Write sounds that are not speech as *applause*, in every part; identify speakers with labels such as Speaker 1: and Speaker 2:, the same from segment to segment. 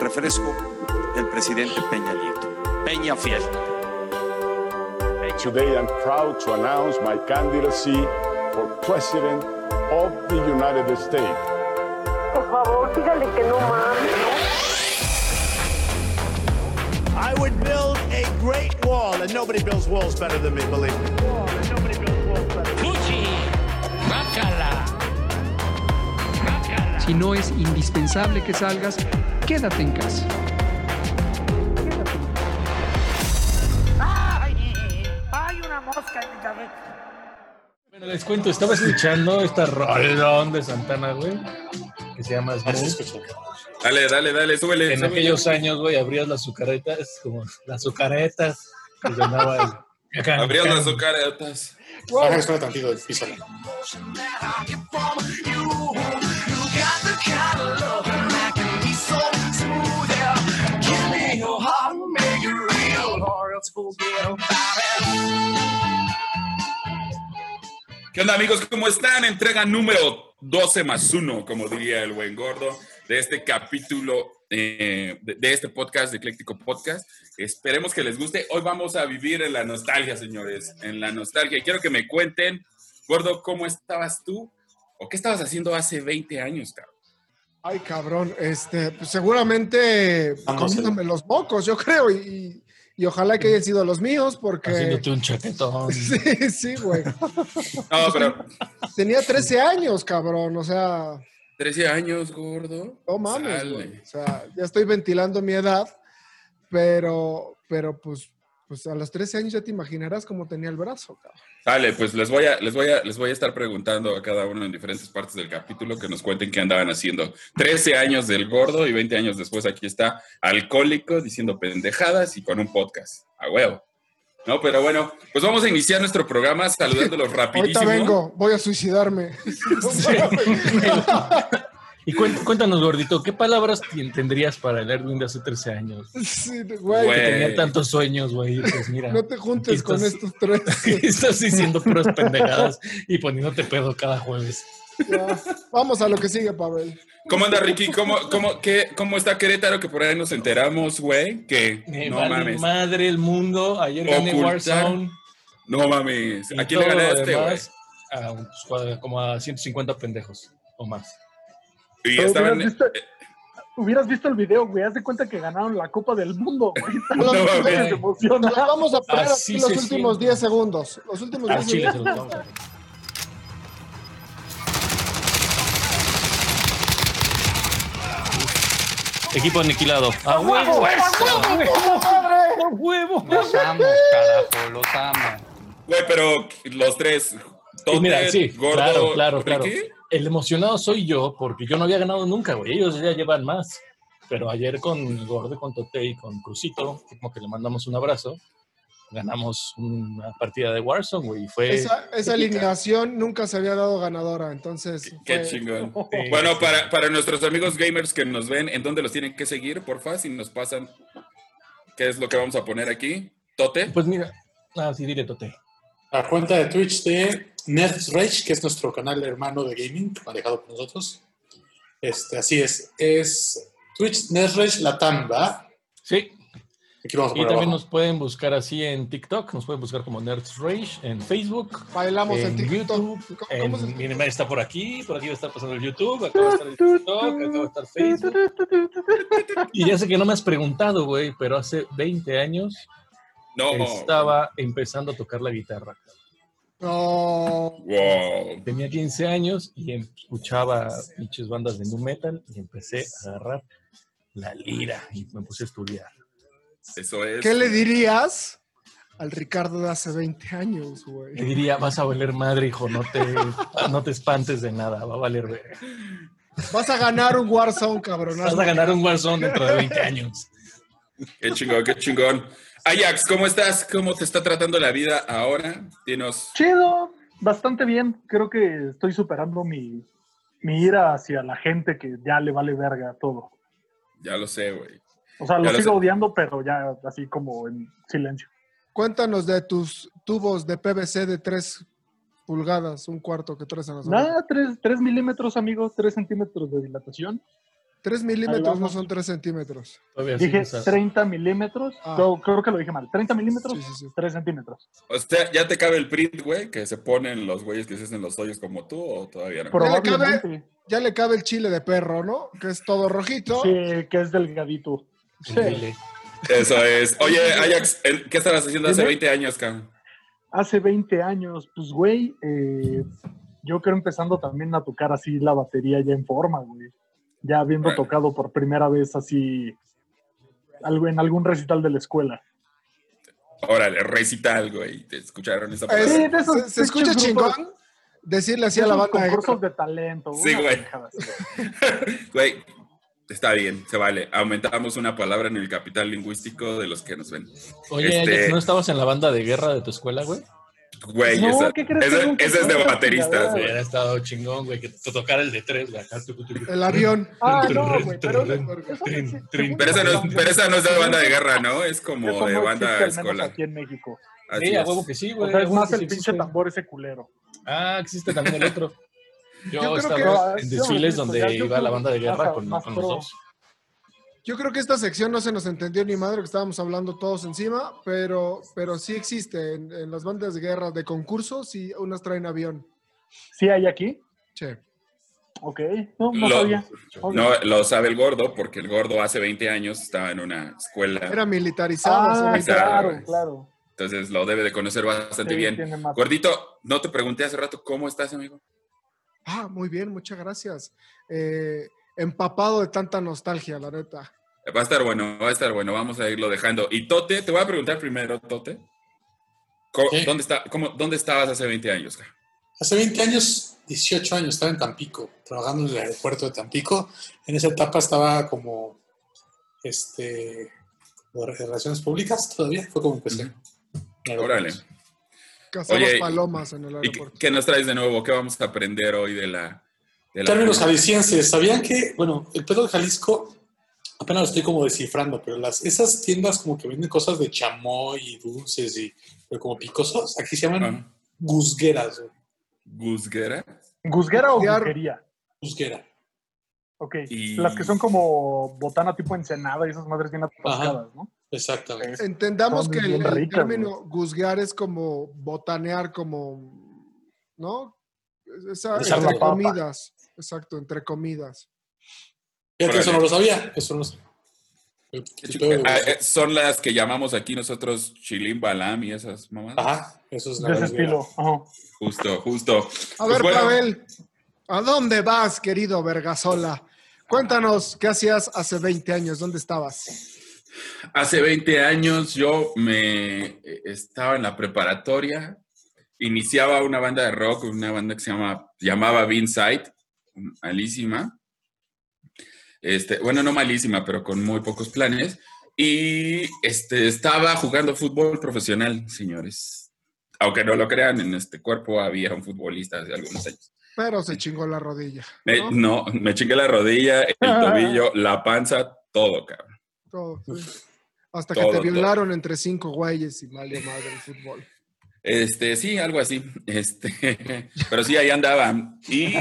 Speaker 1: refresco del presidente Peña Nieto. Peña Fiel.
Speaker 2: Today I'm proud to announce my candidacy for President of the United States.
Speaker 3: Por favor, dígale que no mames.
Speaker 4: I would build a great wall, and nobody builds walls better than me, believe me.
Speaker 5: Fuchi, guácala. Guácala.
Speaker 6: Si no es indispensable que salgas, quédate en casa.
Speaker 5: Ay, hay una mosca en mi cabeza.
Speaker 7: Bueno, les cuento, estaba escuchando esta rolón de Santana, güey, que se llama
Speaker 8: Ah,
Speaker 7: Smooth.
Speaker 8: Dale, dale, dale, súbele.
Speaker 7: En
Speaker 8: súbele.
Speaker 7: aquellos años, güey, abrías las azucaretas, como las azucaretas, que sonaba el- acá.
Speaker 8: Abrió
Speaker 7: acá.
Speaker 8: las azucaretas.
Speaker 9: Ahora estoy tantito del piso.
Speaker 8: ¿Qué onda, amigos? ¿Cómo están? Entrega número 12 más 1, como diría el buen gordo, de este capítulo eh, de, de este podcast, de Ecléctico Podcast. Esperemos que les guste. Hoy vamos a vivir en la nostalgia, señores. En la nostalgia. Y Quiero que me cuenten, gordo, ¿cómo estabas tú? ¿O qué estabas haciendo hace 20 años,
Speaker 10: *laughs*
Speaker 8: cabrón?
Speaker 10: Ay, cabrón, este, pues seguramente
Speaker 9: Vamos,
Speaker 10: comiéndome los mocos, yo creo, y, y ojalá que hayan sido los míos, porque...
Speaker 7: Haciéndote un
Speaker 8: *laughs*
Speaker 7: chaquetón.
Speaker 10: *laughs* Sí, sí, güey.
Speaker 8: No, pero
Speaker 10: Tenía 13 años, cabrón, o sea,
Speaker 8: 13 años, gordo.
Speaker 10: no mames,
Speaker 8: Sale.
Speaker 10: güey. O sea, ya estoy ventilando mi edad, pero, pero pues, pues a los 13 años ya te imaginarás cómo tenía el brazo, cabrón.
Speaker 8: Sale, pues les voy, a, les, voy a, les voy a estar preguntando a cada uno en diferentes partes del capítulo que nos cuenten qué andaban haciendo. 13 años del gordo y 20 años después aquí está alcohólico diciendo pendejadas y con un podcast. A huevo. No, pero bueno, pues vamos a iniciar nuestro programa saludándolos rapidísimo.
Speaker 10: *laughs* Ahorita vengo, voy a suicidarme. *laughs*
Speaker 7: *laughs* Y cuen- cuéntanos, gordito, ¿qué palabras tien- tendrías para el Erwin de hace 13 años?
Speaker 10: Sí, güey,
Speaker 7: Que
Speaker 8: Güey.
Speaker 7: tenía tantos sueños, güey. Pues mira,
Speaker 10: no te juntes con
Speaker 7: Estás-
Speaker 10: estos tres.
Speaker 7: *laughs* estás diciendo puras pendejadas y poniéndote pedo cada jueves.
Speaker 10: Ya. Vamos a lo que sigue, Pavel.
Speaker 8: ¿Cómo anda Ricky? ¿Cómo, cómo, qué, ¿Cómo está Querétaro? Que por ahí nos enteramos, güey. Que
Speaker 7: Me
Speaker 8: no
Speaker 7: vale
Speaker 8: mames.
Speaker 7: madre el mundo. Ayer gané
Speaker 8: Ocultar.
Speaker 7: Warzone.
Speaker 8: No mames.
Speaker 7: y
Speaker 8: Aquí le
Speaker 7: todo lo
Speaker 8: ganaste, güey.
Speaker 7: demás a un- pues, como a 150 pendejos o más.
Speaker 8: Y eh,
Speaker 11: Pero
Speaker 8: estaban.
Speaker 11: hubieras visto- Hubieras visto el video, güey. Haz de cuenta que ganaron la Copa del Mundo, güey.
Speaker 8: *laughs* No mames.
Speaker 11: Se emociona.
Speaker 10: Nos la vamos a poner
Speaker 7: Así
Speaker 10: aquí los
Speaker 7: se
Speaker 10: últimos
Speaker 7: siente.
Speaker 10: 10 segundos. Los últimos
Speaker 7: Al
Speaker 10: 10
Speaker 7: chile
Speaker 10: segundos.
Speaker 7: se los vamos a- Equipo aniquilado. ¡A huevo! ¡A huevo!
Speaker 12: Los amo, carajo, los amo.
Speaker 8: Güey, pero los tres.
Speaker 7: Y mira,
Speaker 8: Tote,
Speaker 7: sí,
Speaker 8: gordo,
Speaker 7: claro, claro, claro.
Speaker 8: Ricky.
Speaker 7: El emocionado soy yo porque yo no había ganado nunca, güey. Ellos ya llevan más. Pero ayer con Gordo, con Tote y con Crucito, como que le mandamos un abrazo, ganamos una partida de Warzone, güey. y Fue
Speaker 10: Esa, esa alineación nunca se había dado ganadora, entonces.
Speaker 8: Qué
Speaker 11: *laughs*
Speaker 10: fue-
Speaker 8: chingón.
Speaker 7: Sí.
Speaker 8: Bueno, para, para nuestros amigos gamers que nos ven, ¿en dónde los tienen que seguir? Porfa, si nos pasan. ¿Qué es lo que vamos a poner aquí? ¿Tote?
Speaker 7: Pues mira, ah, sí, dile Tote.
Speaker 9: La cuenta de Twitch de Nerds Rage, que es nuestro canal hermano de gaming, manejado por nosotros. Este, así es. Es Twitch Nerds Rage Latam, ¿verdad?
Speaker 7: Sí,
Speaker 9: Aquí lo vamos a
Speaker 7: y
Speaker 9: poner
Speaker 7: también
Speaker 9: abajo.
Speaker 7: nos pueden buscar así en TikTok, nos pueden buscar como Nerds Rage, en Facebook,
Speaker 10: Bailamos en,
Speaker 7: en
Speaker 10: TikTok.
Speaker 7: YouTube,
Speaker 10: ¿Cómo-
Speaker 7: en-
Speaker 10: cómo se-
Speaker 7: miren, está por aquí, por aquí va a estar pasando el YouTube, acá va a estar el TikTok, acá va a estar Facebook. Y ya sé que no me has preguntado, güey, pero hace 20 años
Speaker 8: No.
Speaker 7: estaba empezando a tocar la guitarra.
Speaker 10: No.
Speaker 8: Wow.
Speaker 7: Tenía 15 años y em, escuchaba pinches bandas de nu metal y empecé a agarrar la lira y me puse a estudiar.
Speaker 8: Eso es.
Speaker 10: ¿Qué le dirías al Ricardo de hace 20 años,
Speaker 7: Le
Speaker 10: güey?
Speaker 7: diría, vas a valer madre, hijo, no te, no te espantes de nada, va a valer verga.
Speaker 10: Vas a ganar un Warzone, cabrón.
Speaker 7: Vas a ganar un Warzone dentro de 20 años.
Speaker 8: Qué chingón, qué chingón. Ajax, ¿cómo estás? ¿Cómo te está tratando la vida ahora? Dinos.
Speaker 11: Chido, bastante bien. Creo que estoy superando mi, mi ira hacia la gente que ya le vale verga todo.
Speaker 8: Ya lo sé, güey.
Speaker 11: O sea,
Speaker 8: Ya
Speaker 11: lo
Speaker 8: lo
Speaker 11: sigo
Speaker 8: sé.
Speaker 11: odiando, pero ya así como en silencio.
Speaker 10: Cuéntanos de tus tubos de PVC de 3 pulgadas, un cuarto que tres en las orejas.
Speaker 11: Nada, 3, milímetros, amigo, 3 centímetros de dilatación.
Speaker 10: 3 milímetros no
Speaker 11: Hablamos.
Speaker 10: son 3 centímetros.
Speaker 11: Dije 30 milímetros.
Speaker 10: Ah.
Speaker 11: Yo creo que lo dije mal. 30 milímetros, 3 centímetros.
Speaker 8: O sea, ¿ya te cabe el print, güey? Que se ponen los güeyes que se hacen los hoyos como tú o todavía no.
Speaker 10: Ya le, cabe, ya le cabe el chile de perro, ¿no? Que es todo rojito.
Speaker 11: Sí, que es delgadito.
Speaker 8: Eso es. Oye, Ajax, ¿en- ¿qué estabas haciendo hace
Speaker 11: Dime.
Speaker 8: 20 años, cabrón?
Speaker 11: Hace 20 años, pues, güey, eh, yo creo empezando también a tocar así la batería ya en forma, güey. Ya habiendo tocado por primera vez así algo en algún recital de la escuela.
Speaker 8: Órale, recital, güey. ¿Te escucharon esa
Speaker 10: Eh,
Speaker 8: palabra?
Speaker 11: Sí, de esos
Speaker 10: se- se escucha
Speaker 11: pinches grupos-
Speaker 10: chingón decirle así a
Speaker 11: de
Speaker 10: la
Speaker 11: esos
Speaker 10: banda. eh, de-
Speaker 11: concursos de talento.
Speaker 8: Sí,
Speaker 11: una
Speaker 8: güey.
Speaker 11: pendejada así.
Speaker 8: *laughs* Güey, está bien, se vale. Aumentamos una palabra en el capital lingüístico de los que nos ven.
Speaker 7: Oye,
Speaker 8: Este,
Speaker 7: Ajax, ¿no estabas en la banda de guerra de tu escuela, güey?
Speaker 8: Güey, No, esa- ¿qué crees que esa- nunca esa es de fue esa bateristas, chingadera, güey.
Speaker 7: Hubiera estado chingón, güey, que te tocara el de tres, güey. acá, tu, tu, tu, tu.
Speaker 10: El avión.
Speaker 8: *laughs*
Speaker 11: Ah, no, güey, pero-
Speaker 7: Trin, trin, trin.
Speaker 8: Pero esa no es, pero esa no es de banda de guerra, ¿no? Es como
Speaker 11: Eso
Speaker 8: de
Speaker 11: no
Speaker 8: banda
Speaker 11: existe, al menos
Speaker 8: escolar.
Speaker 11: aquí en México.
Speaker 8: Así
Speaker 7: Sí, a
Speaker 8: es.
Speaker 7: huevo que sí, güey.
Speaker 11: O sea,
Speaker 7: a
Speaker 11: es
Speaker 7: huevo
Speaker 11: más
Speaker 7: que
Speaker 11: el
Speaker 7: Pues, sí
Speaker 11: pinche
Speaker 7: existe.
Speaker 11: tambor ese culero.
Speaker 7: Ah, existe también el otro. Yo,
Speaker 10: Yo creo
Speaker 7: estaba
Speaker 10: que-
Speaker 7: en
Speaker 10: yo,
Speaker 7: desfiles
Speaker 10: yo
Speaker 11: pues
Speaker 7: donde
Speaker 10: creo-
Speaker 7: iba la banda de guerra
Speaker 10: Ajá,
Speaker 7: con,
Speaker 10: más
Speaker 7: con los
Speaker 10: pro.
Speaker 7: dos.
Speaker 10: Yo creo que esta sección no se nos entendió ni madre que estábamos hablando todos encima, pero, pero sí existe en, en las bandas de guerra de concurso, sí unas traen avión.
Speaker 11: ¿Sí hay aquí?
Speaker 10: Che.
Speaker 11: Ok, no, no
Speaker 8: Lo-
Speaker 11: sabía. Ok.
Speaker 8: No, lo sabe el gordo, porque el gordo hace 20 años estaba en una escuela.
Speaker 10: Era militarizado.
Speaker 11: Ah,
Speaker 10: hace
Speaker 8: claro,
Speaker 11: claro, claro.
Speaker 8: Entonces lo debe de conocer bastante
Speaker 11: Sí, tiene
Speaker 8: bien.
Speaker 11: mapa.
Speaker 8: Gordito, no te pregunté hace rato cómo estás, amigo.
Speaker 10: Ah, muy bien, muchas gracias. Eh, empapado de tanta nostalgia, la neta.
Speaker 8: Va a estar bueno, va a estar bueno, vamos a irlo dejando. Y Tote, te voy a preguntar primero, Tote. Co- ¿Dónde, está, cómo- ¿Dónde estabas hace 20 años? ca?
Speaker 9: Hace 20 años, 18 años, estaba en Tampico, trabajando en el aeropuerto de Tampico. En esa etapa estaba como, este, como de relaciones públicas todavía, fue como empecé.
Speaker 8: Órale.
Speaker 9: pues,
Speaker 10: Cazamos
Speaker 8: Oye,
Speaker 10: palomas en el
Speaker 8: ¿Y
Speaker 10: aeropuerto.
Speaker 8: qué, qué nos traes de nuevo? ¿Qué vamos a aprender hoy de la... de la-
Speaker 9: Términos jaliscienses, ¿sabían que, bueno, el pedo de Jalisco, apenas lo estoy como descifrando, pero las, esas tiendas como que venden cosas de chamoy y dulces y pero como picosos, aquí se llaman
Speaker 8: Ah.
Speaker 9: guzgueras. güey.
Speaker 8: ¿Guzguera?
Speaker 11: ¿Guzguera o
Speaker 10: Guzguear-
Speaker 11: guzguería?
Speaker 9: Guzguera.
Speaker 11: Ok,
Speaker 8: Y-
Speaker 11: las que son como botana tipo ensenada y esas madres bien atascadas, ¿no?
Speaker 9: Exactamente.
Speaker 10: Entendamos
Speaker 11: Son
Speaker 10: que el,
Speaker 11: bien
Speaker 10: el
Speaker 11: ricas,
Speaker 10: término guzguear es como botanear, como, ¿no? Esa-
Speaker 9: Esa
Speaker 10: entre
Speaker 9: papa.
Speaker 10: comidas. Exacto, entre comidas.
Speaker 9: Fíjate, eso
Speaker 8: Eh, Órale.
Speaker 9: no lo sabía, eso no lo sabía. El- el pedo de-
Speaker 8: Ah, eh, son las que llamamos aquí nosotros Chilim Balam y esas mamás.
Speaker 9: Ajá, eso es la
Speaker 11: De ese
Speaker 9: guzguera.
Speaker 11: estilo. ajá.
Speaker 8: Justo, justo.
Speaker 10: A
Speaker 8: Pues
Speaker 10: ver,
Speaker 8: bueno,
Speaker 10: Pavel, ¿a dónde vas, querido Vergasola? Cuéntanos, ¿qué hacías hace 20 años? ¿Dónde estabas?
Speaker 8: Hace 20 años yo me eh, estaba en la preparatoria, iniciaba una banda de rock, una banda que se llama, llamaba Beanside, malísima. Este, bueno, no malísima, pero con muy pocos planes. Y este, estaba jugando fútbol profesional, señores. Aunque no lo crean, en este cuerpo había un futbolista hace algunos años.
Speaker 10: Pero se chingó la rodilla.
Speaker 8: Me-
Speaker 10: ¿no?
Speaker 8: no, me chingué la rodilla, el tobillo, la panza, todo, cabrón.
Speaker 10: Todo, sí. Hasta que
Speaker 8: Todo,
Speaker 10: te
Speaker 8: todo.
Speaker 10: violaron entre cinco güeyes y valió madre el fútbol.
Speaker 8: Este, sí, algo así. *laughs* Este, pero sí, ahí andaba. Y,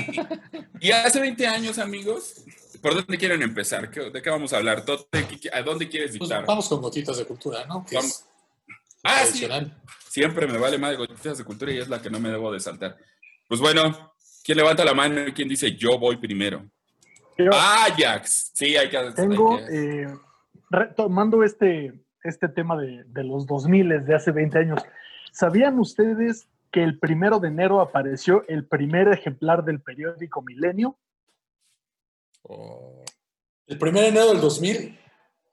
Speaker 8: y hace 20 años, amigos, ¿por dónde quieren empezar? ¿Qué- ¿De qué vamos a hablar? Tote, ¿qué- qué- ¿A dónde quieres
Speaker 9: Pues
Speaker 8: dictar?
Speaker 9: vamos con gotitas de cultura, ¿no? Que
Speaker 8: Vamos.
Speaker 9: es
Speaker 8: Ah, sí.
Speaker 9: tradicional.
Speaker 8: Siempre me vale más gotitas de cultura y es la que no me debo de saltar. Pues bueno, ¿quién levanta la mano y quién dice yo voy primero?
Speaker 11: Yo
Speaker 8: Ah, Ajax. Sí, hay que hay
Speaker 11: tengo,
Speaker 8: que-
Speaker 11: eh, retomando este, este tema de, de los 2000 de hace 20 años, ¿sabían ustedes que el primero de enero apareció el primer ejemplar del periódico Milenio?
Speaker 8: Oh.
Speaker 9: El 1 de enero del 2000,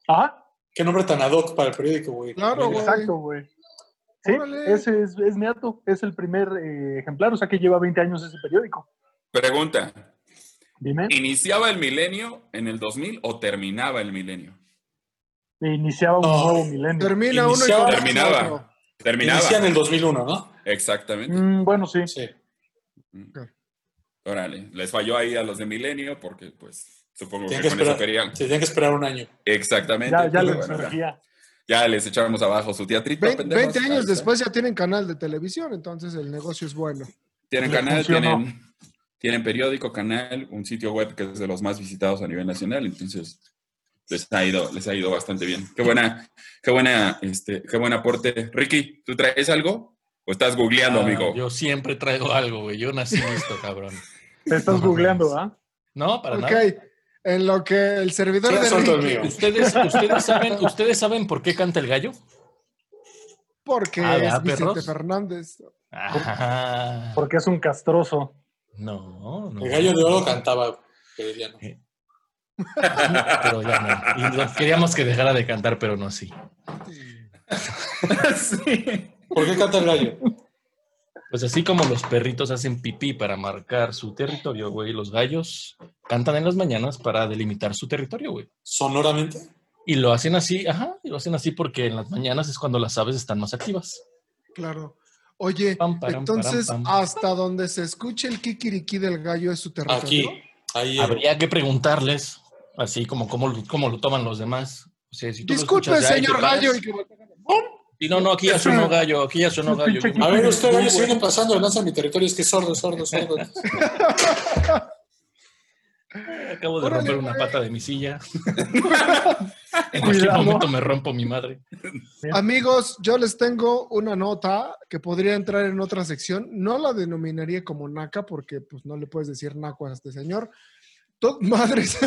Speaker 11: Ajá,
Speaker 9: qué nombre tan ad hoc para el periódico, güey.
Speaker 10: Claro, güey.
Speaker 11: Exacto, güey. Sí,
Speaker 10: Órale.
Speaker 11: ese es, es mi dato, es el primer eh, ejemplar, o sea que lleva 20 años ese periódico.
Speaker 8: Pregunta,
Speaker 11: Dime,
Speaker 8: ¿iniciaba el milenio en el 2000 o terminaba el milenio?
Speaker 11: iniciaba un
Speaker 9: No.
Speaker 11: nuevo milenio.
Speaker 10: Oh, Termina uno y
Speaker 9: Iniciaba-
Speaker 10: comienza otro.
Speaker 8: Terminaba. Terminaba.
Speaker 9: Inicia en el 2001, ¿no?
Speaker 8: Exactamente.
Speaker 11: Mm, bueno, sí.
Speaker 9: Sí.
Speaker 8: Órale, les falló ahí a los de Milenio porque, pues, supongo que,
Speaker 9: Tenían que,
Speaker 8: con eso
Speaker 9: esperar,
Speaker 8: querían.
Speaker 9: tenían que esperar un año.
Speaker 8: Exactamente.
Speaker 11: Ya, ya
Speaker 8: Pues,
Speaker 11: la
Speaker 8: bueno,
Speaker 11: energía.
Speaker 8: ya les echamos abajo su teatrito.
Speaker 10: Vein- 20,
Speaker 8: pendejos. Ahí
Speaker 11: ¿eh?
Speaker 10: años
Speaker 8: está.
Speaker 10: después ya tienen canal de televisión, entonces el negocio es bueno.
Speaker 8: Tienen
Speaker 11: Les
Speaker 8: canal,
Speaker 11: funcionó.
Speaker 8: tienen, Tienen periódico, canal, un sitio web que es de los más visitados a nivel nacional, entonces les ha ido, les ha ido bastante bien. Qué buena, qué buena, este, qué buen aporte. Ricky, ¿tú traes algo? ¿O estás googleando,
Speaker 7: Ah,
Speaker 8: amigo?
Speaker 7: Yo siempre traigo algo, güey. Yo nací en esto, cabrón.
Speaker 11: Te estás googleando, ¿ah?
Speaker 7: No, para
Speaker 10: ok,
Speaker 7: nada.
Speaker 10: en lo que el servidor
Speaker 7: Sí,
Speaker 10: de
Speaker 7: asunto
Speaker 10: Ricky-
Speaker 7: mío. ¿Ustedes, ustedes saben, ¿Ustedes saben por qué canta el gallo?
Speaker 10: Porque
Speaker 7: Ah,
Speaker 10: es
Speaker 7: ¿verdad,
Speaker 10: Vicente
Speaker 7: perros?
Speaker 10: Fernández.
Speaker 7: Ah,
Speaker 11: Porque es un castroso.
Speaker 7: no, no. Eh,
Speaker 9: El gallo de oro cantaba, pero ya no.
Speaker 7: Pero ya no. Y lo- queríamos que dejara de cantar, pero no así.
Speaker 9: ¿Por qué canta el gallo?
Speaker 7: Pues así como los perritos hacen pipí para marcar su territorio, güey, los gallos cantan en las mañanas para delimitar su territorio, güey.
Speaker 9: ¿Sonoramente?
Speaker 7: Y lo hacen así, ajá, y lo hacen así porque en las mañanas es cuando las aves están más activas.
Speaker 10: Claro. Oye,
Speaker 7: param,
Speaker 10: entonces ah,
Speaker 7: param,
Speaker 10: hasta donde se escuche el kikiriki del gallo es su territorio.
Speaker 7: Aquí, habría que preguntarles, así como cómo, lo- cómo lo toman los demás. O sea, si tú lo
Speaker 10: Disculpe,
Speaker 7: escuchas ya y te
Speaker 10: señor
Speaker 7: paras-
Speaker 10: gallo. y que-
Speaker 7: Sí, no, no, aquí ya sonó gallo, aquí ya
Speaker 10: *laughs*
Speaker 7: sonó gallo. Yo-
Speaker 9: A ver, usted, gallo, si viene pasando, lanza mi territorio, es que es sordo, sordo, sordo.
Speaker 7: Acabo de romper una pata de mi silla. en cualquier
Speaker 10: Cuidado.
Speaker 7: momento me rompo mi madre.
Speaker 10: Amigos, yo les tengo una nota que podría entrar en otra sección. No la denominaría como naca porque pues no le puedes decir naco a este señor. To- *laughs* Madres.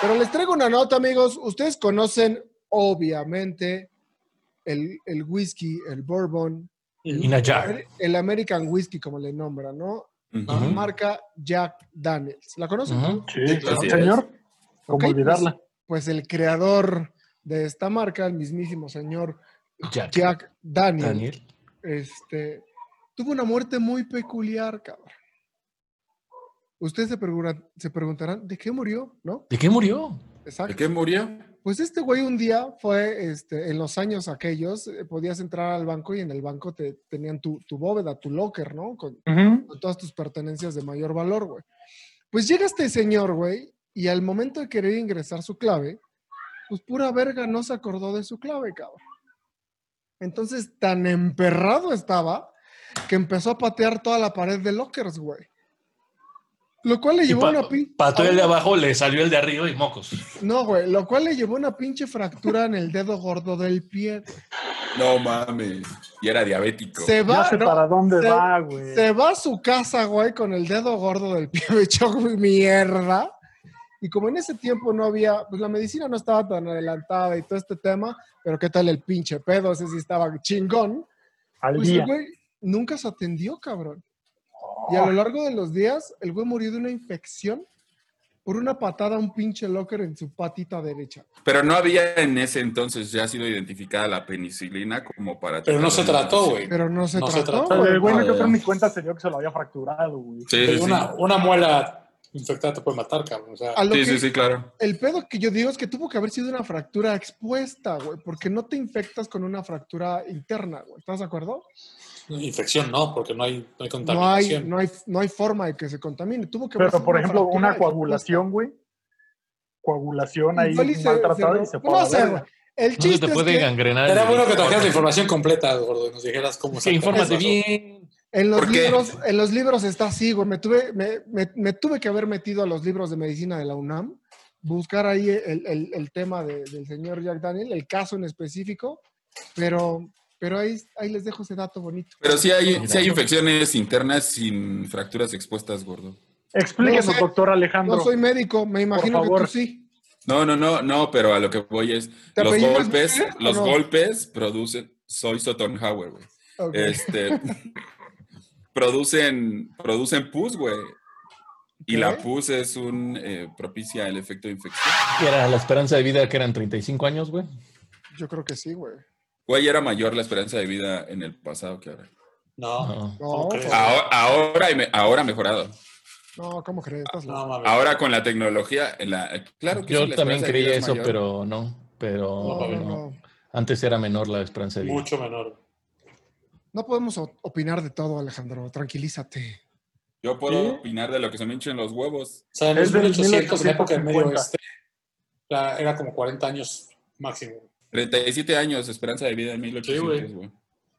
Speaker 10: Pero les traigo una nota, amigos. Ustedes conocen, obviamente, el, el whisky, el bourbon,
Speaker 7: Y Nayar.
Speaker 10: el American whisky, como le nombran, ¿no? La
Speaker 7: Ujú.
Speaker 10: marca Jack Daniels. ¿La conocen?
Speaker 7: Ujú.
Speaker 11: Sí, claro,
Speaker 8: Así es.
Speaker 11: señor. ¿Cómo
Speaker 10: Ok,
Speaker 11: olvidarla?
Speaker 10: Pues, pues el creador de esta marca, el mismísimo señor
Speaker 7: Jack.
Speaker 10: Jack Daniel,
Speaker 7: Daniel.
Speaker 10: este, tuvo una muerte muy peculiar, cabrón. Ustedes se, preguntan- se preguntarán, ¿de qué murió? ¿No?
Speaker 7: ¿De qué murió?
Speaker 10: Exacto.
Speaker 8: ¿De qué murió?
Speaker 10: Pues este güey un día fue, este, en los años aquellos, eh, podías entrar al banco y en el banco te tenían tu, tu bóveda, tu locker, ¿no? Con,
Speaker 11: Ujú.
Speaker 10: con todas tus pertenencias de mayor valor, güey. Pues llega este señor, güey, y al momento de querer ingresar su clave, pues pura verga no se acordó de su clave, cabrón. Entonces, tan emperrado estaba que empezó a patear toda la pared de lockers, güey. Lo cual le
Speaker 7: Y
Speaker 10: llevó a
Speaker 7: pa-
Speaker 10: una pin-
Speaker 7: Pató
Speaker 10: a
Speaker 7: el de
Speaker 10: una-
Speaker 7: abajo, le salió el de arriba y mocos.
Speaker 10: No, güey, lo cual le llevó una pinche fractura en el dedo gordo del pie. güey.
Speaker 8: No mames. Y era diabético.
Speaker 10: Se va,
Speaker 11: Ya sé
Speaker 10: ¿no?
Speaker 11: para dónde
Speaker 10: Se-
Speaker 11: va, güey.
Speaker 10: Se va a su casa, güey, con el dedo gordo del pie *laughs* hecho mierda. Y como en ese tiempo no había, pues la medicina no estaba tan adelantada y todo este tema, pero qué tal el pinche pedo, ese sí estaba chingón.
Speaker 11: Al
Speaker 10: Pues
Speaker 11: día.
Speaker 10: el güey nunca se atendió, cabrón. Y a lo largo de los días, el güey murió de una infección por una patada a un pinche locker en su patita derecha.
Speaker 8: Pero no había en ese entonces ya sido identificada la penicilina como para...
Speaker 9: Pero no se
Speaker 8: tratar-
Speaker 9: trató, güey.
Speaker 10: Pero no se
Speaker 9: No se
Speaker 10: trató,
Speaker 9: trató.
Speaker 11: O sea,
Speaker 10: güey.
Speaker 11: el güey no
Speaker 8: Ah,
Speaker 11: creo
Speaker 8: ya.
Speaker 11: ni cuenta se dio que se lo había fracturado, güey.
Speaker 8: Sí, sí,
Speaker 9: Pero
Speaker 8: sí.
Speaker 9: Una, una muela infectada te puede matar, cabrón. O sea,
Speaker 10: A lo
Speaker 8: Sí,
Speaker 10: que-
Speaker 8: sí, sí, claro.
Speaker 10: El pedo que yo digo es que tuvo que haber sido una fractura expuesta, güey, porque no te infectas con una fractura interna, güey. ¿Estás de acuerdo?
Speaker 9: infección no, porque no hay, no hay
Speaker 10: No hay,
Speaker 9: contaminación.
Speaker 10: no, hay, no hay forma de que se contamine. Tuvo que haber
Speaker 11: Pero,
Speaker 10: sido
Speaker 11: por ejemplo,
Speaker 10: fractura
Speaker 11: una
Speaker 10: expuesta.
Speaker 11: coagulación, güey. Coagulación ahí
Speaker 10: Igual y se-
Speaker 11: maltratada
Speaker 10: se-
Speaker 11: y se
Speaker 10: no
Speaker 11: fue a la
Speaker 10: sé,
Speaker 11: verga.
Speaker 10: güey. El
Speaker 7: No se
Speaker 10: chiste
Speaker 7: te
Speaker 10: es
Speaker 7: puede
Speaker 10: que
Speaker 7: gangrenar.
Speaker 9: Era
Speaker 7: el-
Speaker 9: bueno que trajeras la información completa, gordo, y nos dijeras cómo
Speaker 7: Sí,
Speaker 9: sacar
Speaker 7: infórmate
Speaker 9: eso.
Speaker 7: bien.
Speaker 10: en los,
Speaker 8: ¿Por qué?
Speaker 10: libros, en los libros está así, güey. Me tuve, me, me- me tuve que haber metido a los libros de medicina de la UNAM, buscar ahí el, el- el tema de- del señor Jack Daniel, el caso en específico, pero, pero ahí, ahí les dejo ese dato bonito.
Speaker 8: Pero sí hay, sí hay infecciones internas sin fracturas expuestas, gordo.
Speaker 11: Explíquenos,
Speaker 10: No sé.
Speaker 11: doctor Alejandro.
Speaker 10: No soy médico, me imagino que tú
Speaker 11: favor.
Speaker 10: sí.
Speaker 8: No, no, no, no, pero a lo que voy es...
Speaker 10: ¿Te
Speaker 8: Los
Speaker 10: apellidas
Speaker 8: golpes,
Speaker 10: Miller o
Speaker 8: los
Speaker 10: no?
Speaker 8: golpes producen... Soy Sotonhauer, güey.
Speaker 10: Ok.
Speaker 8: Este,
Speaker 10: *laughs*
Speaker 8: producen, producen pus, güey. Y la
Speaker 10: Ok.
Speaker 8: pus es un... eh, propicia el efecto de infección.
Speaker 7: Que Era la esperanza de vida que eran 35 años, güey.
Speaker 10: Yo creo que sí, güey.
Speaker 8: Güey, era mayor la esperanza de vida en el pasado que ahora.
Speaker 9: No,
Speaker 7: No.
Speaker 10: No,
Speaker 9: crees?
Speaker 10: pues,
Speaker 8: Ahora, ahora, y me- ahora mejorado.
Speaker 10: no, ¿cómo crees? Estás
Speaker 9: no
Speaker 10: loco.
Speaker 9: mames.
Speaker 8: Ahora con la tecnología, en la, claro que sí,
Speaker 7: Yo
Speaker 8: la
Speaker 7: también
Speaker 8: esperanza de vida
Speaker 7: creía
Speaker 8: es
Speaker 7: eso,
Speaker 8: mayor.
Speaker 7: pero no. Pero
Speaker 10: No, no,
Speaker 7: no.
Speaker 10: no.
Speaker 7: antes era menor la esperanza de vida.
Speaker 9: Mucho menor.
Speaker 10: No podemos o- opinar de todo, Alejandro. Tranquilízate.
Speaker 8: Yo puedo
Speaker 11: ¿Sí?
Speaker 8: opinar de lo que se me hinchen los
Speaker 9: O
Speaker 8: huevos.
Speaker 9: sea, en
Speaker 11: Es
Speaker 9: los
Speaker 11: del
Speaker 9: 1800, en la época del medio
Speaker 11: 1850.
Speaker 9: oeste,
Speaker 11: este,
Speaker 9: la- era como 40 años máximo.
Speaker 8: 37 años, esperanza de vida en 1800,
Speaker 9: Sí,
Speaker 8: güey.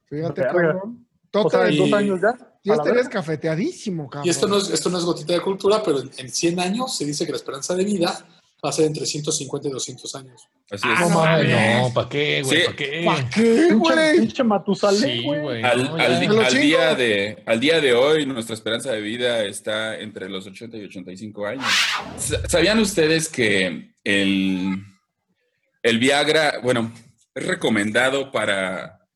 Speaker 10: Fíjate,
Speaker 11: Verga.
Speaker 10: cabrón.
Speaker 11: O sea,
Speaker 10: Tota,
Speaker 11: en
Speaker 9: y-
Speaker 11: dos años ya.
Speaker 10: Ya estarías este cafeteadísimo, cabrón.
Speaker 11: Y esto no, es, esto no es gotita de cultura, pero en, en 100 años se dice que la esperanza de vida va a ser entre 150 y 200 años.
Speaker 8: Así es.
Speaker 7: Ah, no,
Speaker 8: mames.
Speaker 7: ¿para qué, güey?
Speaker 8: Sí.
Speaker 7: ¿Para qué?
Speaker 10: ¿Para qué,
Speaker 13: Pinche,
Speaker 10: güey?
Speaker 13: pinche Matusalén,
Speaker 7: Sí,
Speaker 13: güey.
Speaker 7: güey.
Speaker 8: Al,
Speaker 7: no,
Speaker 8: al
Speaker 7: ya.
Speaker 8: di-
Speaker 10: me lo
Speaker 8: al
Speaker 10: chingo.
Speaker 8: día de, al día de hoy, nuestra esperanza de vida está entre los 80 y 85 años. Sa- ¿Sabían ustedes que el, el Viagra, bueno, es recomendado para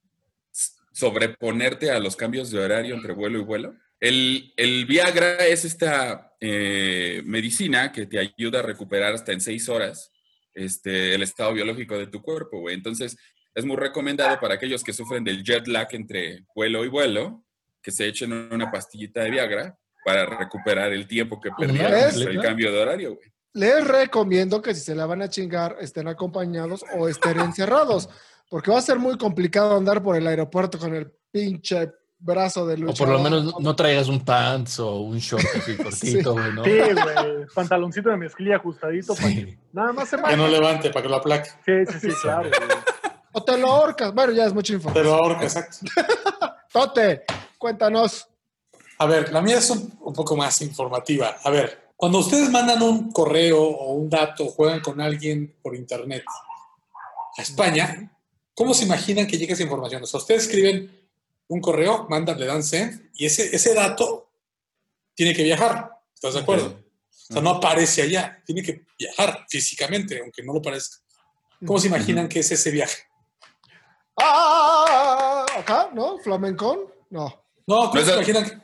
Speaker 8: s- sobreponerte a los cambios de horario entre vuelo y vuelo? El, el Viagra es esta eh, medicina que te ayuda a recuperar hasta en seis horas este, el estado biológico de tu cuerpo, güey. Entonces, es muy recomendado para aquellos que sufren del jet lag entre vuelo y vuelo, que se echen una pastillita de Viagra para recuperar el tiempo que perdieron
Speaker 10: ¿Ves?
Speaker 8: entre el cambio de horario, güey.
Speaker 10: Les recomiendo que si se la van a chingar, estén acompañados o estén encerrados, porque va a ser muy complicado andar por el aeropuerto con el pinche brazo de
Speaker 7: O
Speaker 10: lucha.
Speaker 7: por lo menos no- no traigas un pants o un short *laughs* así cortito, güey, ¿no?
Speaker 13: Sí, güey. Pantaloncito de mezclilla ajustadito. pa' que-
Speaker 7: Sí.
Speaker 13: Nada más se
Speaker 11: Que no
Speaker 13: va.
Speaker 11: levante para que lo aplaque.
Speaker 13: Sí, sí, sí, claro. güey.
Speaker 10: O te lo ahorcas. Bueno, ya es mucha información.
Speaker 11: Pero ahorca, exacto.
Speaker 10: *laughs* Tote, cuéntanos.
Speaker 11: A ver, la mía es un, un poco más informativa. A ver, cuando ustedes mandan un correo o un dato, juegan con alguien por internet a España, ¿cómo se imaginan que llegue esa información? O sea, ustedes escriben un correo, mandan, le dan send y ese, ese dato tiene que viajar. ¿Estás de acuerdo? O sea, no aparece allá, tiene que viajar físicamente, aunque no lo parezca. ¿Cómo se imaginan que es ese viaje?
Speaker 10: Ah, acá, ¿no? Flamencón. No.
Speaker 11: No, ¿cómo
Speaker 8: No es-
Speaker 11: se imaginan que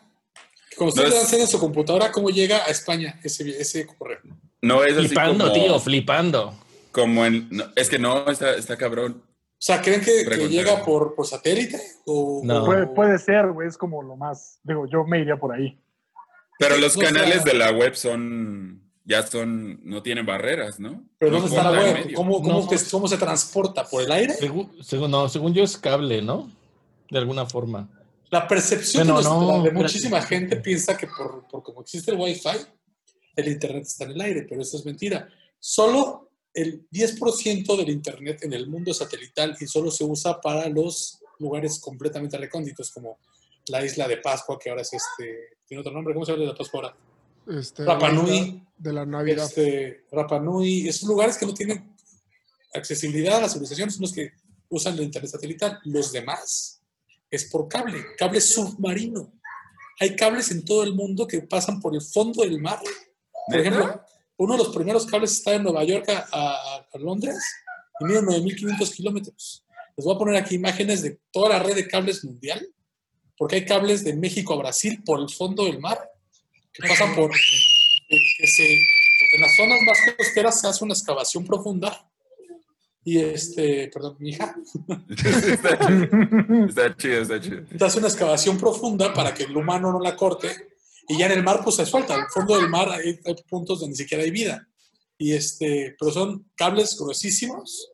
Speaker 11: cuando ustedes
Speaker 8: no
Speaker 11: le
Speaker 8: es-
Speaker 11: dan send en su computadora, cómo llega a España ese, ese correo?
Speaker 8: No es así
Speaker 7: Flipando,
Speaker 8: como,
Speaker 7: tío, flipando.
Speaker 8: como en... no, es que no, está, está cabrón.
Speaker 11: O sea, ¿creen que, que
Speaker 8: Pregunta.
Speaker 11: llega por, por satélite? O,
Speaker 7: No.
Speaker 13: Puede, puede ser, güey. Es como lo más. Digo, yo me iría por ahí.
Speaker 8: Pero los
Speaker 11: No, o sea-
Speaker 8: canales de la web son... Ya son... No tienen barreras, ¿no?
Speaker 11: ¿Pero
Speaker 8: No
Speaker 11: dónde está la
Speaker 8: importa el
Speaker 11: web?
Speaker 8: medio.
Speaker 11: ¿Cómo, cómo,
Speaker 7: No.
Speaker 11: te- cómo se transporta? ¿Por el aire?
Speaker 7: Según, según, no, según yo es cable, ¿no? De alguna forma.
Speaker 11: La percepción
Speaker 7: Bueno,
Speaker 11: de, los-
Speaker 7: no,
Speaker 11: de
Speaker 7: espérate.
Speaker 11: muchísima gente piensa que por, por como existe el Wi-Fi, el Internet está en el aire, pero eso es mentira. Solo el 10% del Internet en el mundo es satelital y solo se usa para los lugares completamente recónditos, como la isla de Pascua, que ahora es este, tiene otro nombre, ¿cómo se llama la de Pascua ahora?
Speaker 10: Este,
Speaker 11: Rapa
Speaker 10: la isla
Speaker 11: Nui.
Speaker 10: De la Navidad.
Speaker 11: este, Rapa Nui, esos lugares que no tienen accesibilidad a la civilización son los que usan el internet satelital. Los demás es por cable, cable submarino. Hay cables en todo el mundo que pasan por el fondo del mar. Por
Speaker 8: ¿Neta?
Speaker 11: ejemplo, uno de los primeros cables está de Nueva York a, a- a Londres y mide 9.500 kilómetros. Les voy a poner aquí imágenes de toda la red de cables mundial, porque hay cables de México a Brasil por el fondo del mar que pasan por que- que se- en las zonas más costeras se hace una excavación profunda y este, perdón, mi hija,
Speaker 8: *laughs* está, está chido, está chido.
Speaker 11: se hace una excavación profunda para que el humano no la corte y ya en el mar pues se suelta, al fondo del mar hay, hay puntos donde ni siquiera hay vida y este, pero son cables gruesísimos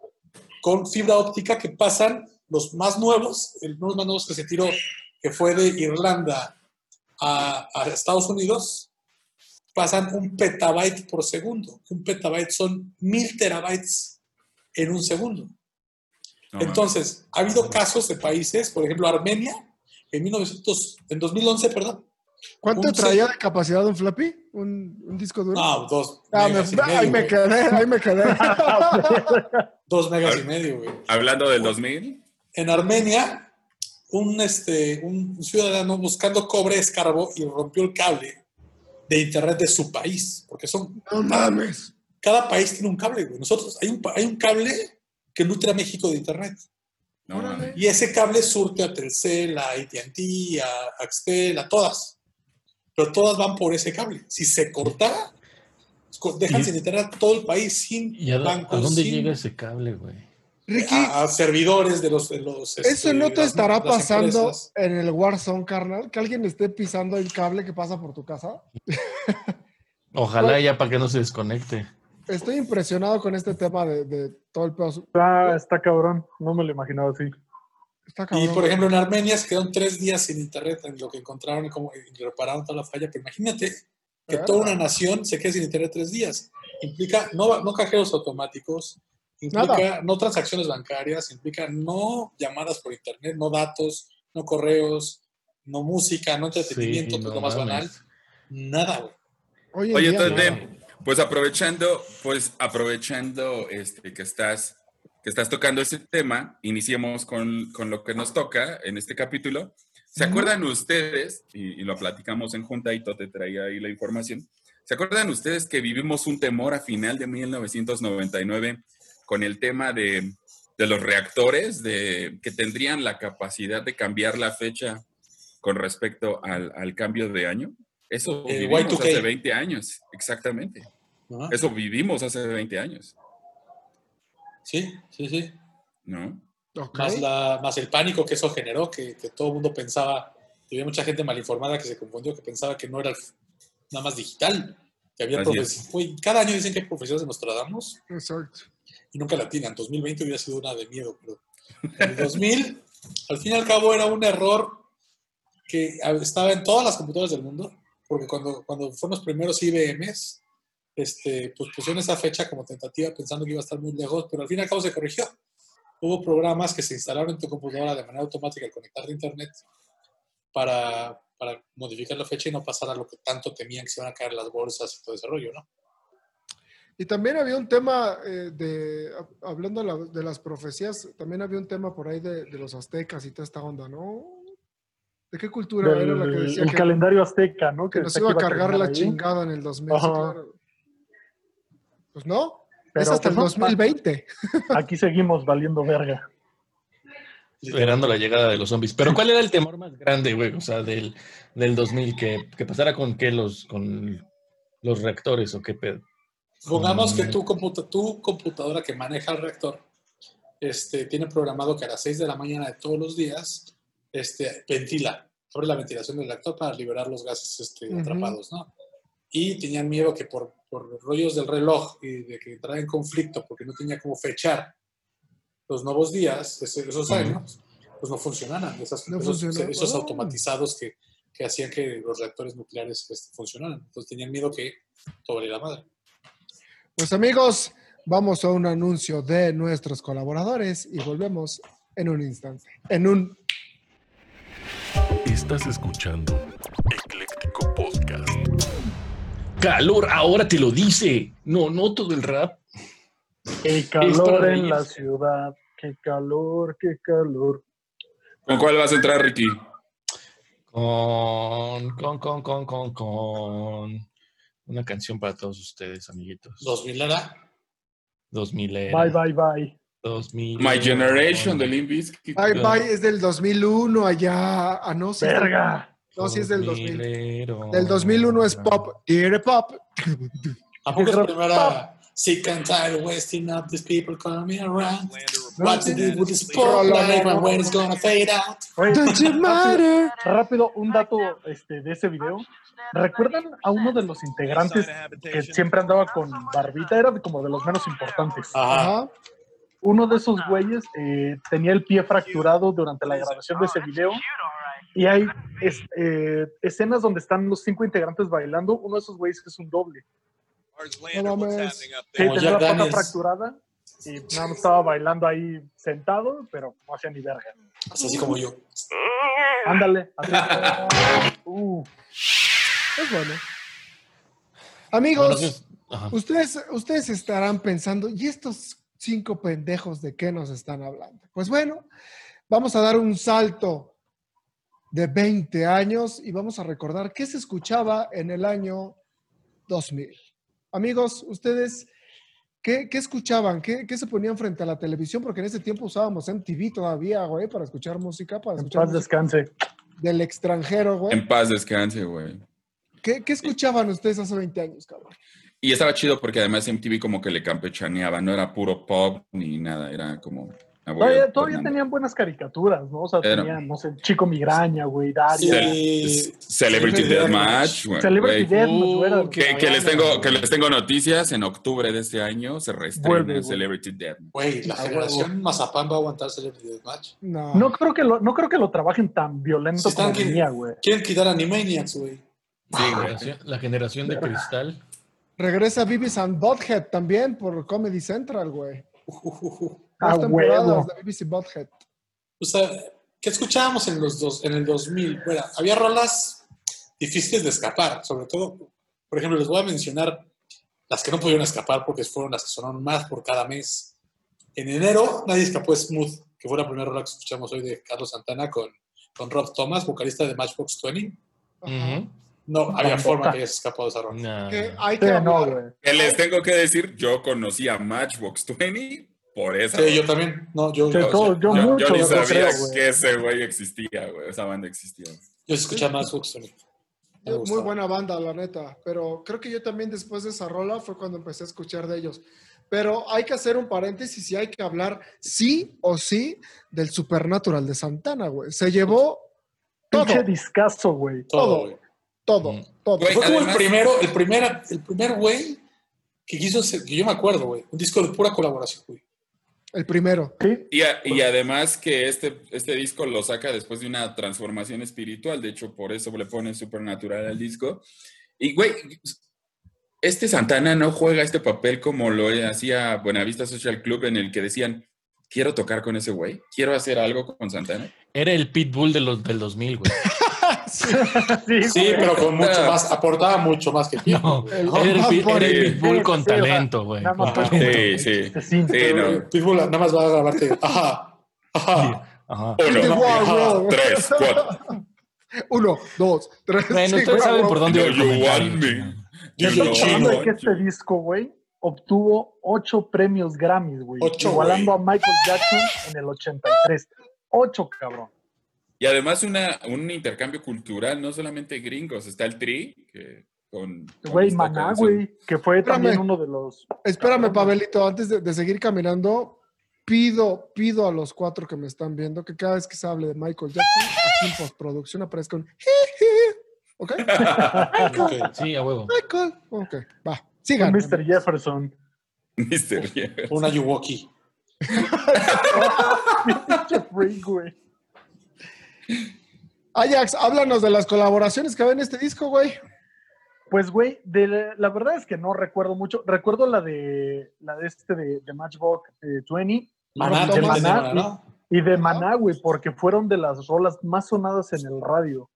Speaker 11: con fibra óptica que pasan los más nuevos, el uno de los más nuevos que se tiró que fue de Irlanda a, a Estados Unidos pasan un petabyte por segundo. Un petabyte son mil terabytes en un segundo.
Speaker 8: No,
Speaker 11: Entonces, ha habido casos de países, por ejemplo, Armenia, en, 1900, en 2011, perdón.
Speaker 10: ¿Cuánto
Speaker 11: un se-
Speaker 10: traía de capacidad un floppy? ¿Un, un disco duro?
Speaker 11: No, dos.
Speaker 10: Ah, me-
Speaker 11: megas y medio,
Speaker 10: ahí me
Speaker 11: güey.
Speaker 10: quedé, ahí me quedé.
Speaker 11: *laughs* Dos megas y medio, güey.
Speaker 8: Hablando del 2000,
Speaker 11: En Armenia, un, este, un ciudadano buscando cobre escarbó y rompió el cable de internet de su país, porque son
Speaker 10: no mames.
Speaker 11: cada país tiene un cable, güey. Nosotros hay un, pa- hay un cable que nutre a México de Internet.
Speaker 8: no, mames.
Speaker 11: Y ese cable surte a Telcel, a ATT, a Axtel, a todas. Pero todas van por ese cable. Si se cortara, co- dejan
Speaker 7: ¿Y-
Speaker 11: sin Internet a todo el país, sin
Speaker 7: ¿Y a, do-
Speaker 11: bancos,
Speaker 7: a dónde
Speaker 11: sin
Speaker 7: llega ese cable, güey?
Speaker 10: Ricky,
Speaker 11: a, a servidores de los... de los,
Speaker 10: ¿eso
Speaker 11: este,
Speaker 10: no
Speaker 11: Ah,
Speaker 10: te
Speaker 11: las-
Speaker 10: estará
Speaker 11: las
Speaker 10: pasando
Speaker 11: empresas.
Speaker 10: en el Warzone, carnal? ¿Que alguien esté pisando el cable que pasa por tu casa?
Speaker 7: Ojalá
Speaker 8: Pues,
Speaker 7: ya para que no se desconecte.
Speaker 10: Estoy impresionado con este tema de, de todo el pedo.
Speaker 13: Está, Ah, está cabrón. No me lo imaginaba así.
Speaker 10: Está cabrón.
Speaker 11: Y por ejemplo, en Armenia se quedaron tres días sin internet en lo que encontraron y cómo y repararon toda la falla. Pero imagínate que
Speaker 10: Ah.
Speaker 11: toda una nación se quede sin internet tres días. Implica no, ba- no cajeros automáticos, implica
Speaker 10: Nada.
Speaker 11: no transacciones bancarias, implica no llamadas por internet, no datos, no correos,
Speaker 9: no música, no entretenimiento,
Speaker 7: Sí,
Speaker 9: pues
Speaker 7: no
Speaker 9: lo más banal.
Speaker 7: mames.
Speaker 9: Nada, güey.
Speaker 10: Oye,
Speaker 8: Oye, entonces, Dem, pues aprovechando, pues aprovechando este que estás, que estás tocando ese tema, iniciemos con, con lo que nos toca en este capítulo. ¿Se acuerdan ustedes? Y, y lo platicamos en junta y Tote traía ahí la información. ¿Se acuerdan ustedes que vivimos un temor a final de 1999 con el tema de, de los reactores de, que tendrían la capacidad de cambiar la fecha con respecto al, al cambio de año? Eso
Speaker 9: El
Speaker 8: vivimos
Speaker 9: Y2K.
Speaker 8: hace 20 años, exactamente.
Speaker 9: Ajá.
Speaker 7: Eh.
Speaker 8: Eso vivimos hace 20 años,
Speaker 9: Sí, sí, sí.
Speaker 8: ¿no?
Speaker 10: Ok.
Speaker 9: Más, la, más el pánico que eso generó, que, que todo el mundo pensaba, y había mucha gente malinformada que se confundió, que pensaba que no era nada más digital. Que había
Speaker 8: Así
Speaker 9: profes- Güey, cada año dicen que hay profecías de Nostradamus
Speaker 10: Exacto.
Speaker 9: y nunca la atinan. 2020 hubiera sido una de miedo, pero en el 2000, al fin y al cabo, era un error que estaba en todas las computadoras del mundo, porque cuando, cuando fueron los primeros IBMs, este, pues pusieron esa fecha como tentativa pensando que iba a estar muy lejos, pero al fin y al cabo se corrigió. Hubo programas que se instalaron en tu computadora de manera automática al conectar a internet para, para modificar la fecha y no pasar a lo que tanto temían que se iban a caer las bolsas y todo ese rollo, ¿no?
Speaker 10: Y también había un tema eh, de, hab- hablando de, la- de las profecías, también había un tema por ahí de, de los aztecas y toda esta onda, ¿no? ¿De qué cultura era la que
Speaker 11: Del-
Speaker 10: decía
Speaker 11: el
Speaker 10: que,
Speaker 11: calendario azteca, ¿no?
Speaker 10: que nos
Speaker 11: decía
Speaker 10: iba a
Speaker 11: que
Speaker 10: cargar la
Speaker 11: terminar ahí.
Speaker 10: chingada en el 2000? sí,
Speaker 11: Ajá.
Speaker 10: claro. Pues no, es
Speaker 11: Pero,
Speaker 10: hasta el
Speaker 11: pues, no,
Speaker 10: 2020.
Speaker 11: Aquí seguimos valiendo verga.
Speaker 7: Esperando la llegada de los zombies. Pero ¿cuál era el temor más grande, güey? O sea, del, del 2000, que, que pasara con qué los, con los reactores o qué pedo.
Speaker 9: Supongamos que
Speaker 7: Mm.
Speaker 9: tu, computa- tu computadora que maneja el reactor este, tiene programado que a las 6 de la mañana de todos los días este, ventila, abre la ventilación del reactor para liberar los gases este,
Speaker 10: Ujú.
Speaker 9: atrapados, ¿no? Y tenían miedo que por, por rollos del reloj y de que entrara en conflicto porque no tenía cómo fechar los nuevos días, ese- esos
Speaker 7: Ujú.
Speaker 9: años, pues no funcionaran, esas-
Speaker 10: No
Speaker 9: esos,
Speaker 10: funcionaban. Oh.
Speaker 9: esos automatizados que, que hacían que los reactores nucleares este, funcionaran. Entonces tenían miedo que sobre la madre.
Speaker 10: Pues amigos, vamos a un anuncio de nuestros colaboradores y volvemos en un instante. En un...
Speaker 14: Estás escuchando Ecléctico Podcast.
Speaker 7: Calor, ahora te lo dice. No, no todo el rap.
Speaker 11: Qué
Speaker 7: Esto
Speaker 11: calor
Speaker 7: de
Speaker 11: en la
Speaker 7: ellos.
Speaker 11: ciudad, qué calor, qué calor.
Speaker 8: ¿Con cuál vas a entrar, Ricky?
Speaker 7: Con, con, con, con, con, con. Una canción para todos ustedes, amiguitos.
Speaker 9: 2000 era
Speaker 7: 2000 era.
Speaker 11: Bye, bye, bye.
Speaker 7: 2000
Speaker 8: My
Speaker 7: era.
Speaker 8: Generation de Limp Bizkit.
Speaker 10: Bye, bye, es del 2001 allá. Ah, no, sí.
Speaker 11: Verga.
Speaker 10: No, sí es del
Speaker 7: eh,
Speaker 10: 2000.
Speaker 7: Milero.
Speaker 10: Del 2001 es pop. Tire pop.
Speaker 9: ¿A poco es primera? Sick and tired wasting up these people calling me around. What's the deal with this spotlight and when it's gonna fade out?
Speaker 11: Oye,
Speaker 10: Don't you matter.
Speaker 11: rápido, un dato este, de ese video. ¿Recuerdan a uno de los integrantes que siempre andaba con barbita? Era de- como de los menos importantes.
Speaker 10: Ajá.
Speaker 11: Uno de esos güeyes eh, tenía el pie fracturado durante la grabación de ese video. Y hay es- eh, escenas donde están los cinco integrantes bailando. Uno de esos güeyes que es un doble.
Speaker 10: No mames.
Speaker 11: Sí,
Speaker 9: Como
Speaker 11: tenía la
Speaker 9: Jack
Speaker 11: pata
Speaker 9: Daniels.
Speaker 11: fracturada. Y nada más estaba bailando ahí sentado, pero no hacía ni verga.
Speaker 9: Así, así como yo.
Speaker 11: Ándale. así. Uh,
Speaker 10: Es bueno.
Speaker 7: Bueno,
Speaker 10: Amigos,
Speaker 7: sí. Ajá.
Speaker 10: ustedes, ustedes estarán pensando, ¿y estos cinco pendejos de qué nos están hablando? Pues bueno, vamos a dar un salto de 20 años y vamos a recordar qué se escuchaba en el año 2000. Amigos, ustedes, ¿qué, qué escuchaban? ¿Qué, qué se ponían frente a la televisión? Porque en ese tiempo usábamos MTV todavía, güey, para escuchar música, para
Speaker 11: en
Speaker 10: escuchar
Speaker 11: paz
Speaker 10: música
Speaker 11: descanse.
Speaker 10: del extranjero, güey.
Speaker 8: En paz descanse, güey.
Speaker 10: ¿Qué, qué escuchaban ustedes hace 20 años, cabrón?
Speaker 8: Y estaba chido porque además MTV como que le campechaneaba, no era puro pop ni nada, era como... ah, güey,
Speaker 11: Todavía, todavía
Speaker 8: Fernando.
Speaker 11: tenían buenas caricaturas, ¿no? O sea,
Speaker 8: Era-
Speaker 11: tenían, no sé, Chico Migraña, güey, Dario.
Speaker 9: Sí.
Speaker 8: Ce- Celebrity
Speaker 10: Celebrity
Speaker 8: Deathmatch, güey.
Speaker 11: Celebrity
Speaker 8: güey.
Speaker 11: Deathmatch,
Speaker 7: Uh,
Speaker 11: güey, era-
Speaker 8: Que, que les tengo, que les tengo noticias, en octubre de este año se
Speaker 11: Vuelve,
Speaker 8: reestrena
Speaker 11: güey.
Speaker 8: Celebrity Deathmatch.
Speaker 9: Güey, la
Speaker 11: Ah,
Speaker 9: generación Mazapán va a aguantar Celebrity Deathmatch.
Speaker 10: No.
Speaker 11: No creo, que lo, no creo que lo trabajen tan violento
Speaker 9: Sí, están
Speaker 11: como
Speaker 9: que-
Speaker 11: tenía, güey.
Speaker 9: Quieren quitar Animaniacs, güey.
Speaker 7: La generación- La generación de cristal.
Speaker 10: Regresa Beavis and Butthead también por Comedy Central, güey.
Speaker 9: Uh, uh, uh, uh.
Speaker 10: Dos
Speaker 11: Ah,
Speaker 10: temporadas
Speaker 11: huevo.
Speaker 10: de Beavis y Butthead.
Speaker 9: O sea, ¿Qué escuchábamos en, los dos, en el 2000? Bueno, había rolas difíciles de escapar, sobre todo, por ejemplo, les voy a mencionar las que no pudieron escapar porque fueron las que sonaron más por cada mes. En enero nadie escapó Smooth, que fue la primera rola que escuchamos hoy de Carlos Santana con, con Rob Thomas, vocalista de Matchbox 20. No, había
Speaker 8: Tampoco.
Speaker 9: forma que hayas escapado de esa rola.
Speaker 10: Que ah, hay
Speaker 8: Sí,
Speaker 10: que
Speaker 8: no,
Speaker 10: hablar.
Speaker 8: Que les tengo que decir, yo conocí a Matchbox 20 por eso.
Speaker 9: Sí, yo también. No, yo,
Speaker 8: O sea,
Speaker 9: yo,
Speaker 8: yo, yo
Speaker 9: mucho,
Speaker 8: ni
Speaker 9: yo
Speaker 8: sabía
Speaker 9: creo, güey.
Speaker 8: que ese güey existía, güey. Esa banda existía.
Speaker 9: Yo escuchaba Matchbox 20. Me
Speaker 10: Muy
Speaker 9: gustaba.
Speaker 10: buena banda, la neta. Pero creo que yo también después de esa rola fue cuando empecé a escuchar de ellos. Pero hay que hacer un paréntesis y hay que hablar sí o sí del Supernatural de Santana, güey. Se llevó
Speaker 11: Pinche discazo, güey.
Speaker 10: todo, todo, todo.
Speaker 9: Güey, fue como el primero, el primer, el primer güey que quiso hacer, que yo me acuerdo, güey, un disco de pura colaboración, güey.
Speaker 10: El primero.
Speaker 8: Y, a- y además que este, este disco lo saca después de una transformación espiritual. De hecho, por eso le pone supernatural al disco. Y, güey, este Santana no juega este papel como lo hacía Buenavista Social Club, en el que decían, quiero tocar con ese güey, quiero hacer algo con Santana.
Speaker 7: Era el pitbull de los, del 2000, güey.
Speaker 9: Sí, pero con mucho más, aportaba mucho más que el
Speaker 10: *laughs*
Speaker 9: no,
Speaker 7: Era el, pit- era el pitbull con talento, güey.
Speaker 9: nada más
Speaker 7: con
Speaker 9: fue-
Speaker 7: talento.
Speaker 8: Sí, sí. Sí, no.
Speaker 9: Pitbull nada más va a grabarte. Ajá. Ajá.
Speaker 8: Uno,
Speaker 9: Ajá.
Speaker 8: tres, cuatro.
Speaker 10: *laughs* Uno, dos, tres.
Speaker 7: Bueno,
Speaker 10: sí,
Speaker 7: ustedes
Speaker 10: güey,
Speaker 7: saben
Speaker 10: güey.
Speaker 7: por dónde iba el comentario.
Speaker 11: Ya
Speaker 7: Yo
Speaker 11: estamos
Speaker 7: lo
Speaker 11: hablando de
Speaker 7: amo.
Speaker 11: que este disco, güey, obtuvo ocho premios Grammys, güey.
Speaker 8: Ocho,
Speaker 11: Igualando a Michael Jackson en el 83. Ocho, cabrón.
Speaker 8: Y además una, un intercambio cultural, no solamente gringos, está el Tri, que con... con
Speaker 11: Güey,
Speaker 8: esta
Speaker 11: Maná,
Speaker 8: canción. *laughs*
Speaker 11: güey, que fue también
Speaker 10: Espérame.
Speaker 11: uno de los...
Speaker 10: Espérame, Pavelito, antes de, de seguir caminando, pido, pido a los cuatro que me están viendo que cada vez que se hable de Michael Jackson, aquí en postproducción aparezca un ¿Ok? Michael.
Speaker 7: Sí, a huevo.
Speaker 10: Michael. Ok, va.
Speaker 11: Con
Speaker 10: Sigan.
Speaker 11: Mr. Jefferson.
Speaker 8: Mr. Jefferson.
Speaker 9: Una Yuwoki.
Speaker 11: Freak, güey.
Speaker 10: Ajax, háblanos de las colaboraciones que ven en este disco, güey.
Speaker 11: Pues, güey, de la, la verdad es que no recuerdo mucho. Recuerdo la de la de este de, de Matchbox eh, 20.
Speaker 9: Maná,
Speaker 11: de
Speaker 9: también de
Speaker 11: Maná,
Speaker 9: Maná, ¿no?
Speaker 11: y, y de Maná, güey, porque fueron de las rolas más sonadas en el radio.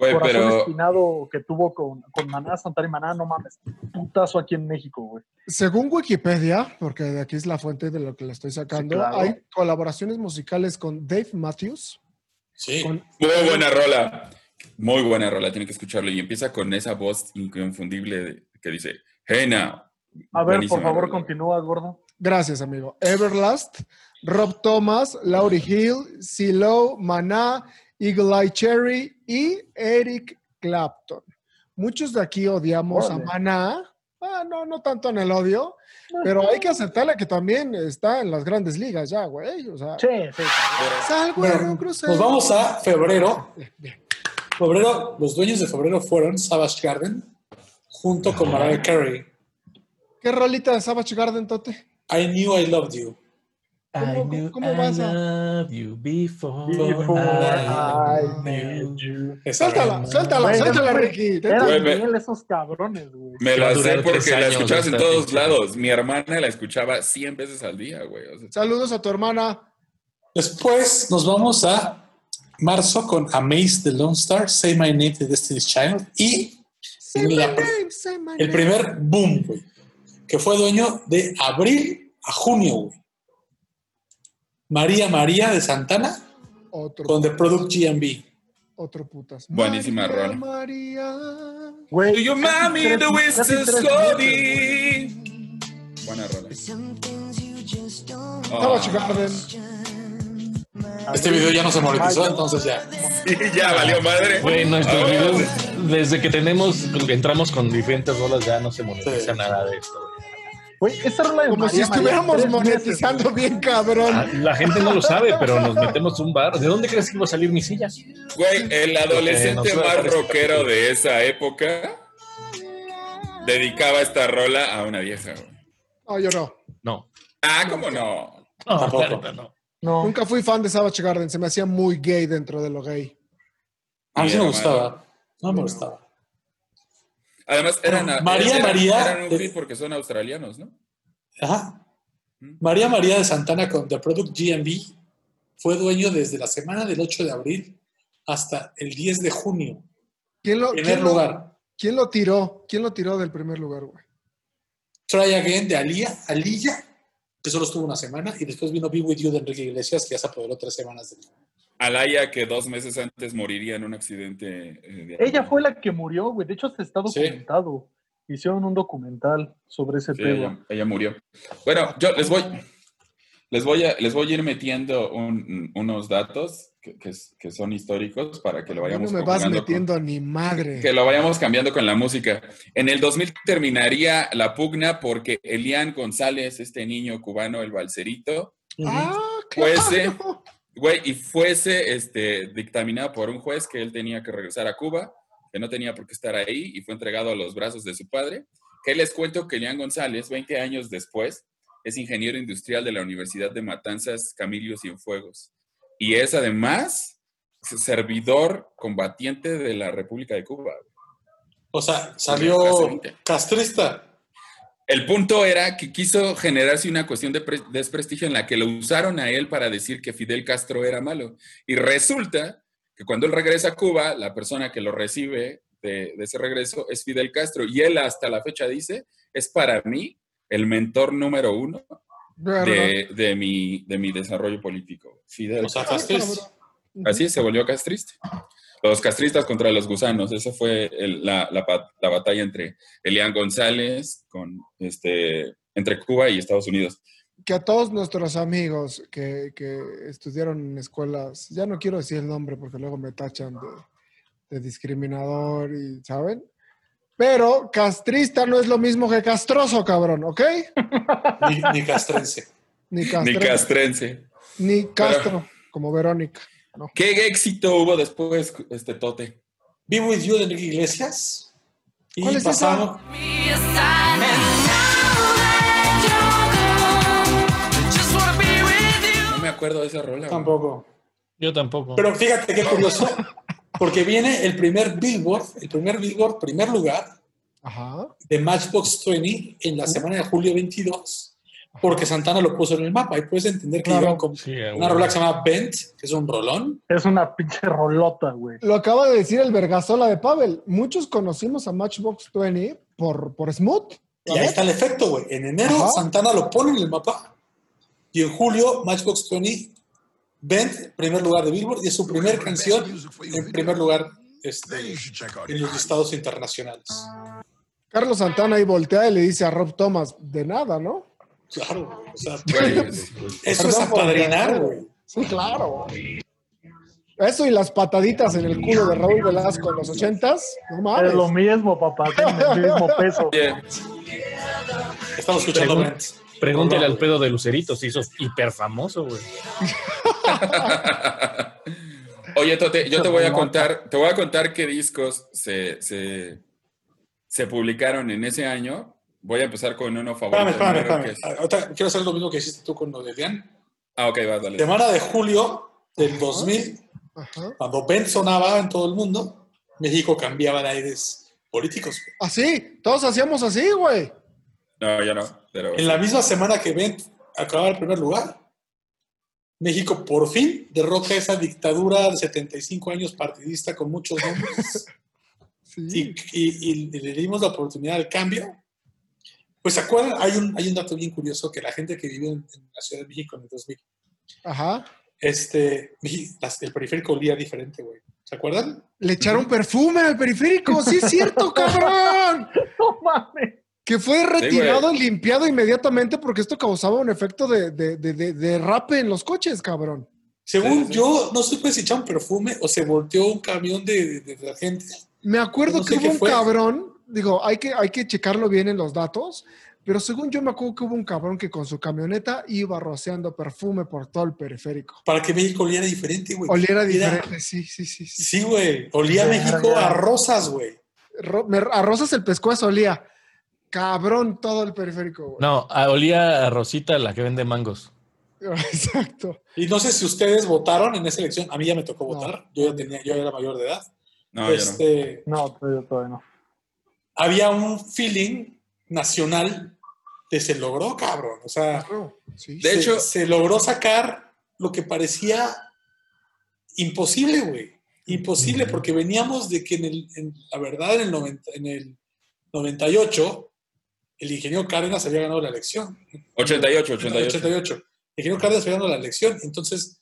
Speaker 8: Güey,
Speaker 11: Corazón
Speaker 8: Eh, pero-
Speaker 11: Espinado que tuvo con, con Maná, Santana y Maná, no mames, putazo aquí en México, güey.
Speaker 10: Según Wikipedia, porque de aquí es la fuente de lo que le estoy sacando,
Speaker 11: Sí, claro.
Speaker 10: hay colaboraciones musicales con Dave Matthews.
Speaker 9: Sí.
Speaker 8: Muy buena rola. Muy buena rola, tienen que escucharlo. Y empieza con esa voz inconfundible de- que dice, hey now.
Speaker 11: A ver,
Speaker 8: Buenísima
Speaker 11: por favor,
Speaker 8: rola.
Speaker 11: continúa, gordo.
Speaker 10: Gracias, amigo. Everlast, Rob Thomas, Laurie Hill, CeeLo, Maná, Eagle Eye Cherry y Eric Clapton. Muchos de aquí odiamos
Speaker 11: Órale.
Speaker 10: a Maná. Ah, no, no tanto en el odio, pero hay que aceptarle que también está en las grandes ligas ya, güey. O sea, salgo en un
Speaker 9: Bueno,
Speaker 10: crucero.
Speaker 9: nos vamos a
Speaker 10: *laughs*
Speaker 9: febrero. Febrero, los dueños de febrero fueron Savage Garden junto con Mariah Carey.
Speaker 10: ¿Qué rolita de Savage Garden, Tote?
Speaker 9: I knew I loved you.
Speaker 10: ¿Cómo, cómo- cómo vas a...?
Speaker 7: Love you before
Speaker 11: Before
Speaker 7: I
Speaker 11: I
Speaker 7: knew you.
Speaker 10: Suéltala, suéltala,
Speaker 11: Güey,
Speaker 10: suéltala,
Speaker 8: pues,
Speaker 11: güey,
Speaker 10: Ricky.
Speaker 11: Eran
Speaker 8: Güey, me-
Speaker 11: miel esos cabrones, güey.
Speaker 8: Me
Speaker 7: Va a
Speaker 8: la
Speaker 7: durar
Speaker 8: sé porque
Speaker 7: tres
Speaker 8: la
Speaker 7: años
Speaker 8: escuchabas en
Speaker 7: esta
Speaker 8: todos
Speaker 7: pinche
Speaker 8: lados. Mi hermana la escuchaba 100 veces al día, güey. O sea,
Speaker 10: Saludos a tu hermana.
Speaker 9: Después nos vamos a marzo con Amaze the Lone Star, Say My Name the Destiny's Child y la- el primer boom, güey, que fue dueño de abril a junio, güey. María María de Santana
Speaker 10: Otro,
Speaker 9: con The Product GMB.
Speaker 10: otro putas.
Speaker 8: Buenísima
Speaker 10: María,
Speaker 8: rola.
Speaker 10: María.
Speaker 11: Güey,
Speaker 8: Do you
Speaker 11: casi
Speaker 8: mami
Speaker 11: tres-
Speaker 8: the
Speaker 11: casi
Speaker 8: west
Speaker 11: tres
Speaker 8: is
Speaker 11: meses, güey.
Speaker 8: gone? Buena rola.
Speaker 10: Savage
Speaker 8: Ah,
Speaker 10: Garden.
Speaker 9: Este video ya no se monetizó, entonces ya. Ah,
Speaker 8: sí, ya valió madre.
Speaker 7: Güey, nuestros
Speaker 8: Ahora,
Speaker 7: videos, desde que tenemos, entramos con diferentes rolas, ya no se monetiza nada de esto. güey.
Speaker 11: Güey, esa rola de
Speaker 10: Como
Speaker 11: María,
Speaker 10: si
Speaker 11: María,
Speaker 10: estuviéramos
Speaker 11: tres meses,
Speaker 10: monetizando
Speaker 11: güey.
Speaker 10: bien, cabrón.
Speaker 7: Ah, La gente no lo sabe, pero nos metemos un bar. ¿De dónde crees que iba a salir mi silla?
Speaker 8: Güey, el adolescente
Speaker 7: Eh, no,
Speaker 8: más
Speaker 7: no, no,
Speaker 8: rockero de esa época dedicaba esta rola a una vieja, güey.
Speaker 10: No, yo no.
Speaker 7: No.
Speaker 8: Ah, ¿cómo no?
Speaker 7: No,
Speaker 9: Tampoco.
Speaker 7: la neta, no.
Speaker 11: No,
Speaker 10: Nunca fui fan de Savage Garden. Se me hacía muy gay dentro de lo gay.
Speaker 9: A mí sí me
Speaker 8: Mierda,
Speaker 9: gustaba. No me gustaba.
Speaker 8: Además, eran,
Speaker 9: Bueno, María,
Speaker 8: eran-
Speaker 9: María,
Speaker 8: eran un
Speaker 9: eh,
Speaker 8: hit porque son australianos, ¿no?
Speaker 9: Ajá. María María de Santana con The Product GMB
Speaker 11: fue dueño desde la semana del 8 de abril hasta el 10 de junio.
Speaker 10: ¿Quién lo,
Speaker 11: primer
Speaker 10: quién lo-
Speaker 11: lugar.
Speaker 10: ¿Quién lo tiró? ¿Quién lo tiró del primer lugar, güey?
Speaker 11: Try Again de Alía, Alilla, que solo estuvo una semana, y después vino Be With You de Enrique Iglesias, que ya se apoderó tres semanas del
Speaker 8: Alaya, que dos meses antes moriría en un accidente. eh, de-
Speaker 15: Ella fue la que murió, güey. De hecho, se está documentado. Hicieron un documental sobre ese
Speaker 8: Sí,
Speaker 15: tema.
Speaker 8: ella, ella murió. Bueno, yo les voy, les voy, a, les voy a ir metiendo un- unos datos que, que es- que son históricos para que lo
Speaker 10: A mí
Speaker 8: vayamos
Speaker 10: no me vas
Speaker 8: conjugando con-
Speaker 10: metiendo a ni madre.
Speaker 8: que lo vayamos cambiando con la música. En el 2000 terminaría la pugna porque Elian González, este niño cubano, el balserito,
Speaker 10: Ah,
Speaker 8: fuese, güey, y fuese este, dictaminado por un juez que él tenía que regresar a Cuba, que no tenía por qué estar ahí y fue entregado a los brazos de su padre. Que les cuento que Elian González, 20 años después, es ingeniero industrial de la Universidad de Matanzas Camilio Cienfuegos y es además servidor combatiente de la República de Cuba.
Speaker 11: O sea, salió castrista.
Speaker 8: El punto era que quiso generarse una cuestión de pre- desprestigio en la que lo usaron a él para decir que Fidel Castro era malo. Y resulta que cuando él regresa a Cuba, la persona que lo recibe de, de ese regreso es Fidel Castro. Y él hasta la fecha dice, es para mí el mentor número uno de, de mi, de mi desarrollo político. Fidel
Speaker 7: Ah,
Speaker 11: O sea,
Speaker 8: Castro.
Speaker 11: castrista.
Speaker 8: Así es, se volvió castrista. Los castristas contra los gusanos. Esa fue el- la, la pa- la batalla entre Elian González, con, este, entre Cuba y Estados Unidos.
Speaker 10: Que a todos nuestros amigos que, que estudiaron en escuelas, ya no quiero decir el nombre porque luego me tachan de, de discriminador y, ¿saben? Pero castrista no es lo mismo que castroso, cabrón, ¿ok?
Speaker 11: Ni, ni castrense.
Speaker 10: Ni
Speaker 8: Ni
Speaker 10: castro.
Speaker 8: castrense.
Speaker 10: Ni Castro, como Verónica.
Speaker 8: ¿Qué éxito hubo después, este Tote?
Speaker 11: Be With You de Enrique Iglesias. Y
Speaker 8: ¿Cuál es esa?
Speaker 11: pasaron-
Speaker 8: No me acuerdo de esa rola.
Speaker 11: Tampoco.
Speaker 7: Yo tampoco.
Speaker 11: Pero fíjate qué curioso, porque viene el primer Billboard, el primer Billboard, primer lugar
Speaker 10: Ajá.
Speaker 11: de Matchbox 20 en la semana de julio 22, porque Santana lo puso en el mapa. Y puedes entender que
Speaker 15: Claro.
Speaker 11: llevan con una rola que se llama Bent, que es un rolón.
Speaker 15: Es una pinche rolota, güey.
Speaker 10: Lo acaba de decir el vergazola de Pavel. Muchos conocimos a Matchbox 20 por, por Smooth.
Speaker 11: Y ahí está el efecto, güey. En enero
Speaker 10: Ajá.
Speaker 11: Santana lo pone en el mapa y en julio Matchbox 20, Bent, primer lugar de Billboard, y es su primer canción en primer lugar este, en los listados internacionales.
Speaker 10: Carlos Santana ahí voltea y le dice a Rob Thomas, de nada, ¿no?
Speaker 11: Claro, o sea, *laughs* eso
Speaker 10: Perdón
Speaker 11: es
Speaker 10: por
Speaker 11: apadrinar,
Speaker 10: hablar,
Speaker 11: güey.
Speaker 10: Sí, claro. Eso y las pataditas en el culo de Raúl Velasco en los ochentas. No mames.
Speaker 15: Es lo mismo, papá. Tiene el mismo peso.
Speaker 11: Estamos escuchando
Speaker 7: Pregun-
Speaker 11: Bent.
Speaker 7: Pregúntale al pedo de Lucerito, se hizo hiper famoso, güey.
Speaker 8: *laughs* Oye, Tote, yo te voy a contar, te voy a contar qué discos se, se, se publicaron en ese año. Voy a empezar con uno favorito.
Speaker 11: Espérame, espérame,
Speaker 8: mío, que
Speaker 11: espérame.
Speaker 8: es-
Speaker 11: Ahorita quiero hacer lo mismo que hiciste tú con lo de Elian.
Speaker 8: Ah, ok, va, dale.
Speaker 11: Semana de julio del 2000,
Speaker 10: Ajá.
Speaker 11: cuando Ben sonaba en todo el mundo, México cambiaba de aires políticos. güey.
Speaker 10: Así, todos hacíamos así, güey.
Speaker 8: No, yo no, pero...
Speaker 11: En la misma semana que Ben acababa el primer lugar, México por fin derroca esa dictadura de 75 años partidista con muchos
Speaker 15: *laughs*
Speaker 11: nombres y, y- y- y le dimos la oportunidad al cambio. Pues se acuerdan, hay un, hay un dato bien curioso que la gente que vivió en, en la Ciudad de México en el 2000
Speaker 10: Ajá.
Speaker 11: este, y las- el periférico olía diferente, güey. ¿Se acuerdan?
Speaker 10: Le echaron perfume al periférico, sí
Speaker 11: *laughs*
Speaker 10: es cierto, cabrón.
Speaker 15: No mames.
Speaker 10: Que fue
Speaker 8: güey.
Speaker 10: retirado y limpiado inmediatamente porque esto causaba un efecto de, de, de, de- de rape en los coches, cabrón.
Speaker 11: Según yo, no supe si echaron perfume o se volteó un camión de, de, de la gente.
Speaker 10: Me acuerdo
Speaker 11: No sé
Speaker 10: que
Speaker 11: qué
Speaker 10: hubo un
Speaker 11: fue.
Speaker 10: cabrón, digo, hay que, hay que checarlo bien en los datos, pero según yo me acuerdo que hubo un cabrón que con su camioneta iba rociando perfume por todo el periférico.
Speaker 11: Para que México oliera diferente, güey.
Speaker 10: Oliera
Speaker 11: Era-
Speaker 10: diferente, sí, sí, sí. sí.
Speaker 11: Sí, güey. Olía México a rosas, güey.
Speaker 10: Ro- me- a Rosas el pescuezo olía. Cabrón, todo el periférico, güey.
Speaker 7: No, a- olía a Rosita, la que vende mangos.
Speaker 10: *laughs* Exacto.
Speaker 11: Y no sé si ustedes votaron en esa elección. A mí ya me tocó votar. Yo ya tenía, yo ya era mayor de edad.
Speaker 8: No, yo no.
Speaker 11: este,
Speaker 15: No, todavía, todavía no.
Speaker 11: Había un feeling nacional que se logró, cabrón. O sea,
Speaker 10: Claro, sí.
Speaker 8: De
Speaker 11: se-
Speaker 8: hecho-
Speaker 11: se logró sacar lo que parecía imposible, güey. Imposible, porque veníamos de que en el, en- la verdad, en el, 90 en el 98, el ingeniero Cárdenas había ganado la elección.
Speaker 8: 88,
Speaker 11: 88.
Speaker 8: 88.
Speaker 11: El ingeniero Cárdenas había ganado la elección. Entonces,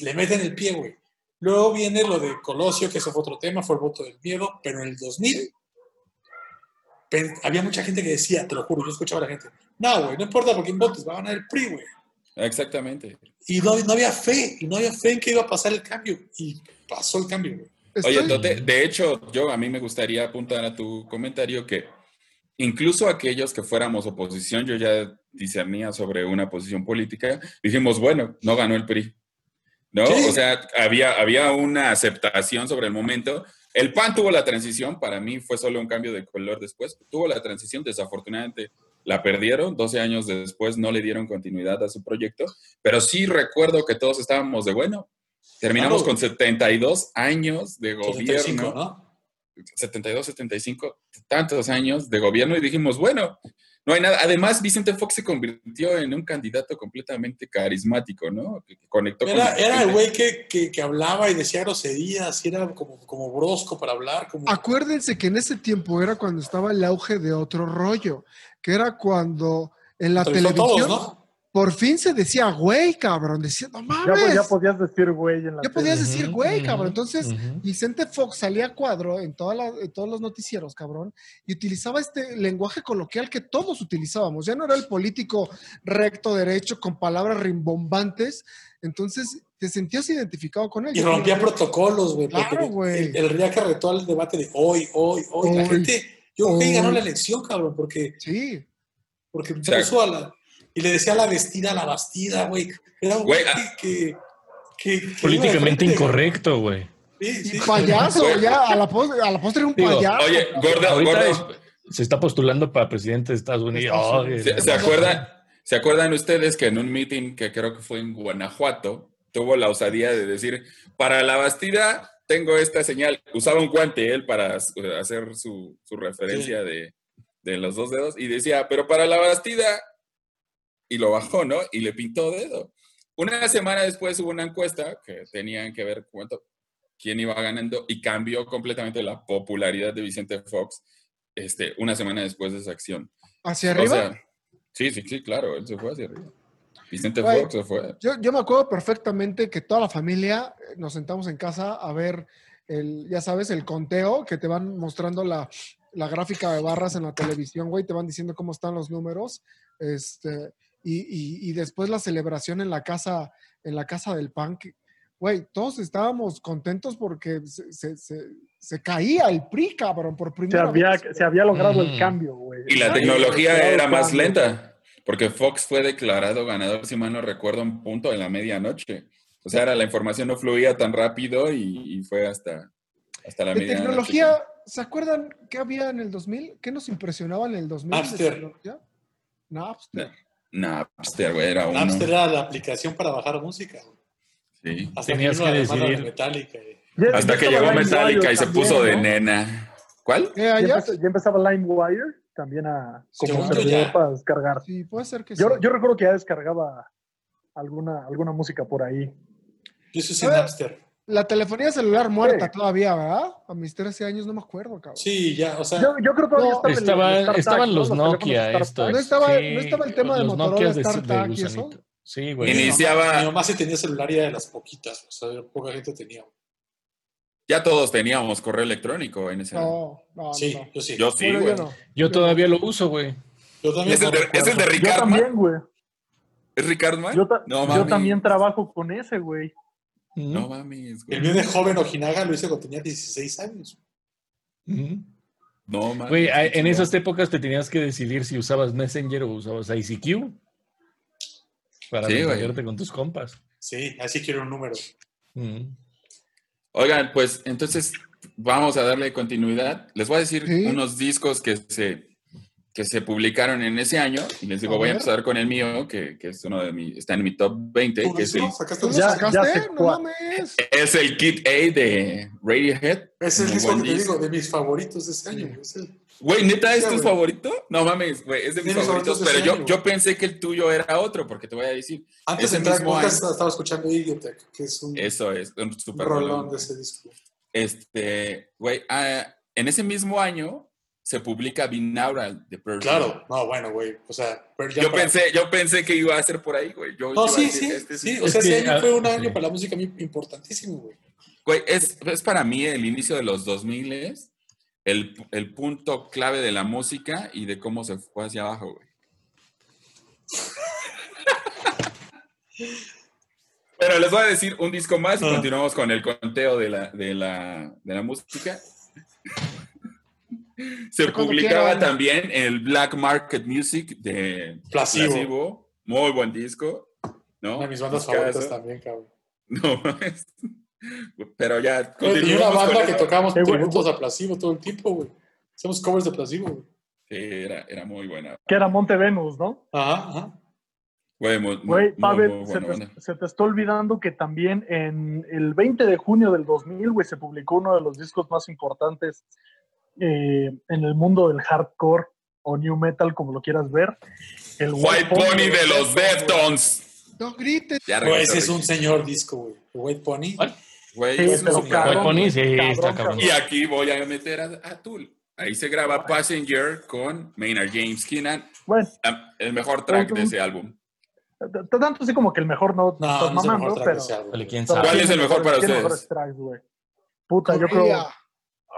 Speaker 11: le meten el pie, güey. Luego viene lo de Colosio, que eso fue otro tema, fue el voto del miedo, pero en el 2000 pen- había mucha gente que decía, te lo juro, yo escuchaba a la gente, no, güey, no importa por quién votes, va a ganar el PRI, güey.
Speaker 8: Exactamente.
Speaker 11: Y no, no había fe, y no había fe en que iba a pasar el cambio. Y pasó el cambio, güey.
Speaker 8: Oye, Tote, de hecho, yo a mí me gustaría apuntar a tu comentario que incluso aquellos que fuéramos oposición, yo ya discernía sobre una posición política, dijimos, bueno, no ganó el PRI. ¿No? O sea, había, había una aceptación sobre el momento. El PAN tuvo la transición, para mí fue solo un cambio de color después. Tuvo la transición, desafortunadamente la perdieron, 12 años después no le dieron continuidad a su proyecto, pero sí recuerdo que todos estábamos de, bueno, Terminamos
Speaker 11: Claro.
Speaker 8: con 72 años de gobierno.
Speaker 11: 75, ¿no?
Speaker 8: 72, 75, tantos años de gobierno y dijimos, bueno, no hay nada. Además, Vicente Fox se convirtió en un candidato completamente carismático, ¿no? Que conectó con
Speaker 11: Era,
Speaker 8: la
Speaker 11: era el
Speaker 8: gente.
Speaker 11: güey que, que, que hablaba y decía groserías, y era como, como brosco para hablar, como
Speaker 10: Acuérdense que en ese tiempo era cuando estaba el auge de otro rollo, que era cuando en la
Speaker 16: Entrevistó a todos,
Speaker 10: televisión
Speaker 16: ¿no?
Speaker 10: por fin se decía güey, cabrón, decía, no
Speaker 16: Ya,
Speaker 10: mames.
Speaker 16: pues, ya podías decir güey en la
Speaker 10: Ya podías decir, güey, cabrón. Entonces, Vicente Fox salía a cuadro en, toda la- en todos los noticieros, cabrón, y utilizaba este lenguaje coloquial que todos utilizábamos. Ya no era el político recto, derecho, con palabras rimbombantes. Entonces, te sentías identificado con él.
Speaker 11: Y rompía protocolos, güey. porque
Speaker 10: Claro, güey.
Speaker 11: El, el RIA que retó al debate de hoy, hoy, hoy. La
Speaker 10: Hoy,
Speaker 11: gente, yo creo que ahí ganó
Speaker 10: hoy.
Speaker 11: la elección, cabrón, porque.
Speaker 10: Sí.
Speaker 11: Porque
Speaker 8: sea,
Speaker 11: puso a la. Y le decía la vestida, la bastida, güey. Era un güey
Speaker 8: Güey, ah.
Speaker 11: que, que- que iba de frente,
Speaker 7: Políticamente incorrecto, güey.
Speaker 11: güey. Sí, sí. *laughs*
Speaker 10: Payaso,
Speaker 7: Güey.
Speaker 10: ya, a la postre, a la postre era un
Speaker 7: Digo,
Speaker 10: payaso.
Speaker 8: Oye, gorda,
Speaker 7: Ahorita
Speaker 8: gorda,
Speaker 7: es- se está postulando para presidente de Estados Unidos.
Speaker 10: Estados
Speaker 7: Ay,
Speaker 10: Unidos.
Speaker 8: ¿Se, se acuerdan, ¿Se acuerdan ustedes que en un meeting que creo que fue en Guanajuato, tuvo la osadía de decir, para la bastida tengo esta señal? Usaba un guante él para eh, hacer su, su referencia de, de los dos dedos y decía, pero para la bastida, y lo bajó, ¿no? Y le pintó dedo. Una semana después hubo una encuesta que tenían que ver cuánto, quién iba ganando y cambió completamente la popularidad de Vicente Fox este, una semana después de esa acción.
Speaker 10: ¿Hacia
Speaker 8: O
Speaker 10: arriba?
Speaker 8: sea, sí, sí, sí, claro, él se fue hacia arriba. Vicente
Speaker 10: Güey.
Speaker 8: Fox se fue.
Speaker 10: Yo, yo me acuerdo perfectamente que toda la familia eh, nos sentamos en casa a ver el, ya sabes, el conteo que te van mostrando la, la gráfica de barras en la televisión, güey, te van diciendo cómo están los números, este, y, y- y después la celebración en la casa, en la casa del pan, que, güey, todos estábamos contentos porque se, se- se- se caía el PRI, cabrón, por
Speaker 16: Se
Speaker 10: primera
Speaker 16: había,
Speaker 10: vez.
Speaker 16: se había logrado el
Speaker 7: Mm.
Speaker 16: cambio, güey.
Speaker 8: Y la
Speaker 16: Exacto.
Speaker 8: tecnología
Speaker 16: Logrado
Speaker 8: era
Speaker 16: el
Speaker 8: más
Speaker 16: cambio.
Speaker 8: lenta, porque Fox fue declarado ganador, si mal no recuerdo, un punto en la medianoche. O sea, era, la información no fluía tan rápido y, y fue hasta, hasta la
Speaker 10: De
Speaker 8: medianoche.
Speaker 10: tecnología, ¿se acuerdan qué había en el 2000? ¿Qué nos impresionaba en el 2000? de
Speaker 11: Napster.
Speaker 10: tecnología? Napster.
Speaker 8: Napster, güey, era uno.
Speaker 11: Napster era la aplicación para bajar música. güey.
Speaker 8: sí.
Speaker 11: Hasta
Speaker 7: Tenías
Speaker 11: vino
Speaker 7: que
Speaker 11: la demanda de
Speaker 7: decidir.
Speaker 11: Metallica, güey.
Speaker 16: Ya-
Speaker 8: Hasta
Speaker 16: ya
Speaker 8: que
Speaker 16: estaba
Speaker 8: llegó
Speaker 16: Lime
Speaker 8: Metallica
Speaker 16: Wire
Speaker 8: y se
Speaker 16: también,
Speaker 8: puso de
Speaker 16: ¿no?
Speaker 8: nena. ¿Cuál?
Speaker 10: Eh,
Speaker 16: Ya,
Speaker 10: allá-
Speaker 16: empezó- ya empezaba LimeWire también a como
Speaker 11: Según yo,
Speaker 16: servidor
Speaker 11: ya.
Speaker 16: para descargar.
Speaker 10: Sí, puede ser que
Speaker 16: Yo,
Speaker 10: sí.
Speaker 16: yo recuerdo que ya descargaba alguna, alguna música por ahí.
Speaker 11: Yo sí
Speaker 10: A
Speaker 11: usé
Speaker 10: ver.
Speaker 11: Napster.
Speaker 10: La telefonía celular muerta
Speaker 16: Sí.
Speaker 10: todavía, ¿verdad? A mis 13 años no me acuerdo, cabrón.
Speaker 11: Sí, ya, o sea.
Speaker 16: Yo, yo creo que todavía
Speaker 10: No,
Speaker 16: estaba el- el
Speaker 7: Estaban-
Speaker 16: StarTAC,
Speaker 7: estaban
Speaker 16: ¿no?
Speaker 7: los
Speaker 16: teléfonos
Speaker 7: Nokia
Speaker 16: StarTAC.
Speaker 7: estos.
Speaker 10: No estaba-
Speaker 7: sí,
Speaker 10: no estaba el tema del
Speaker 7: los
Speaker 10: Motorola
Speaker 7: Nokias de-
Speaker 10: StarTAC
Speaker 7: de
Speaker 10: y eso.
Speaker 7: gusanito. Sí,
Speaker 11: mi mamá-
Speaker 7: güey.
Speaker 8: Pues, Iniciaba-
Speaker 11: Mi mamá sí tenía celular y era de las poquitas. O sea, poca gente tenía.
Speaker 8: Ya todos teníamos correo electrónico en ese
Speaker 10: No, no, no,
Speaker 11: Sí,
Speaker 10: no.
Speaker 11: yo sí.
Speaker 8: Yo sí,
Speaker 10: Bueno,
Speaker 8: güey.
Speaker 10: yo no.
Speaker 7: Yo todavía lo uso, güey.
Speaker 11: Yo también.
Speaker 8: Ese
Speaker 11: no
Speaker 8: es de-
Speaker 11: recuerdo.
Speaker 8: ese es de
Speaker 16: Yo
Speaker 8: Ricardo.
Speaker 16: también, güey.
Speaker 8: ¿Es Ricardo Man?
Speaker 16: Yo, ta-
Speaker 8: no,
Speaker 16: yo
Speaker 8: mami.
Speaker 16: también trabajo con ese, güey.
Speaker 8: No mames,
Speaker 11: El
Speaker 8: güey.
Speaker 11: video de joven Ojinaga lo hice cuando tenía 16 años.
Speaker 7: Ujú.
Speaker 8: No mames.
Speaker 7: Güey,
Speaker 8: qué
Speaker 7: a- en
Speaker 8: chingón.
Speaker 7: esas épocas te tenías que decidir si usabas Messenger o usabas ICQ para
Speaker 8: Sí, güey.
Speaker 7: comunicarte con tus compas.
Speaker 11: Sí, así quiero un número.
Speaker 7: Ujú.
Speaker 8: Oigan, pues entonces vamos a darle continuidad. Les voy a decir
Speaker 10: Sí.
Speaker 8: unos discos que se que se publicaron en ese año. Y les digo,
Speaker 10: A
Speaker 8: voy a
Speaker 10: ver.
Speaker 8: empezar con el mío, que, que es uno de mi, está en mi top 20, que es el,
Speaker 10: ¿Tú lo sacaste? No mames.
Speaker 9: Este
Speaker 8: es el Kid A de Radiohead.
Speaker 9: Es el
Speaker 8: Muy
Speaker 9: disco
Speaker 8: buen
Speaker 9: que te
Speaker 8: disco.
Speaker 9: digo, de mis favoritos de este año. güey, es el-
Speaker 8: Güey, ¿neta es
Speaker 9: Sí,
Speaker 8: tu
Speaker 9: güey.
Speaker 8: favorito? No mames, güey, es de mis
Speaker 9: De mis favoritos
Speaker 8: favoritos,
Speaker 9: de
Speaker 8: pero
Speaker 9: ese
Speaker 8: yo,
Speaker 9: este año,
Speaker 8: yo pensé que el tuyo era otro, porque te voy a decir.
Speaker 9: Antes
Speaker 8: ese
Speaker 9: de entrar en
Speaker 8: mismo
Speaker 9: podcast
Speaker 8: año- Eh,
Speaker 9: estaba escuchando Idiotech, que es un Eh,
Speaker 8: Eso es, un super
Speaker 9: rolón de ese disco.
Speaker 8: Este, güey, ah, en ese mismo año se publica Binaural de Pearl Jam.
Speaker 9: Claro, no, bueno, güey, o sea, Pearl Jam
Speaker 8: Yo
Speaker 9: para-
Speaker 8: pensé, yo pensé que iba a ser por ahí, güey. Yo
Speaker 9: No,
Speaker 8: iba a
Speaker 9: sí,
Speaker 8: decir,
Speaker 9: sí,
Speaker 8: este es-
Speaker 9: sí, o sea, ese año fue un año para la música muy importantísimo, güey.
Speaker 8: Güey, es, es para mí el inicio de los 2000 el, el punto clave de la música y de cómo se fue hacia abajo, güey. Pero les voy a decir un disco más y
Speaker 9: Ah.
Speaker 8: continuamos con el conteo de la, de la, de la música. Se
Speaker 10: Cuando
Speaker 8: publicaba
Speaker 10: quieran.
Speaker 8: también el Black Market Music de
Speaker 9: Placebo.
Speaker 8: Placebo. Muy buen disco. ¿no?
Speaker 9: Una de mis bandas
Speaker 8: Discazo.
Speaker 9: favoritas también, cabrón.
Speaker 8: *laughs* No, es- pero ya.
Speaker 9: Y una
Speaker 8: continuemos con
Speaker 9: banda que
Speaker 8: eso.
Speaker 9: tocábamos tributos a Placebo todo el tiempo, güey. Hacemos covers de Placebo, güey.
Speaker 8: Sí, Era, era muy buena.
Speaker 11: Que era Monte Venus, ¿no?
Speaker 9: Ajá, ajá.
Speaker 8: Güey, muy, muy-
Speaker 11: Güey,
Speaker 8: muy,
Speaker 11: Pavel,
Speaker 8: muy
Speaker 11: se,
Speaker 8: buena banda.
Speaker 11: te, se te está olvidando que también en el 20 de junio del 2000, güey, se publicó uno de los discos más importantes eh, en el mundo del hardcore o new metal, como lo quieras ver. El
Speaker 8: White Pony de los Deftones.
Speaker 10: No grites.
Speaker 8: Ya
Speaker 9: Güey,
Speaker 8: regresó
Speaker 9: ese es
Speaker 8: Ricky.
Speaker 9: un señor disco, güey. El White Pony.
Speaker 8: Güey,
Speaker 11: Sí,
Speaker 8: es un
Speaker 11: pero
Speaker 8: señor.
Speaker 11: cabrón,
Speaker 7: White Pony, sí, está
Speaker 11: cabrón,
Speaker 7: cabrón.
Speaker 8: Y aquí voy a meter a, a Tool. Ahí se graba Passenger con Maynard James Keenan.
Speaker 11: Bueno,
Speaker 8: la- El mejor track de ese álbum.
Speaker 11: t- t- tanto así como que el mejor no,
Speaker 9: No,
Speaker 10: Pues
Speaker 11: estás
Speaker 9: no es el
Speaker 11: mamando,
Speaker 9: mejor track de
Speaker 11: pero...
Speaker 9: ese álbum.
Speaker 7: Vale, ¿Quién sabe?
Speaker 8: ¿Cuál es el mejor para
Speaker 11: tiene
Speaker 8: ustedes?
Speaker 11: mejores tracks, güey. Puta, yo creo...
Speaker 10: Corría.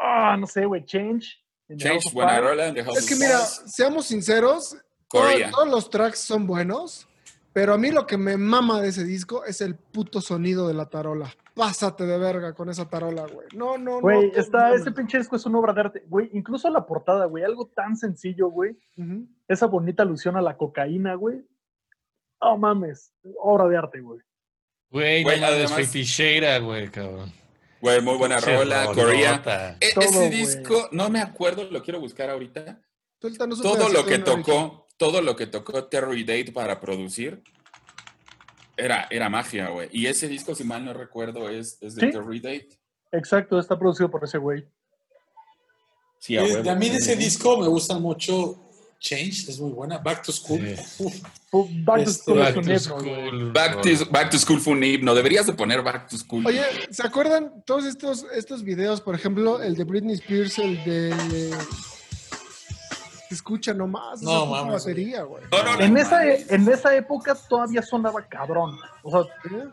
Speaker 11: Ah, no sé, güey, Change. en el House
Speaker 8: Change,
Speaker 11: of
Speaker 8: buena
Speaker 11: Fire.
Speaker 8: rola. The House
Speaker 10: Es que
Speaker 8: of
Speaker 10: mira,
Speaker 8: Fire.
Speaker 10: seamos sinceros, todo-
Speaker 8: Corría.
Speaker 10: todos los tracks son buenos, pero a mí lo que me mama de ese disco es el puto sonido de la tarola. Pásate de verga con esa tarola, güey. No, no,
Speaker 11: Güey,
Speaker 10: no.
Speaker 11: está,
Speaker 10: no,
Speaker 11: ese
Speaker 10: no.
Speaker 11: pinche disco es una obra de arte. Güey, incluso la portada, güey, algo tan sencillo, güey.
Speaker 10: Ujú.
Speaker 11: Esa bonita alusión a la cocaína, güey. No mames, obra de arte, güey.
Speaker 7: Güey,
Speaker 8: Güey,
Speaker 7: no mames,
Speaker 8: además-
Speaker 7: Fifty Shade, güey, cabrón.
Speaker 8: Güey, muy buena
Speaker 7: Pinche
Speaker 8: rola.
Speaker 7: rolota.
Speaker 8: Corría. E-
Speaker 11: Todo,
Speaker 8: ese
Speaker 11: güey.
Speaker 8: disco, no me acuerdo, lo quiero buscar ahorita.
Speaker 10: Suéltanos un
Speaker 8: todo lo
Speaker 10: pedacito
Speaker 8: que
Speaker 10: de una
Speaker 8: tocó, todo lo que tocó Terry Date para producir era, era magia, güey. Y ese disco, si mal no recuerdo, es, es de
Speaker 11: ¿Sí?
Speaker 8: Terry Date.
Speaker 11: Exacto, está producido por ese güey.
Speaker 8: Sí,
Speaker 9: Es-
Speaker 8: huevo.
Speaker 9: Eh, a mí de ese disco me gustan mucho Change, es muy buena. Back to School. Uf,
Speaker 11: Fu- Back to
Speaker 9: Este,
Speaker 11: School es
Speaker 7: Back
Speaker 11: un
Speaker 7: to
Speaker 11: himno, güey.
Speaker 7: School.
Speaker 8: Back to, Back to School fue un himno. Deberías de poner Back to School.
Speaker 10: Oye, ¿se acuerdan todos estos, estos videos? Por ejemplo, el de Britney Spears, el de... Se escucha nomás
Speaker 9: No,
Speaker 10: esa puta
Speaker 9: mames,
Speaker 10: batería, güey.
Speaker 8: No, no, no,
Speaker 11: En esa, e,
Speaker 8: mames.
Speaker 11: en esa época todavía sonaba cabrón. O sea,
Speaker 10: ¿Eh?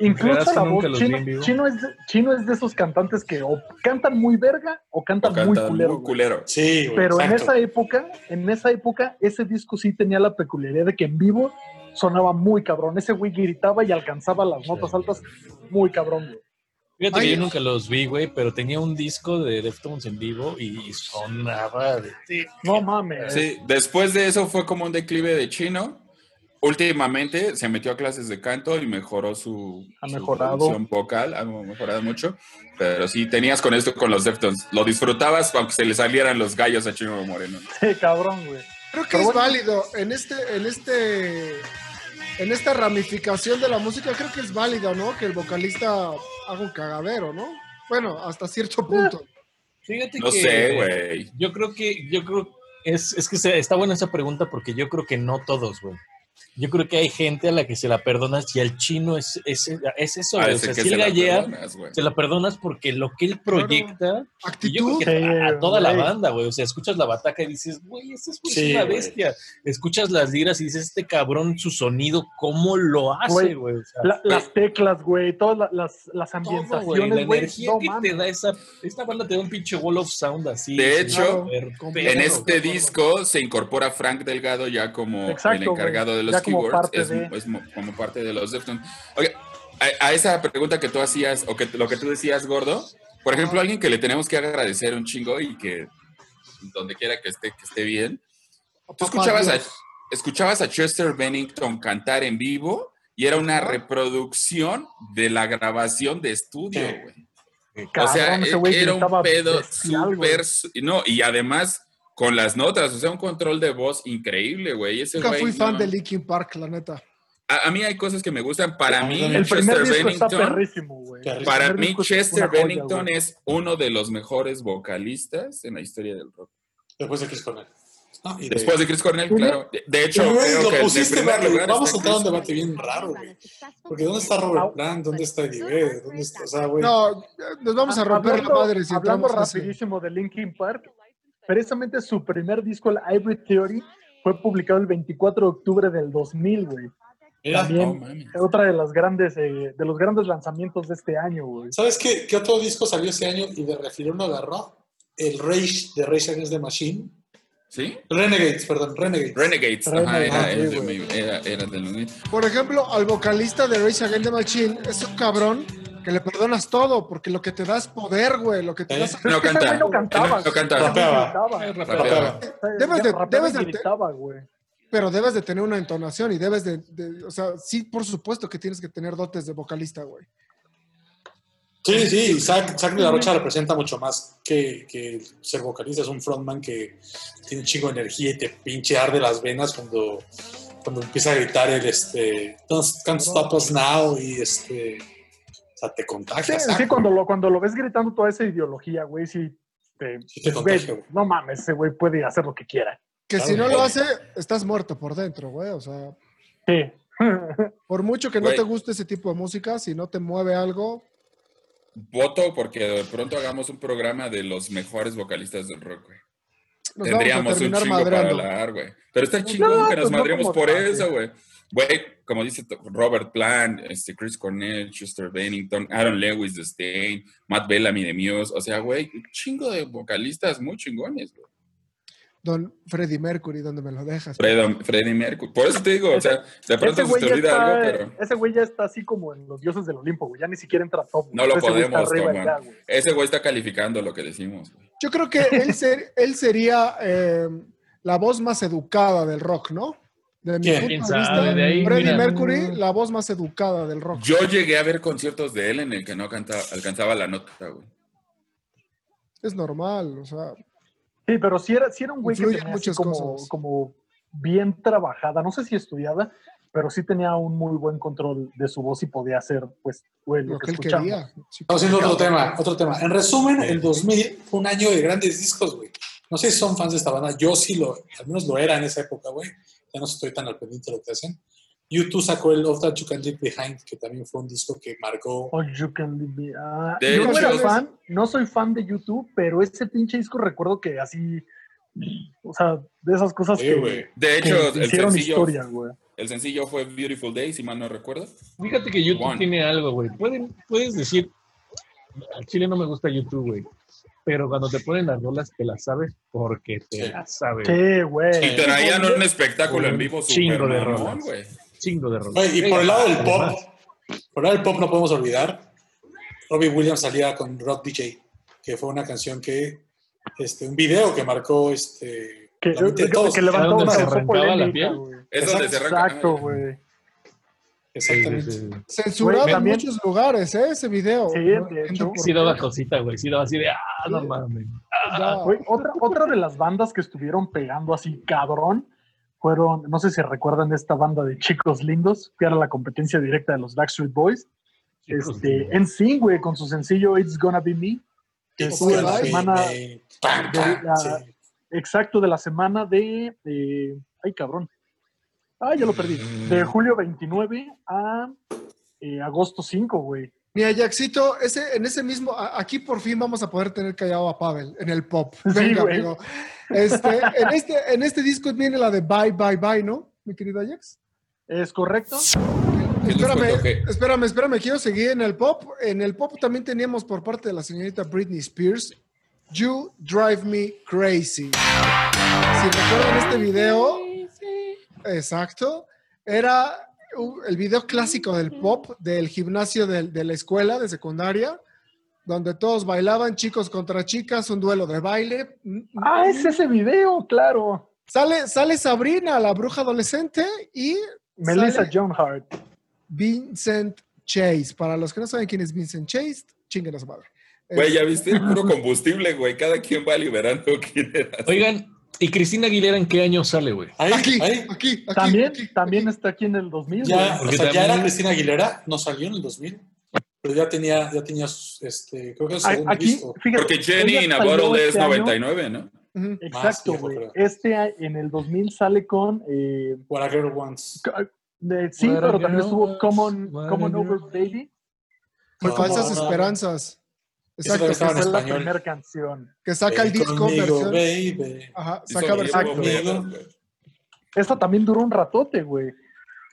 Speaker 11: incluso
Speaker 17: ¿Creerás
Speaker 11: la
Speaker 17: que nunca
Speaker 11: voz
Speaker 17: los vi en
Speaker 11: chino,
Speaker 17: vivo?
Speaker 11: chino, es de, chino es de esos cantantes que o cantan muy verga o cantan
Speaker 8: Canta
Speaker 11: muy culero. güey.
Speaker 9: Sí, güey.
Speaker 11: Pero en
Speaker 9: exacto.
Speaker 11: esa época, en esa época, ese disco sí tenía la peculiaridad de que en vivo sonaba muy cabrón. Ese güey gritaba y alcanzaba las notas altas muy cabrón, güey.
Speaker 7: Fíjate
Speaker 10: Ay.
Speaker 9: eh.
Speaker 7: que yo nunca los vi, güey, pero tenía un disco de Deftones en vivo y sonaba de...
Speaker 11: No mames.
Speaker 8: Sí, después de eso fue como un declive de chino. Últimamente se metió a clases de canto y mejoró su,
Speaker 11: Ha
Speaker 8: su
Speaker 11: mejorado.
Speaker 8: producción vocal, ha mejorado mucho. Pero sí, tenías con esto con los Deftones. Lo disfrutabas aunque se le salieran los gallos a Chino Moreno.
Speaker 11: Sí, cabrón, güey.
Speaker 10: Creo que
Speaker 11: Pero
Speaker 10: es
Speaker 11: bueno.
Speaker 10: válido en este, en este, en esta ramificación de la música, creo que es válido, ¿no? Que el vocalista haga un cagadero, ¿no? Bueno, hasta cierto punto.
Speaker 7: Fíjate
Speaker 8: No
Speaker 7: que...
Speaker 8: sé, güey.
Speaker 7: Yo creo que, yo creo, es, es que se- está buena esa pregunta porque yo creo que no todos, güey. Yo creo que hay gente a la que se la perdonas y al chino es, es, es eso,
Speaker 8: A
Speaker 7: güey. O
Speaker 8: ese
Speaker 7: sea,
Speaker 8: que
Speaker 7: si
Speaker 8: se
Speaker 7: él
Speaker 8: la
Speaker 7: gallea,
Speaker 8: perdonas, güey.
Speaker 7: se la perdonas porque lo que él proyecta, y yo creo
Speaker 10: Actitud.
Speaker 7: que a, a toda la
Speaker 11: güey.
Speaker 7: banda, güey. O sea, escuchas la bataca y dices, güey, este es
Speaker 9: Sí,
Speaker 7: una
Speaker 9: güey.
Speaker 7: bestia. Escuchas las liras y dices, este cabrón, su sonido, ¿cómo lo
Speaker 11: Güey,
Speaker 7: hace, güey? O sea,
Speaker 11: La- las teclas, güey, todas la- las, las
Speaker 7: todo, güey,
Speaker 11: ambientaciones,
Speaker 7: La
Speaker 11: güey.
Speaker 7: energía
Speaker 11: no
Speaker 7: que
Speaker 11: mames.
Speaker 7: te da esa. Esta banda te da un pinche wall of sound así.
Speaker 8: De
Speaker 7: sí,
Speaker 8: hecho,
Speaker 7: súper
Speaker 10: completo.
Speaker 8: En
Speaker 7: perro,
Speaker 8: este disco se incorpora Frank Delgado ya como
Speaker 11: Exacto,
Speaker 8: el encargado
Speaker 11: güey.
Speaker 8: de los
Speaker 11: Ya como
Speaker 8: keywords,
Speaker 11: parte
Speaker 8: es,
Speaker 11: de-
Speaker 8: es mo- como parte de los Deftones. Oye, a, a esa pregunta que tú hacías, o que lo que tú decías, Gordo, por ejemplo, alguien que le tenemos que agradecer un chingo y que donde quiera que esté, que esté bien. Tú
Speaker 10: Papá
Speaker 8: escuchabas a,
Speaker 10: Dios.
Speaker 8: escuchabas a Chester Bennington cantar en vivo y era una reproducción de la grabación de estudio,
Speaker 9: Sí.
Speaker 8: güey. O sea, e-,
Speaker 11: Cabrón, ese güey
Speaker 8: era un
Speaker 11: gritaba
Speaker 8: pedo
Speaker 11: bestial, güey.
Speaker 8: súper. su- No, y además con las notas, o sea, un control de voz increíble, güey. Ese
Speaker 10: Nunca
Speaker 8: güey,
Speaker 10: fui
Speaker 8: no
Speaker 10: fan
Speaker 8: mames.
Speaker 10: de Linkin Park, la neta.
Speaker 8: A, a mí hay cosas que me gustan. Para mí,
Speaker 11: el primer
Speaker 8: Chester
Speaker 11: disco está
Speaker 8: Bennington.
Speaker 11: perrísimo, güey.
Speaker 8: Para
Speaker 11: El primer
Speaker 8: mí,
Speaker 11: disco es
Speaker 8: Chester
Speaker 11: una joya,
Speaker 8: Bennington
Speaker 11: güey.
Speaker 8: es uno de los mejores vocalistas en la historia del rock.
Speaker 9: Después de Chris Cornell. Ah, y
Speaker 8: Después de Chris Cornell, claro. De, de hecho,
Speaker 9: Güey,
Speaker 8: creo
Speaker 9: lo
Speaker 8: que en el
Speaker 9: pusiste,
Speaker 8: primer
Speaker 9: Mario.
Speaker 8: lugar
Speaker 9: Vamos a
Speaker 8: está
Speaker 9: entrar a un
Speaker 8: Chris
Speaker 9: debate bien raro, güey. Porque ¿dónde está Robert Plant? ¿Dónde está Eddie Vedder? ¿Dónde está? O sea, güey.
Speaker 10: No, nos vamos a romper la madre si
Speaker 11: Ah, hablando
Speaker 10: entramos a ese.
Speaker 11: rapidísimo de Linkin Park, precisamente su primer disco, el Hybrid Theory, fue publicado el 24 de octubre del 2000, güey.
Speaker 9: Mira, no
Speaker 11: También otra de las grandes, eh, de los grandes lanzamientos de este año, güey.
Speaker 9: ¿Sabes qué, qué otro disco salió ese año y de refilón lo agarró? El Rage de Rage Against the Machine.
Speaker 8: ¿Sí?
Speaker 9: Renegades, perdón, Renegades.
Speaker 8: Renegades, ajá, era,
Speaker 9: Ah,
Speaker 8: era
Speaker 9: sí,
Speaker 8: de
Speaker 9: güey.
Speaker 8: mi- era- era de los míos.
Speaker 10: Por ejemplo, al vocalista de Rage Against the Machine, es un cabrón que le perdonas todo, porque lo que te da es poder, güey. Lo que te da es-
Speaker 8: No canta. No canta. Rapeaba.
Speaker 10: Debes de-
Speaker 11: Rapeaba
Speaker 10: debes
Speaker 11: y
Speaker 10: de-
Speaker 11: gritaba, güey.
Speaker 10: Pero debes de tener una entonación y debes de, de- O sea, sí, por supuesto que tienes que tener dotes de vocalista, güey.
Speaker 9: Sí, sí, Zack Zack de la Rocha representa mucho más que, que ser vocalista. Es un frontman que tiene un chingo de energía y te pinche arde las venas cuando, cuando empieza a gritar el este, Don't can't stop us now y este. O sea, te
Speaker 11: Sí,
Speaker 9: contagias.
Speaker 11: sí, cuando lo, cuando lo ves gritando toda esa ideología, güey, sí te,
Speaker 9: te contagia,
Speaker 11: güey, No mames, ese güey puede hacer lo que quiera.
Speaker 10: Que si no lo hace, estás muerto por dentro, güey. O sea,
Speaker 11: Sí. *laughs*
Speaker 10: por mucho que no
Speaker 8: Güey.
Speaker 10: te guste ese tipo de música, si no te mueve algo,
Speaker 8: Voto porque de pronto hagamos un programa de los mejores vocalistas del rock, güey.
Speaker 10: nos
Speaker 8: Tendríamos
Speaker 10: vamos a
Speaker 8: un
Speaker 10: terminar
Speaker 8: chingo para
Speaker 10: madreando.
Speaker 8: hablar, güey. Pero está
Speaker 11: No,
Speaker 8: chingón que
Speaker 11: pues
Speaker 8: nos
Speaker 11: no
Speaker 8: madremos
Speaker 11: como
Speaker 8: por
Speaker 11: tal,
Speaker 8: eso, güey. Güey, como dice t- Robert Plant, este, Chris Cornell, Chester Bennington, Aaron Lewis de Stain, Matt Bellamy de Muse. O sea, güey, un chingo de vocalistas muy chingones, güey.
Speaker 10: Don Freddie Mercury, donde me lo dejas.
Speaker 8: Fredo- Freddie Mercury. Por eso te digo, o sea, de
Speaker 11: Ese
Speaker 8: pronto se
Speaker 11: güey,
Speaker 8: te
Speaker 11: ya
Speaker 8: olvida
Speaker 11: está,
Speaker 8: algo, pero...
Speaker 11: ese güey ya está así como en los dioses del Olimpo, güey. Ya ni siquiera entra top. güey.
Speaker 8: No lo
Speaker 11: Ese güey está
Speaker 8: podemos
Speaker 11: arriba
Speaker 8: tomar.
Speaker 11: ya, güey.
Speaker 8: Ese güey está calificando lo que decimos. güey.
Speaker 10: Yo creo que él, ser- él sería eh, la voz más educada del rock, ¿no? De mi
Speaker 9: ¿Quién?
Speaker 10: punto de
Speaker 9: ¿Quién
Speaker 10: vista,
Speaker 7: sabe? De ahí,
Speaker 10: Freddie
Speaker 7: mira.
Speaker 10: Mercury, la voz más educada del rock.
Speaker 8: Yo llegué a ver conciertos de él en el que no canta- alcanzaba la nota, güey.
Speaker 10: Es normal, o sea,
Speaker 11: Sí, pero sí era, sí era un güey que
Speaker 10: Influye
Speaker 11: tenía
Speaker 10: muchas
Speaker 11: así como,
Speaker 10: cosas.
Speaker 11: como bien trabajada. No sé si estudiada, pero sí tenía un muy buen control de su voz y podía hacer, pues, güey, lo,
Speaker 10: lo
Speaker 11: que
Speaker 10: que él
Speaker 11: escuchamos.
Speaker 10: quería. Sí,
Speaker 9: Estamos haciendo otro tema, otro tema. En resumen, el 2000 fue un año de grandes discos, güey. No sé si son fans de esta banda, yo sí lo, al menos lo era en esa época, güey. Ya no estoy tan al pendiente de lo que hacen. YouTube sacó el Of That You Can Leave Behind, que también fue un disco que marcó.
Speaker 11: All Oh, you can leave me. Ah,
Speaker 8: De
Speaker 11: no,
Speaker 8: hecho,
Speaker 11: era
Speaker 8: es-
Speaker 11: fan, no soy fan de YouTube, pero ese pinche disco recuerdo que así. O sea, de esas cosas
Speaker 9: Sí,
Speaker 11: que,
Speaker 9: güey.
Speaker 8: De
Speaker 11: que
Speaker 8: hecho, el
Speaker 11: hicieron
Speaker 8: sencillo,
Speaker 11: historia, güey.
Speaker 8: el sencillo fue Beautiful Day, si mal no recuerdo.
Speaker 7: Fíjate que YouTube
Speaker 8: One.
Speaker 7: tiene algo, güey. Pueden- Puedes decir, al chile no me gusta YouTube, güey. Pero cuando te ponen las rolas, te las sabes porque te
Speaker 9: Sí.
Speaker 7: las sabes.
Speaker 11: Sí, güey.
Speaker 8: Y traían un espectáculo
Speaker 7: Con
Speaker 8: en
Speaker 7: un
Speaker 8: vivo super
Speaker 7: chingo de
Speaker 8: mamón,
Speaker 7: rolas.
Speaker 8: güey.
Speaker 7: Chingo de rolas.
Speaker 9: Güey, y por el lado del pop,
Speaker 7: Además,
Speaker 9: por el lado del pop no podemos olvidar, Robbie Williams salía con Rock DJ, que fue una canción que, este, un video que marcó, este,
Speaker 11: Que,
Speaker 9: la mente de
Speaker 11: que-
Speaker 9: todos.
Speaker 11: que levantó
Speaker 7: ¿Dónde
Speaker 11: una
Speaker 7: se
Speaker 11: causó
Speaker 7: arrancaba la
Speaker 11: polémica,
Speaker 7: piel?
Speaker 11: güey.
Speaker 8: Es donde se arranca-
Speaker 11: Exacto, güey.
Speaker 9: Exactamente.
Speaker 7: sí, sí, sí.
Speaker 10: Censurado
Speaker 11: Güey, también-
Speaker 10: en muchos lugares, ¿eh? Ese video.
Speaker 11: Sí,
Speaker 10: No
Speaker 11: de
Speaker 10: entiendo
Speaker 11: hecho.
Speaker 10: por
Speaker 7: Sí daba
Speaker 10: qué.
Speaker 7: cosita, güey. Sí daba así de, ah, no
Speaker 10: Sí.
Speaker 7: mames.
Speaker 10: O sea,
Speaker 11: Güey, otra, otra de las bandas que estuvieron pegando así cabrón fueron, no sé si recuerdan esta banda de chicos lindos, que era la competencia directa de los Backstreet Boys.
Speaker 7: Chicos
Speaker 11: Este,
Speaker 7: Lindos.
Speaker 11: en sí, güey, con su sencillo It's Gonna Be Me. que
Speaker 9: It's
Speaker 11: fue
Speaker 9: gonna
Speaker 11: la
Speaker 9: be
Speaker 11: semana-
Speaker 9: me. Pam, pam,
Speaker 11: de la-
Speaker 9: sí.
Speaker 11: Exacto, de la semana de. de- ay, cabrón. Ah, ya lo perdí. De julio 29 a eh, agosto 5, güey.
Speaker 10: Mira, Jaxito, ese, en ese mismo, a- aquí por fin vamos a poder tener callado a Pavel en el pop.
Speaker 11: Sí,
Speaker 10: Venga,
Speaker 11: güey.
Speaker 10: amigo. Este, en, este, en este disco viene la de Bye, Bye, Bye, ¿no? Mi querido Jax.
Speaker 11: ¿Es correcto?
Speaker 8: les
Speaker 10: Espérame,
Speaker 8: cuento que-
Speaker 10: espérame, espérame, quiero seguir en el pop. En el pop también teníamos por parte de la señorita Britney Spears, You Drive Me Crazy. Si recuerdan este video, exacto, era u- el video clásico del pop del gimnasio del- de la escuela de secundaria, donde todos bailaban chicos contra chicas, un duelo de baile. Mm,
Speaker 11: Ah, es ese video, claro.
Speaker 10: Sale, sale Sabrina, la bruja adolescente, y
Speaker 11: Melissa
Speaker 10: sale-
Speaker 11: John Hart.
Speaker 10: Vincent Chase. Para los que no saben quién es Vincent Chase, chinguen a su madre.
Speaker 8: Güey,
Speaker 10: Es-
Speaker 8: ya viste, puro combustible, güey. Cada quien va liberando *laughs* quién era.
Speaker 7: Oigan,
Speaker 17: ¿Y Cristina Aguilera en qué año sale, güey?
Speaker 10: Aquí, aquí, aquí,
Speaker 11: También, también está aquí en el 2000.
Speaker 9: Ya,
Speaker 11: güey.
Speaker 9: o sea, ya era Cristina Aguilera, no salió en el 2000. Pero ya tenía, ya tenía sus, este, creo que
Speaker 11: A-
Speaker 9: segundo
Speaker 11: aquí,
Speaker 9: disco.
Speaker 11: fíjate,
Speaker 8: Porque Jenny in a
Speaker 11: este
Speaker 8: Bottle es 99, ¿no?
Speaker 10: Ujú.
Speaker 9: Más
Speaker 11: Exacto,
Speaker 9: viejo,
Speaker 11: güey.
Speaker 9: creo.
Speaker 11: Este a- en el 2000 sale con. eh,
Speaker 9: What a Girl Wants.
Speaker 11: ca- de- sí,
Speaker 9: What a
Speaker 11: pero también
Speaker 9: Girl
Speaker 11: estuvo
Speaker 9: Wants,
Speaker 11: Common,
Speaker 9: What a
Speaker 11: Common
Speaker 9: Girl
Speaker 11: Over Baby.
Speaker 10: Por
Speaker 9: No,
Speaker 10: falsas
Speaker 9: no, no.
Speaker 10: esperanzas.
Speaker 9: Eso
Speaker 10: Exacto,
Speaker 9: también
Speaker 10: que,
Speaker 9: estaba en
Speaker 10: es la-
Speaker 9: español.
Speaker 11: Primera canción.
Speaker 10: que saca el
Speaker 9: Ven
Speaker 10: disco
Speaker 9: Eh, conmigo,
Speaker 10: versión.
Speaker 9: baby.
Speaker 10: Ajá,
Speaker 8: Hizo
Speaker 10: saca
Speaker 8: bien
Speaker 10: versión.
Speaker 8: conmigo.
Speaker 11: Esta también duró un ratote, güey.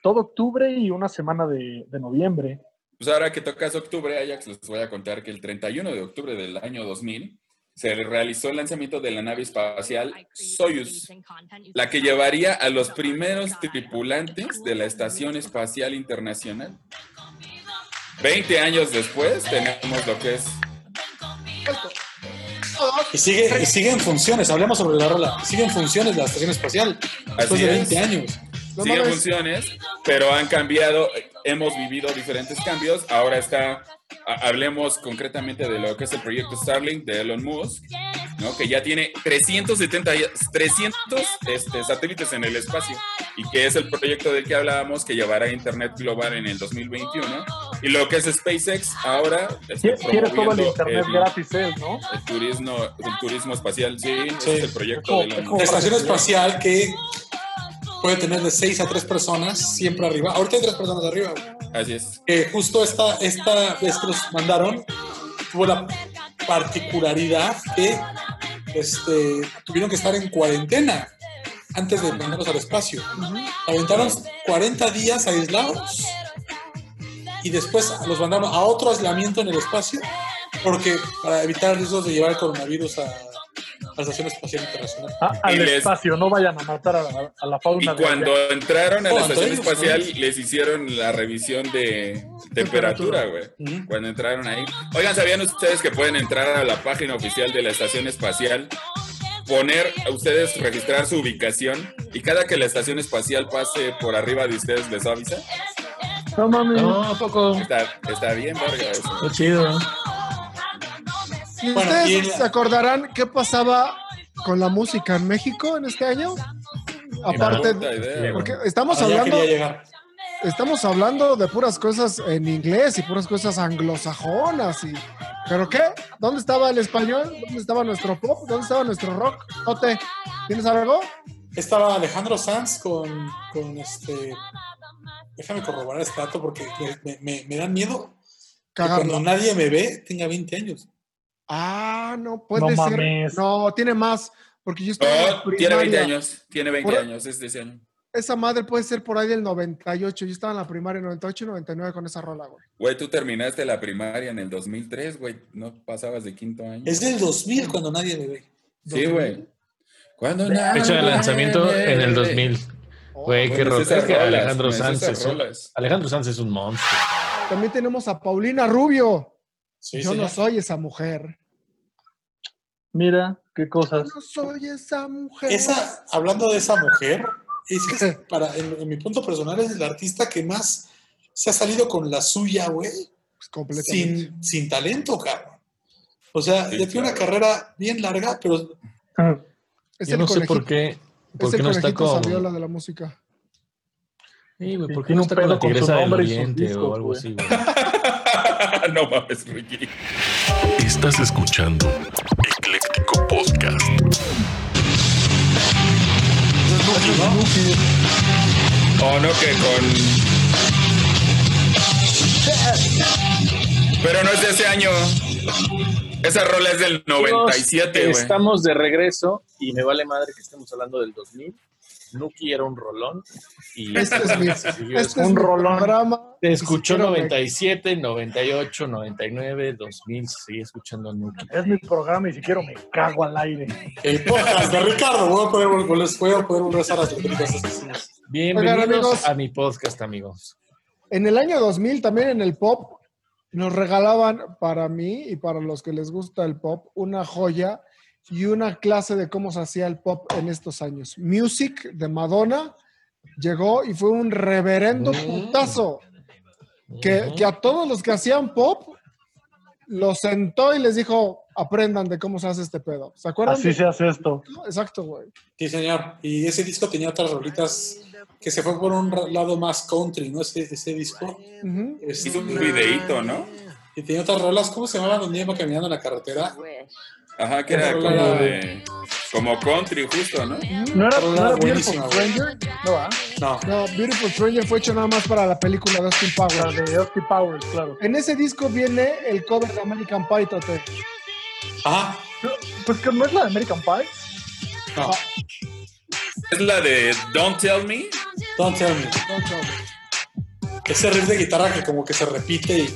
Speaker 11: Todo octubre y una semana de, de noviembre.
Speaker 8: Pues ahora que tocas octubre, Ajax, les voy a contar que el 31 de octubre del año 2000 se realizó el lanzamiento de la nave espacial Soyuz, la que llevaría a los primeros tripulantes de la Estación Espacial Internacional. 20 años después tenemos lo que es...
Speaker 9: Y sigue, y sigue en funciones, hablemos sobre la rola. Sigue en funciones la estación espacial. Después
Speaker 8: Así
Speaker 9: de
Speaker 8: es.
Speaker 9: 20 años.
Speaker 10: No
Speaker 8: Siguen
Speaker 10: mames.
Speaker 8: funciones, pero han cambiado, hemos vivido diferentes cambios. Ahora está, ha- hablemos concretamente de lo que es el proyecto Starlink de Elon Musk, ¿no? que ya tiene 370, y- 300 este, satélites en el espacio y que es el proyecto del que hablábamos que llevará a Internet global en el 2021. Y lo que es SpaceX ahora este,
Speaker 11: Qui- Quiere todo el
Speaker 8: promoviendo
Speaker 11: internet
Speaker 8: el-
Speaker 11: gratis él, ¿no?
Speaker 8: el turismo, el turismo espacial, sí,
Speaker 9: Sí.
Speaker 8: ese es el proyecto de Elon
Speaker 9: La
Speaker 8: Musk.
Speaker 9: estación espacial que puede tener de 6 a 3 personas siempre arriba. Ahorita hay 3 personas arriba. güey.
Speaker 8: Así es.
Speaker 9: Que justo esta, esta vez que nos mandaron tuvo la particularidad que este, tuvieron que estar en cuarentena antes de mandarlos al espacio. Aventaron 40 días aislados y después los mandaron a otro aislamiento en el espacio porque para evitar riesgos de llevar el coronavirus a a la Estación Espacial Internacional.
Speaker 11: A- Ah, al
Speaker 8: Y les-
Speaker 11: espacio, no vayan a matar a la, a la
Speaker 8: Y
Speaker 11: fauna. de
Speaker 8: cuando
Speaker 11: allá.
Speaker 8: entraron a la
Speaker 9: Oh,
Speaker 8: estación
Speaker 9: entonces,
Speaker 8: espacial les hicieron la revisión de temperatura, güey.
Speaker 9: Ujú.
Speaker 8: Cuando entraron ahí. Oigan, ¿sabían ustedes que pueden entrar a la página oficial de la estación espacial, poner a ustedes, registrar su ubicación y cada que la estación espacial pase por arriba de ustedes les avisa?
Speaker 11: No mames.
Speaker 17: No, ¿a poco.
Speaker 8: Está, está bien, verga, eso.
Speaker 17: Qué chido, ¿no?
Speaker 10: ¿Y
Speaker 9: Bueno,
Speaker 10: ustedes
Speaker 9: y en la-
Speaker 10: se acordarán qué pasaba con la música en México en este año? Aparte,
Speaker 8: Puta idea, güey.
Speaker 10: porque estamos
Speaker 9: Allá
Speaker 10: hablando,
Speaker 9: Ah, quería llegar.
Speaker 10: estamos hablando de puras cosas en inglés y puras cosas anglosajonas y pero qué, ¿dónde estaba el español? ¿Dónde estaba nuestro pop? ¿Dónde estaba nuestro rock? Tote, ¿tienes algo?
Speaker 9: Estaba Alejandro Sanz con, con este. Déjame corroborar este dato porque me, me- me da miedo que cuando
Speaker 10: Cagarlo.
Speaker 9: nadie me ve tenga 20 años.
Speaker 10: Ah, no puede
Speaker 11: No
Speaker 10: ser.
Speaker 11: mames.
Speaker 10: No, tiene más, porque yo estoy en la
Speaker 8: No, tiene 20
Speaker 10: primaria.
Speaker 8: años, tiene 20
Speaker 10: Por-
Speaker 8: años, es de ese año.
Speaker 10: Esa madre puede ser por ahí del 98. Yo estaba en la primaria 98 y 99 con esa rola, güey.
Speaker 8: Güey, tú terminaste la primaria en el 2003, güey. No pasabas de quinto año.
Speaker 9: Es del 2000 cuando nadie me ve.
Speaker 8: Sí, güey. ¿Cuándo?
Speaker 17: Fecha de lanzamiento en el 2000. Güey, qué
Speaker 8: Bueno,
Speaker 17: rock.
Speaker 8: esas
Speaker 17: Es que
Speaker 8: rolas,
Speaker 17: Alejandro
Speaker 8: pues,
Speaker 17: Sanz
Speaker 8: esas
Speaker 17: es un-
Speaker 8: rolas.
Speaker 17: Alejandro Sanz es un monstruo.
Speaker 10: También tenemos a Paulina Rubio.
Speaker 9: Sí,
Speaker 10: Yo no
Speaker 9: señor.
Speaker 10: soy esa mujer.
Speaker 11: Mira, qué
Speaker 10: Yo
Speaker 11: cosas.
Speaker 10: no soy esa mujer.
Speaker 9: Esa, hablando de esa mujer, es que es para, en, en mi punto personal es el artista que más se ha salido con la suya, güey.
Speaker 10: Pues completamente.
Speaker 9: Sin, sin talento, cabrón. O sea,
Speaker 8: Sí,
Speaker 9: ya tiene una
Speaker 8: claro.
Speaker 9: carrera bien larga, pero
Speaker 10: Es
Speaker 17: Yo
Speaker 10: el
Speaker 17: no sé
Speaker 10: conejito-
Speaker 17: por qué.
Speaker 10: es
Speaker 17: ¿Por
Speaker 10: el
Speaker 17: qué no está
Speaker 10: conejito
Speaker 17: con.?
Speaker 10: Saviola de la música.
Speaker 17: Sí, güey,
Speaker 11: Sí,
Speaker 17: ¿por qué
Speaker 11: tiene
Speaker 17: no
Speaker 11: un
Speaker 17: está con
Speaker 11: pedo
Speaker 17: la
Speaker 11: con su
Speaker 17: tigresa del
Speaker 11: nombre y sus
Speaker 17: oriente o
Speaker 11: discos,
Speaker 17: algo
Speaker 11: güey.
Speaker 17: así, güey?
Speaker 8: *laughs* no mames, Ricky.
Speaker 14: Estás escuchando Ecléctico Podcast.
Speaker 8: O no que con. Pero no es de ese año. Esa rola es del 97, güey.
Speaker 7: Estamos de regreso y me vale madre que estemos hablando del 2000. Nuki era un rolón. Y *laughs*
Speaker 10: Este es mi,
Speaker 7: Siguió
Speaker 10: este
Speaker 7: después.
Speaker 10: es mi
Speaker 11: rolón.
Speaker 10: programa.
Speaker 7: Te escuchó
Speaker 10: Quisiera-
Speaker 7: 97, 98, 99, 2000. Sigue escuchando Nuki.
Speaker 11: *laughs* Es mi programa y si quiero me cago al aire.
Speaker 9: el podcast de Ricardo, voy a poder volver, voy a poder volver a hacer las letritas asesinas.
Speaker 7: Bienvenidos
Speaker 10: Oigan, amigos.
Speaker 7: a mi podcast, amigos.
Speaker 10: En el año 2000 también en el pop nos regalaban para mí y para los que les gusta el pop una joya y una clase de cómo se hacía el pop en estos años. Music de Madonna llegó y fue un reverendo
Speaker 7: Mm.
Speaker 10: putazo que, que a todos los que hacían pop Lo sentó y les dijo, aprendan de cómo se hace este pedo. ¿Se acuerdan?
Speaker 11: Así
Speaker 10: de-
Speaker 11: se hace esto.
Speaker 10: Exacto, güey.
Speaker 9: Sí, señor. Y ese disco tenía otras rolitas que se fue por un ra- lado más country, ¿no? Ese, ese disco. Este,
Speaker 8: Hizo un videíto, ¿no?
Speaker 9: Y tenía otras rolas, ¿cómo se llamaban donde iba caminando en la carretera?
Speaker 8: Ajá, que era
Speaker 9: Esa
Speaker 8: como
Speaker 9: rola era-
Speaker 8: de. Como country, justo, ¿no?
Speaker 10: ¿No era,
Speaker 9: Rola
Speaker 10: no era Beautiful
Speaker 9: buenísima, güey.
Speaker 10: Stranger? No, ¿ah?
Speaker 9: No.
Speaker 10: No, Beautiful Stranger fue hecho nada más para la película de Austin Powers.
Speaker 11: de Austin Powers, claro.
Speaker 10: En ese disco viene el cover de American Pie, Tate.
Speaker 9: Ah,
Speaker 11: Pues que no es la de American Pie.
Speaker 9: no.
Speaker 8: Es la de Don't Tell Me.
Speaker 9: Don't tell me. Ese riff de guitarra que como que se repite y,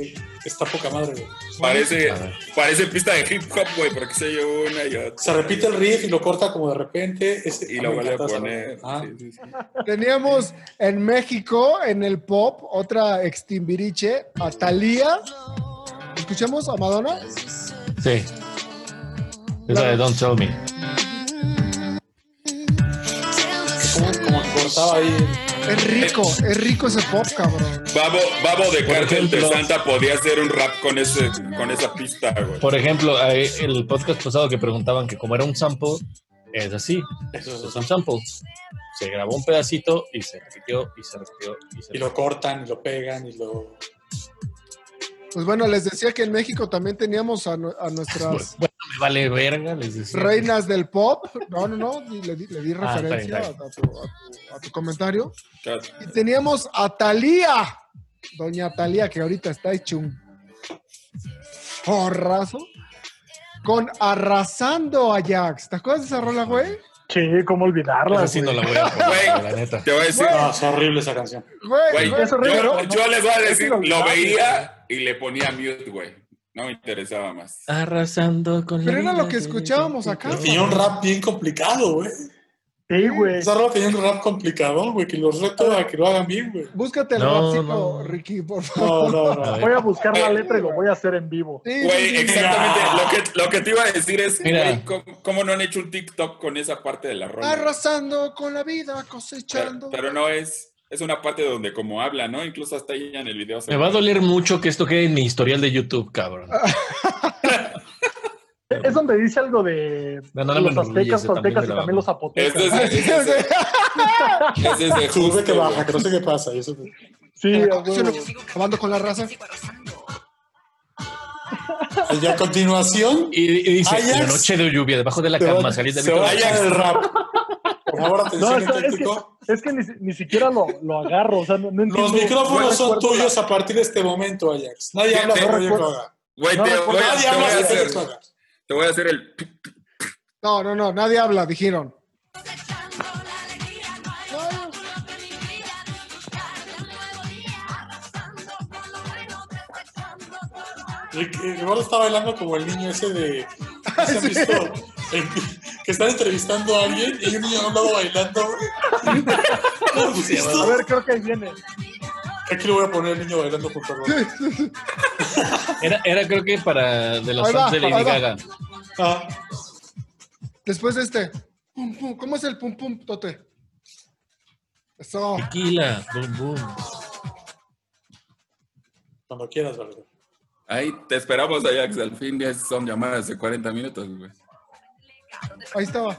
Speaker 9: y está poca madre, güey.
Speaker 8: Parece, parece pista de hip hop, güey, porque se llevó una y otra.
Speaker 9: Se repite el riff y lo corta como de repente. Ese,
Speaker 8: Y
Speaker 9: ah,
Speaker 8: lo
Speaker 9: me
Speaker 8: vuelve a
Speaker 9: encanta esa
Speaker 8: poner.
Speaker 9: rola. Ah.
Speaker 8: Sí, sí, sí.
Speaker 10: Teníamos en México, en el pop, otra ex Timbiriche, a Thalía. ¿Escuchamos a Madonna?
Speaker 7: Sí. Es la de Don't Tell Me.
Speaker 9: Como, como que cortaba ahí.
Speaker 10: Es rico, es rico ese pop, cabrón.
Speaker 8: Babo, Babo de
Speaker 7: Por
Speaker 8: Cártel de
Speaker 7: ejemplo.
Speaker 8: Santa podía hacer un rap con, ese, con esa pista, güey.
Speaker 7: Por ejemplo, eh, el podcast pasado que preguntaban que como era un sample, es así. Eso es un sample. Se grabó un pedacito y se repitió y se repitió y se
Speaker 9: Y lo cortan y lo pegan y lo.
Speaker 10: Pues bueno, les decía que en México también teníamos a, nu- a nuestras
Speaker 7: Bueno, me vale verga, les decía.
Speaker 10: reinas del pop. No, no, no, di- le di, le di
Speaker 7: Ah, está bien,
Speaker 10: referencia
Speaker 7: está
Speaker 10: a, tu, a tu- a tu comentario.
Speaker 8: Claro.
Speaker 10: Y teníamos a Thalía, doña Thalía, que ahorita está hecho un porrazo, con Arrasando Ajax. ¿Te acuerdas de esa rola, güey?
Speaker 11: Sí, cómo olvidarla.
Speaker 7: Esa sí no
Speaker 11: güey.
Speaker 7: la voy a poner, la neta.
Speaker 8: Te voy a decir,
Speaker 9: No, es horrible esa canción.
Speaker 10: Güey,
Speaker 8: güey,
Speaker 10: güey,
Speaker 11: eso
Speaker 8: yo,
Speaker 11: regaló,
Speaker 8: yo les voy a
Speaker 11: Es
Speaker 8: decir, lo
Speaker 11: inolvidable.
Speaker 8: veía y le ponía mute, güey. No me interesaba más.
Speaker 7: Arrasando con
Speaker 10: Pero era lo que escuchábamos acá.
Speaker 9: Tenía un rap bien complicado, güey.
Speaker 11: Sí, güey.
Speaker 9: Esa rola tenía un rap complicado, güey, que los reto a que lo hagan bien, güey.
Speaker 10: Búscate el
Speaker 7: No,
Speaker 10: rapcito,
Speaker 7: no.
Speaker 10: Ricky, por favor.
Speaker 9: No, no, no.
Speaker 11: Voy a buscar la letra y lo voy a hacer en vivo.
Speaker 10: Sí, sí,
Speaker 8: Güey,
Speaker 10: sí.
Speaker 8: exactamente. Lo que, lo que te iba a decir es,
Speaker 7: Mira.
Speaker 8: güey, ¿cómo, cómo no han hecho un TikTok con esa parte de la
Speaker 10: Ah,
Speaker 8: rola?
Speaker 10: Arrasando con la vida, cosechando.
Speaker 8: Pero, pero no es... Es una parte donde como habla, ¿no? Incluso hasta ella en el video se...
Speaker 7: Me va a doler mucho que esto quede en mi historial de YouTube, cabrón.
Speaker 11: Ah, Es donde dice algo de
Speaker 7: No, no me
Speaker 11: los
Speaker 7: enorgullece
Speaker 11: aztecas,
Speaker 7: también
Speaker 11: toltecas
Speaker 7: de
Speaker 11: y
Speaker 7: la
Speaker 11: también
Speaker 7: banda.
Speaker 11: los
Speaker 8: Es
Speaker 11: zapotecas.
Speaker 8: desde,
Speaker 11: *laughs*
Speaker 8: es desde- es desde
Speaker 9: Sube
Speaker 8: justo,
Speaker 9: que baja,
Speaker 8: güey.
Speaker 9: que no sé qué pasa. y eso-
Speaker 11: Sí, a
Speaker 10: Yo no-
Speaker 11: huevo.
Speaker 10: Acabando con la raza.
Speaker 9: Y a continuación,
Speaker 7: Y, y dice,
Speaker 9: Ajax.
Speaker 7: la noche de lluvia, debajo de la cama, salir de mi
Speaker 9: se va a
Speaker 7: cama.
Speaker 9: caer el rap. Por favor,
Speaker 11: No,
Speaker 9: atención,
Speaker 11: es, es que,
Speaker 9: técnico.
Speaker 11: es que ni, si- ni siquiera lo, lo agarro. O sea, no, no entiendo.
Speaker 9: Los micrófonos
Speaker 11: No
Speaker 9: son
Speaker 11: recuerdo
Speaker 9: tuyos a partir de este momento, Ajax. Nadie
Speaker 8: Sí,
Speaker 9: habla
Speaker 8: sí,
Speaker 9: por
Speaker 8: no
Speaker 9: Roger
Speaker 8: recuerdo.
Speaker 9: Cloga.
Speaker 8: Güey,
Speaker 11: No
Speaker 8: te,
Speaker 11: recuerdo.
Speaker 8: voy a,
Speaker 9: Nadie
Speaker 8: te voy
Speaker 9: habla
Speaker 8: a
Speaker 9: por Roger
Speaker 8: hacer...
Speaker 9: Cloga.
Speaker 8: Te voy a hacer el...
Speaker 10: No, no, no, nadie habla, dijeron.
Speaker 9: Rick- eh, Eduardo está bailando como el niño ese de. ¿no se han visto? El- que están entrevistando a alguien y hay un niño a un lado
Speaker 11: *laughs*
Speaker 9: bailando. güey. ¿No lo has
Speaker 11: cuál- A
Speaker 9: visto?
Speaker 11: ver, creo que ahí viene.
Speaker 9: Aquí le voy a poner el niño bailando junto a Roger.
Speaker 7: Era, era creo que para de los
Speaker 10: Ahí va,
Speaker 7: fans de Lady
Speaker 10: ahí va.
Speaker 7: Gaga.
Speaker 9: Ah,
Speaker 10: Después de este. Pum, pum. ¿Cómo es el pum pum, Tote? Eso.
Speaker 7: Tequila, boom, boom.
Speaker 9: cuando quieras, Roger.
Speaker 8: Ahí te esperamos, Ajax. Al fin ya son llamadas de 40 minutos, güey.
Speaker 10: Ahí estaba.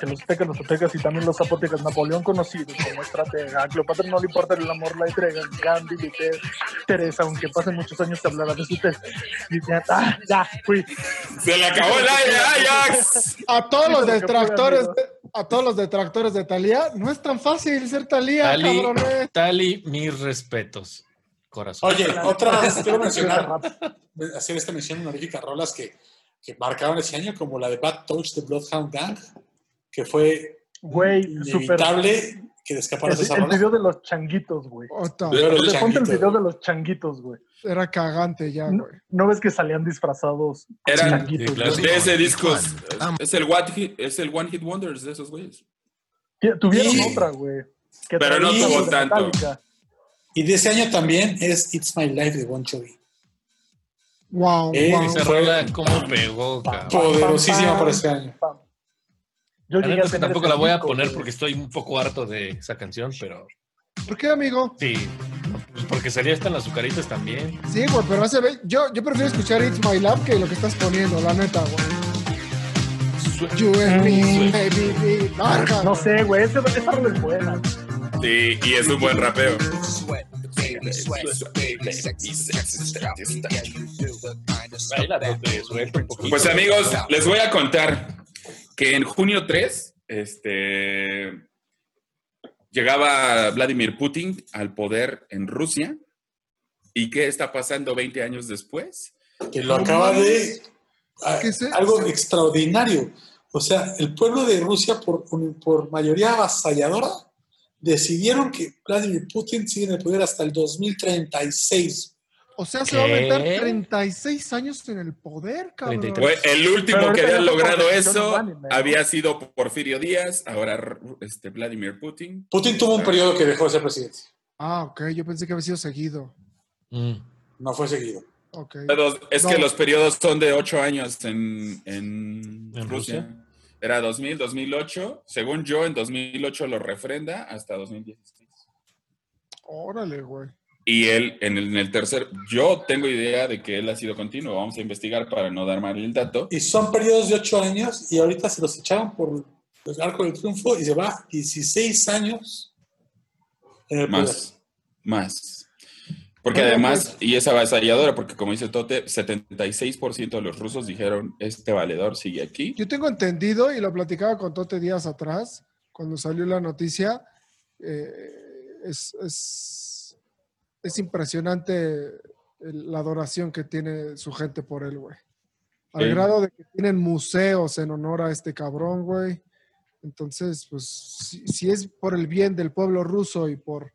Speaker 11: Que los aztecas, los aztecas y también los zapotecas. Napoleón conocido como estratega. A Cleopatra no le importa el amor, la entrega. Gandhi, Lutero, Teresa, aunque pasen muchos años, te hablará de su test. Y ya, ah, ya, fui.
Speaker 8: ¡Se le acabó el aire, Ajax!
Speaker 10: A todos los
Speaker 11: Híjole, qué
Speaker 10: detractores,
Speaker 11: pura
Speaker 10: de- a todos los detractores de Talía, no es tan fácil ser Talía,
Speaker 7: Tali,
Speaker 10: cabrones.
Speaker 7: Tali, mis respetos. Corazón.
Speaker 9: Oye, otra vez quiero mencionar, hacer esta mención honorífica a rolas que, que marcaron ese año, como la de Bad Touch de Bloodhound Gang, que fue
Speaker 11: Güey, súper.
Speaker 9: inevitable que descaparas
Speaker 11: El,
Speaker 9: esa
Speaker 11: el
Speaker 9: rola.
Speaker 11: video de los changuitos, güey.
Speaker 10: Ota,
Speaker 9: Pero el
Speaker 11: Le ponte el
Speaker 9: changuito,
Speaker 11: video de los changuitos, güey.
Speaker 10: era cagante ya,
Speaker 11: No,
Speaker 10: güey.
Speaker 11: no ves que salían disfrazados.
Speaker 8: Eran
Speaker 11: changuitos, güey?
Speaker 7: sí, claro.
Speaker 8: pues, de ese disco. es- Es el, one hit, es el One Hit Wonders de esos güeyes.
Speaker 11: Tie- Tuvieron
Speaker 9: Sí.
Speaker 11: otra, güey. que
Speaker 8: Pero no
Speaker 11: traía
Speaker 9: tuvo
Speaker 11: de
Speaker 8: tanto.
Speaker 11: Metallica.
Speaker 9: Y de ese año también es It's My Life de Bon Jovi.
Speaker 10: Wow,
Speaker 9: Eh,
Speaker 10: wow.
Speaker 7: Esa rola, ¿cómo pegó, cabrón?
Speaker 9: Poderosísima
Speaker 11: Pam,
Speaker 9: para ese año.
Speaker 11: pam. Yo
Speaker 7: La
Speaker 11: llegué
Speaker 7: neta
Speaker 11: a
Speaker 7: es que
Speaker 11: tener
Speaker 7: tampoco
Speaker 11: ese
Speaker 7: la voy a
Speaker 11: disco,
Speaker 7: poner
Speaker 11: güey.
Speaker 7: porque estoy un poco harto de esa canción, pero
Speaker 10: ¿Por qué, amigo?
Speaker 7: sí, Pues porque salía hasta en las azucaritas también.
Speaker 10: Sí, güey, pero hace ve- yo, yo prefiero escuchar It's My Love que lo que estás poniendo, la neta, güey. You and me, baby, baby. Larga,
Speaker 11: Mm, No sé, güey, esa esa rola es buena.
Speaker 8: Sí, y es un buen rapeo. Pues amigos, les voy a contar que en junio 3, este, llegaba Vladimir Putin al poder en Rusia. ¿Y qué está pasando 20 años después?
Speaker 9: que lo acaba de a- algo extraordinario. O sea, el pueblo de Rusia, por, por mayoría avasalladora, decidieron que Vladimir Putin sigue en el poder hasta el 2036.
Speaker 10: O sea, se va a meter 36 años en el poder, cabrón.
Speaker 8: Fue el último que había logrado eso
Speaker 10: ¿no?
Speaker 8: había sido Porfirio Díaz, ahora este, Vladimir Putin.
Speaker 9: Putin tuvo un periodo que dejó de ser presidente.
Speaker 10: Ah, ok, yo pensé que había sido seguido.
Speaker 7: Mm.
Speaker 9: No fue seguido.
Speaker 10: Ok.
Speaker 8: Pero es que
Speaker 10: No.
Speaker 8: los periodos son de ocho años en, en Rusia.
Speaker 10: Rusia?
Speaker 8: Era 2000, 2008. Según yo, en 2008 lo refrenda hasta 2016.
Speaker 10: Órale, güey.
Speaker 8: Y él, en el, en el tercer, yo tengo idea de que él ha sido continuo. Vamos a investigar para no dar mal el dato.
Speaker 9: Y son periodos de 8 años y ahorita se los echaron por el arco del triunfo y se va 16 años en el poder.
Speaker 8: Más, más. Porque
Speaker 9: Bueno, pues-
Speaker 8: además, y es avasalladora, porque como dice Tote, 76% de los rusos dijeron, este valedor sigue aquí.
Speaker 10: Yo tengo entendido, y lo platicaba con Tote días atrás, cuando salió la noticia, eh, es, es, es impresionante el- la adoración que tiene su gente por él, güey. Al
Speaker 18: Sí.
Speaker 10: grado de que tienen museos en honor a este cabrón, güey. Entonces, pues, si, si es por el bien del pueblo ruso y por,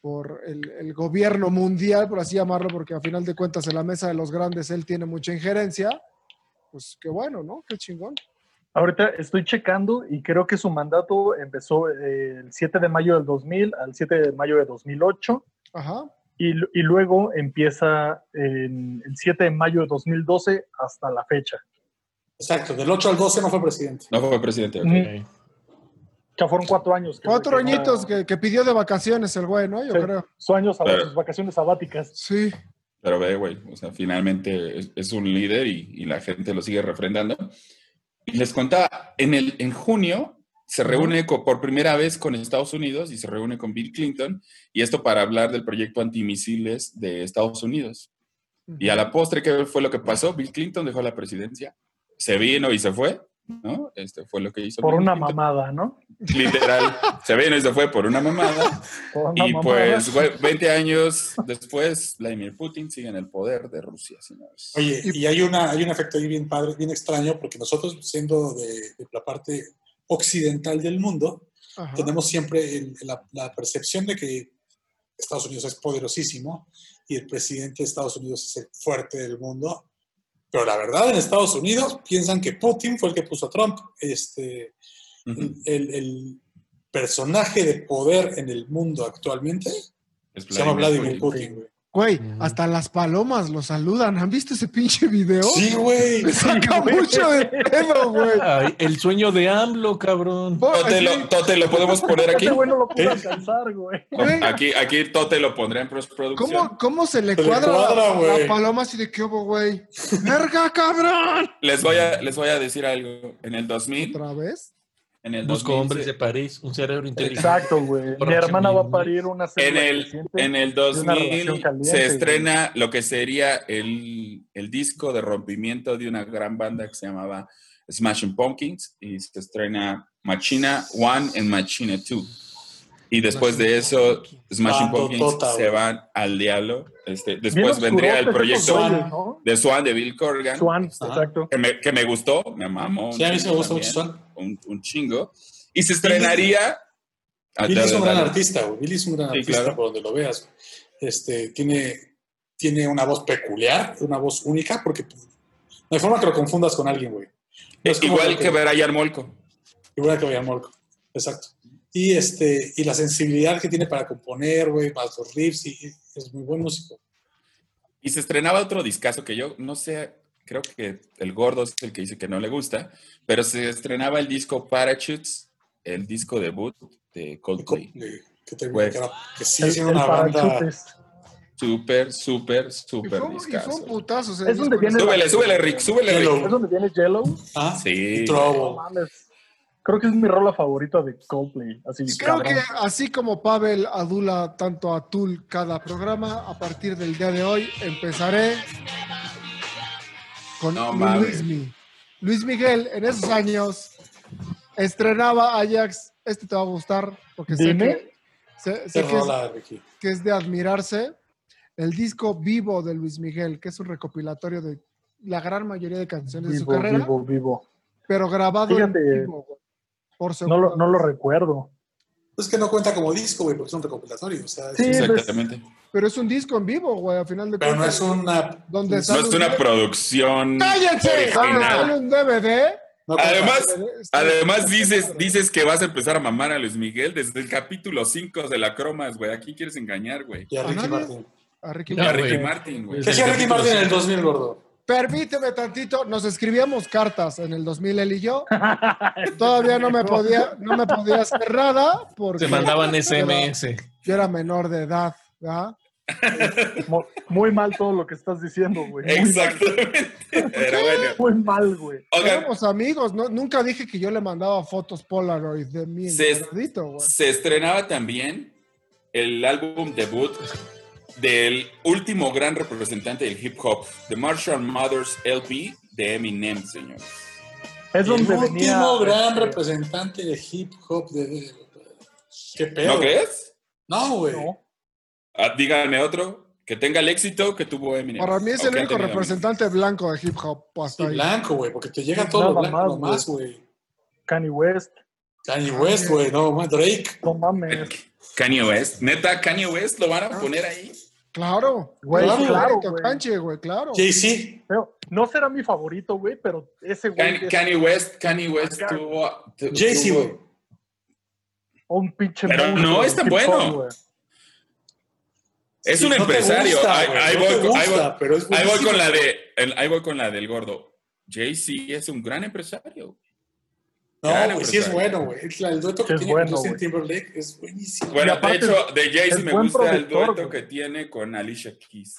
Speaker 10: por el, el gobierno mundial, por así llamarlo, porque a final de cuentas en la mesa de los grandes él tiene mucha injerencia, pues qué bueno, ¿no? Qué chingón.
Speaker 11: Ahorita estoy checando y creo que su mandato empezó eh, el 7 de mayo del 2000 al 7 de mayo de 2008
Speaker 10: Ajá.
Speaker 11: y, lu- y luego empieza en el 7 de mayo de 2012 hasta la fecha.
Speaker 9: Exacto, del 8 al 12 no fue presidente.
Speaker 8: No fue presidente. ok.
Speaker 11: Mm. Ya fueron cuatro años. que-
Speaker 10: Cuatro
Speaker 11: que-
Speaker 10: añitos que, que pidió de vacaciones el güey, ¿no? Yo
Speaker 11: Sí,
Speaker 10: creo.
Speaker 11: Son años sab-
Speaker 8: Claro.
Speaker 11: sus vacaciones sabáticas.
Speaker 10: Sí.
Speaker 8: Pero ve, güey, o sea, finalmente es, es un líder y, y la gente lo sigue refrendando. Y les contaba, en, el, en junio se reúne co- por primera vez con Estados Unidos y se reúne con Bill Clinton, y esto para hablar del proyecto antimisiles de Estados Unidos. Y a la postre, ¿qué fue lo que pasó? Bill Clinton dejó la presidencia, se vino y se fue, ¿no? Este fue lo que hizo.
Speaker 11: Por
Speaker 8: Bill
Speaker 11: una
Speaker 8: Clinton.
Speaker 11: mamada, ¿no?
Speaker 8: Literal, se vino y se fue por una mamada.
Speaker 11: Por una
Speaker 8: Y
Speaker 11: mamada.
Speaker 8: pues, güey, 20 años después, Vladimir Putin sigue en el poder de Rusia, señores.
Speaker 9: Oye, y hay, una, hay un efecto ahí bien padre, bien extraño, porque nosotros, siendo de, de la parte occidental del mundo,
Speaker 10: Ajá.
Speaker 9: tenemos siempre el- la, la percepción de que Estados Unidos es poderosísimo y el presidente de Estados Unidos es el fuerte del mundo. Pero la verdad, en Estados Unidos piensan que Putin fue el que puso a Trump. Este, el, el personaje de poder en el mundo actualmente
Speaker 8: Es
Speaker 9: se llama Vladimir
Speaker 8: Vladimir
Speaker 9: Putin. güey.
Speaker 10: Güey, hasta las palomas lo saludan. ¿Han visto ese pinche video?
Speaker 9: Sí, güey.
Speaker 10: Me saca
Speaker 7: Sí, güey.
Speaker 10: mucho de pedo, güey.
Speaker 7: Ay, el sueño de AMLO, cabrón.
Speaker 8: Tote lo, *laughs* Tote, ¿lo podemos poner aquí?
Speaker 11: Ese güey no lo pudo
Speaker 8: ¿Eh?
Speaker 11: alcanzar,
Speaker 8: *laughs*
Speaker 11: güey.
Speaker 8: Aquí, aquí Tote lo pondré en postproducción.
Speaker 10: ¿Cómo, cómo se le
Speaker 8: Se le
Speaker 10: cuadra,
Speaker 8: cuadra,
Speaker 10: a
Speaker 8: güey.
Speaker 10: la paloma así de qué hubo, güey? ¡Verga, cabrón!
Speaker 8: Les voy, a, les voy a decir algo. En el 2000,
Speaker 10: ¿Otra vez?
Speaker 8: en el
Speaker 7: Busco
Speaker 8: 2000,
Speaker 7: hombres de París, un cerebro inteligente.
Speaker 11: Exacto, güey. Mi hermana va a parir una
Speaker 8: En
Speaker 11: célula
Speaker 8: el,
Speaker 11: creciente
Speaker 8: en el
Speaker 11: de una relación
Speaker 8: 2000
Speaker 11: caliente,
Speaker 8: se
Speaker 11: güey.
Speaker 8: estrena lo que sería el, el disco de rompimiento de una gran banda que se llamaba Smashing Pumpkins y se estrena Machina 1 y Machina 2. Y después de eso, Smashing Pumpkins
Speaker 9: Bandotota,
Speaker 8: se
Speaker 9: tota, güey.
Speaker 8: van al diablo. Este,
Speaker 9: Bien
Speaker 8: después
Speaker 9: oscurotes
Speaker 8: vendría el
Speaker 9: esos
Speaker 8: proyecto
Speaker 9: güeyes, ¿no?
Speaker 8: de Swan, de Bill Corgan.
Speaker 11: Swan, exacto.
Speaker 8: Que me, que me gustó, me mamó.
Speaker 9: Sí, a mí sí me gusta mucho
Speaker 8: también, Un, un chingo. Y se estrenaría... Ah,
Speaker 9: Billy es
Speaker 8: dale,
Speaker 9: un gran
Speaker 8: dale.
Speaker 9: artista, güey. Billy es un gran
Speaker 8: Sí,
Speaker 9: artista
Speaker 8: claro.
Speaker 9: por donde lo veas. güey. Este, tiene, tiene una voz peculiar, una voz única, porque pues, no hay forma que lo confundas con alguien, güey. No es como
Speaker 8: Igual
Speaker 9: lo
Speaker 8: que Brian Molko.
Speaker 9: Igual que Brian Molko, exacto. Y, este, y la sensibilidad que tiene para componer, güey, más los riffs, y, y es muy buen músico.
Speaker 8: Y se estrenaba otro discazo que yo no sé, creo que el gordo es el que dice que no le gusta, pero se estrenaba el disco Parachutes, el disco debut de Coldplay.
Speaker 9: que terminó pues, que sí, el, una banda
Speaker 8: súper, súper, súper
Speaker 10: discaso. Y putazos. eh,
Speaker 8: Es donde viene súbele, súbele, Rick, súbele, Rick.
Speaker 11: ¿Es donde viene Yellow?
Speaker 9: Ah, sí.
Speaker 11: No mames. Creo que es mi rola favorita de Coldplay. Así,
Speaker 10: Pues Creo cabrón. que así como Pavel adula tanto a Tool cada programa, a partir del día de hoy empezaré con no, Luis Miguel. Luis Miguel en esos años estrenaba Ajax. Este te va a gustar porque
Speaker 11: ¿Dime?
Speaker 10: sé, que, sé, sé que, es, que, es, de admirarse. El disco Vivo de Luis Miguel, que es un recopilatorio de la gran mayoría de canciones
Speaker 11: vivo,
Speaker 10: de su carrera.
Speaker 11: Vivo, vivo.
Speaker 10: Pero grabado
Speaker 11: Fíjate, en vivo, por no, lo, no lo recuerdo.
Speaker 9: Es que no cuenta como disco, güey, porque es un recopilatorio. O sea,
Speaker 11: sí,
Speaker 9: es...
Speaker 8: exactamente.
Speaker 10: Pero es un disco en vivo, güey, al final de
Speaker 9: Pero cuentas. no es una.
Speaker 10: Donde
Speaker 8: no es una DVD. producción.
Speaker 10: ¡Cállate! Sale un DVD.
Speaker 8: No además, además dices, dices que vas a empezar a mamar a Luis Miguel desde el capítulo 5 de la Cromas, güey. ¿A quién quieres engañar, güey?
Speaker 9: Y a Ricky Martin.
Speaker 10: A Ricky,
Speaker 8: no, Ricky Martin, güey.
Speaker 9: ¿Qué hacía Ricky Martin en el 2000, gordo?
Speaker 10: Permíteme tantito, nos escribíamos cartas en el 2000 él y yo. Todavía no me podía, no me podía hacer nada porque
Speaker 17: se
Speaker 9: *laughs*
Speaker 17: mandaban SMS.
Speaker 10: Era, yo era menor de edad, ¿verdad?
Speaker 11: Muy mal todo lo que estás diciendo, güey.
Speaker 10: *laughs*
Speaker 8: Exactamente. Pero bueno.
Speaker 11: Muy mal, güey.
Speaker 10: Okay. Éramos amigos, no, nunca dije que yo le mandaba fotos Polaroid de mí.
Speaker 8: Se, gordito, se estrenaba también el álbum debut del último gran representante del hip hop, The Marshall Mothers LP de Eminem, señor.
Speaker 9: Es donde el venía, este último
Speaker 11: este,
Speaker 9: gran pero... representante de hip hop de... ¿Qué pedo?
Speaker 8: ¿No crees?
Speaker 9: No, güey. No.
Speaker 8: Ah, díganme otro que tenga el éxito que tuvo Eminem.
Speaker 10: Para mí es el único representante Eminem. blanco de hip hop. Hasta
Speaker 9: sí, ahí. blanco, güey, porque te llega todo Nada blanco más, güey.
Speaker 11: Kanye West.
Speaker 9: Kanye West, güey, no, man, Drake.
Speaker 11: No mames.
Speaker 8: Kanye West, neta, Kanye West lo
Speaker 10: Ah.
Speaker 8: van a poner ahí.
Speaker 10: Claro,
Speaker 11: güey, claro, claro, güey.
Speaker 10: Canche, güey, claro.
Speaker 9: jay
Speaker 11: no será mi favorito, güey, pero ese güey.
Speaker 8: Kanye, Kanye West, Kanye West Acá. tuvo.
Speaker 9: Jay-Z, güey.
Speaker 11: Un pinche.
Speaker 8: Pero mundo, no es tan bueno. Wey. Es sí, un no empresario. Gusta, ahí, ahí, no voy, gusta, ahí, voy, ahí, voy, con la de, el, ahí voy con la del gordo. Jay-Z es un gran empresario.
Speaker 9: No, gran güey, empresario. sí es bueno, güey. El dueto que es tiene bueno, con Justin Timberlake es buenísimo.
Speaker 8: Bueno, aparte, de hecho, de Jay-Z me gusta el dueto güey. que tiene con Alicia Keys.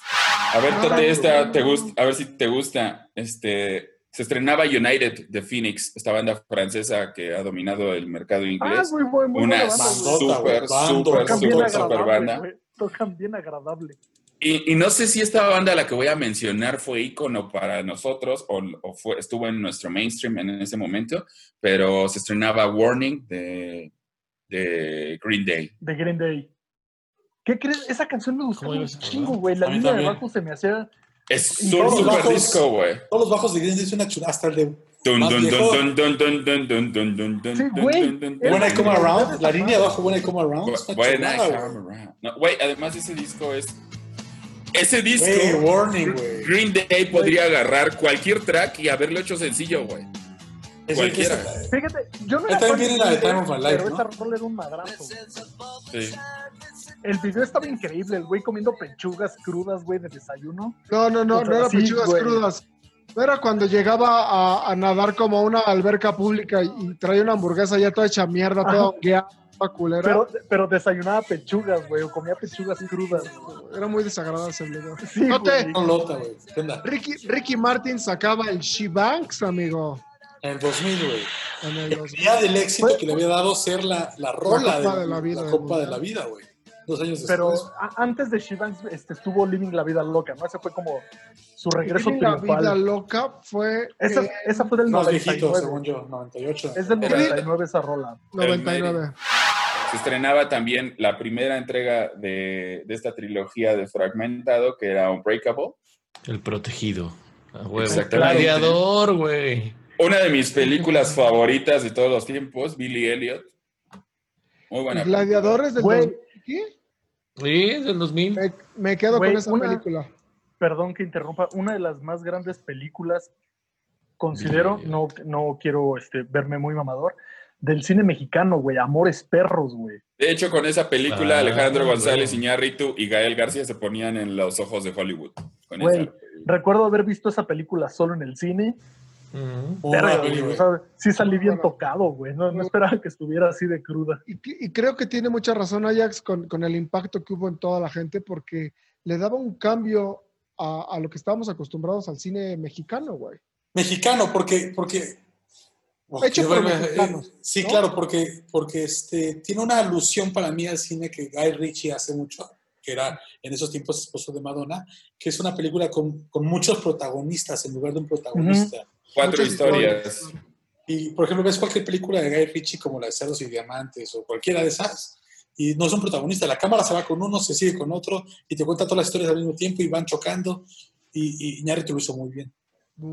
Speaker 8: A ver, ah, esta, te gusta, a ver si te gusta. Este, se estrenaba United de Phoenix, esta banda francesa que ha dominado el mercado inglés.
Speaker 11: Ah, muy, muy, muy
Speaker 8: Una súper, súper, súper, súper banda.
Speaker 11: Güey tocan bien agradable.
Speaker 8: Y, y, no sé si esta banda a la que voy a mencionar fue ícono para nosotros o, o fue, estuvo en nuestro mainstream en ese momento, pero se estrenaba Warning de, de Green Day.
Speaker 11: De Green Day. ¿Qué crees? Esa canción me gustó un chingo, güey. La línea de bajo se me hacía...
Speaker 8: Es súper disco, güey.
Speaker 9: Todos los bajos de Green Day es una chulada. Hasta el de
Speaker 8: Dun, dun,
Speaker 11: dun, sí, güey.
Speaker 9: When I Come Around, la línea de abajo, When I Come Around.
Speaker 8: When I Come Around. Güey, además ese disco es. Ese disco.
Speaker 9: Hey, warning, güey.
Speaker 8: Green Day podría wey. agarrar cualquier track y haberlo hecho sencillo, güey. Cualquiera.
Speaker 11: Es, fíjate, yo no
Speaker 9: la también viene la de Time of My Life.
Speaker 11: Pero esta rola era un madrazo. Sí. El video estaba increíble, el güey comiendo pechugas crudas, güey, de desayuno.
Speaker 10: No, no, no, no era pechugas crudas. Era cuando llegaba a, a, nadar como una alberca pública y, y traía una hamburguesa ya toda hecha mierda, toda guía, culera.
Speaker 11: Pero, pero, desayunaba pechugas, güey, o comía pechugas crudas. Wey.
Speaker 10: Era muy desagradable ese
Speaker 11: sí,
Speaker 10: no te...
Speaker 9: Lota,
Speaker 10: Ricky, Ricky Martin sacaba el She-Banks, amigo.
Speaker 9: En el 2000, güey. En el 2000. Día del éxito pues, que le había dado ser la, la rola
Speaker 10: la de, la, vida,
Speaker 9: la copa de la vida, güey. Dos años
Speaker 11: Pero
Speaker 9: después.
Speaker 11: antes de She-Banks este, estuvo Living la Vida Loca, ¿no? Ese fue como su regreso
Speaker 10: Living la Vida Loca fue...
Speaker 11: Esa, eh, esa fue del
Speaker 9: no,
Speaker 11: 99.
Speaker 9: Viejito, según yo, 98.
Speaker 11: Es del 99 esa rola.
Speaker 10: 99.
Speaker 8: Se estrenaba también la primera entrega de, de esta trilogía de Fragmentado, que era Unbreakable.
Speaker 17: El Protegido. Ah, wey, el gladiador, güey.
Speaker 8: Una de mis películas favoritas de todos los tiempos, Billy Elliot. Muy buena.
Speaker 10: Gladiadores del
Speaker 11: güey.
Speaker 17: ¿Qué? Sí, es del 2000.
Speaker 10: Me, me quedo güey, con esa una, película.
Speaker 11: Perdón que interrumpa, una de las más grandes películas, considero, Billy no, no quiero este, verme muy mamador, del cine mexicano, güey, Amores Perros, güey.
Speaker 8: De hecho, con esa película, ah, Alejandro güey. González Iñárritu y Gael García se ponían en los ojos de Hollywood. Con
Speaker 11: güey, recuerdo haber visto esa película solo en el cine Oh, Verga, güey, o sea, sí salí bien tocado, güey. No, no esperaba que estuviera así de cruda.
Speaker 10: Y, y creo que tiene mucha razón Ajax con, con, el impacto que hubo en toda la gente porque le daba un cambio a, a lo que estábamos acostumbrados al cine mexicano, güey.
Speaker 9: Mexicano, porque, porque Oh, Hecho por mexicanos, sí, ¿no? claro, porque, porque este, tiene una alusión para mí al cine que Guy Ritchie hace mucho, que era en esos tiempos esposo de Madonna, que es una película con, con muchos protagonistas en lugar de un protagonista. Uh -huh.
Speaker 8: Cuatro historias. historias.
Speaker 9: Y, por ejemplo, ves cualquier película de Guy Ritchie como la de Cerdos y Diamantes o cualquiera de esas, y no son protagonistas. La cámara se va con uno, se sigue con otro, y te cuenta todas las historias al mismo tiempo y van chocando. Y, y Iñárritu lo hizo muy bien.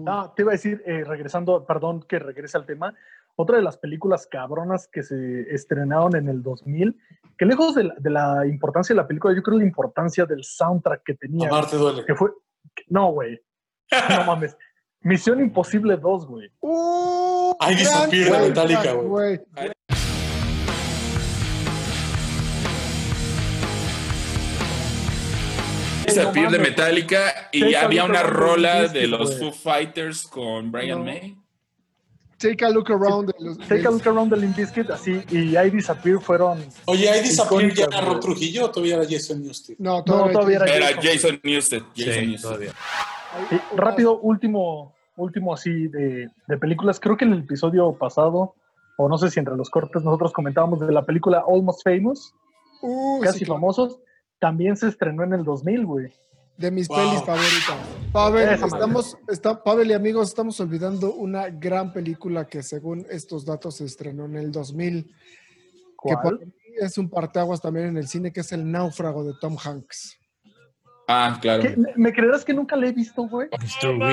Speaker 11: Ah, te iba a decir, eh, regresando, perdón que regrese al tema, otra de las películas cabronas que se estrenaron en el 2000, que lejos de la, de la importancia de la película, yo creo la importancia del soundtrack que tenía.
Speaker 9: Amarte duele.
Speaker 11: Que fue, que, no, güey. No mames. Misión Imposible 2, güey.
Speaker 10: Uh,
Speaker 9: Ahí piedra metálica, güey.
Speaker 8: a Pier de Metallica y Take había una rola de los Foo Fighters con Brian no. May.
Speaker 10: Take a look around. Los,
Speaker 11: Take a look around the Limp Bizkit, así, y I Disappear fueron.
Speaker 9: Oye, I Disappear ya agarró Trujillo o todavía era Jason Newsted.
Speaker 10: No, todavía, no, todavía
Speaker 8: era, era, Jason Newsted. Jason sí, Newsted. Todavía.
Speaker 11: Y rápido, último, último así de, de películas. Creo que en el episodio pasado, o no sé si entre los cortes, nosotros comentábamos de la película Almost Famous, uh, casi sí, famosos también se estrenó en el 2000, güey.
Speaker 10: De mis wow. pelis favoritas. Pavel, Esa estamos, está, Pavel y amigos, estamos olvidando una gran película que según estos datos se estrenó en el 2000. ¿Cuál? Que para mí es un parteaguas también en el cine, que es El Náufrago de Tom Hanks.
Speaker 8: Ah, claro.
Speaker 11: ¿Qué? ¿Me creerás que nunca le he visto, güey?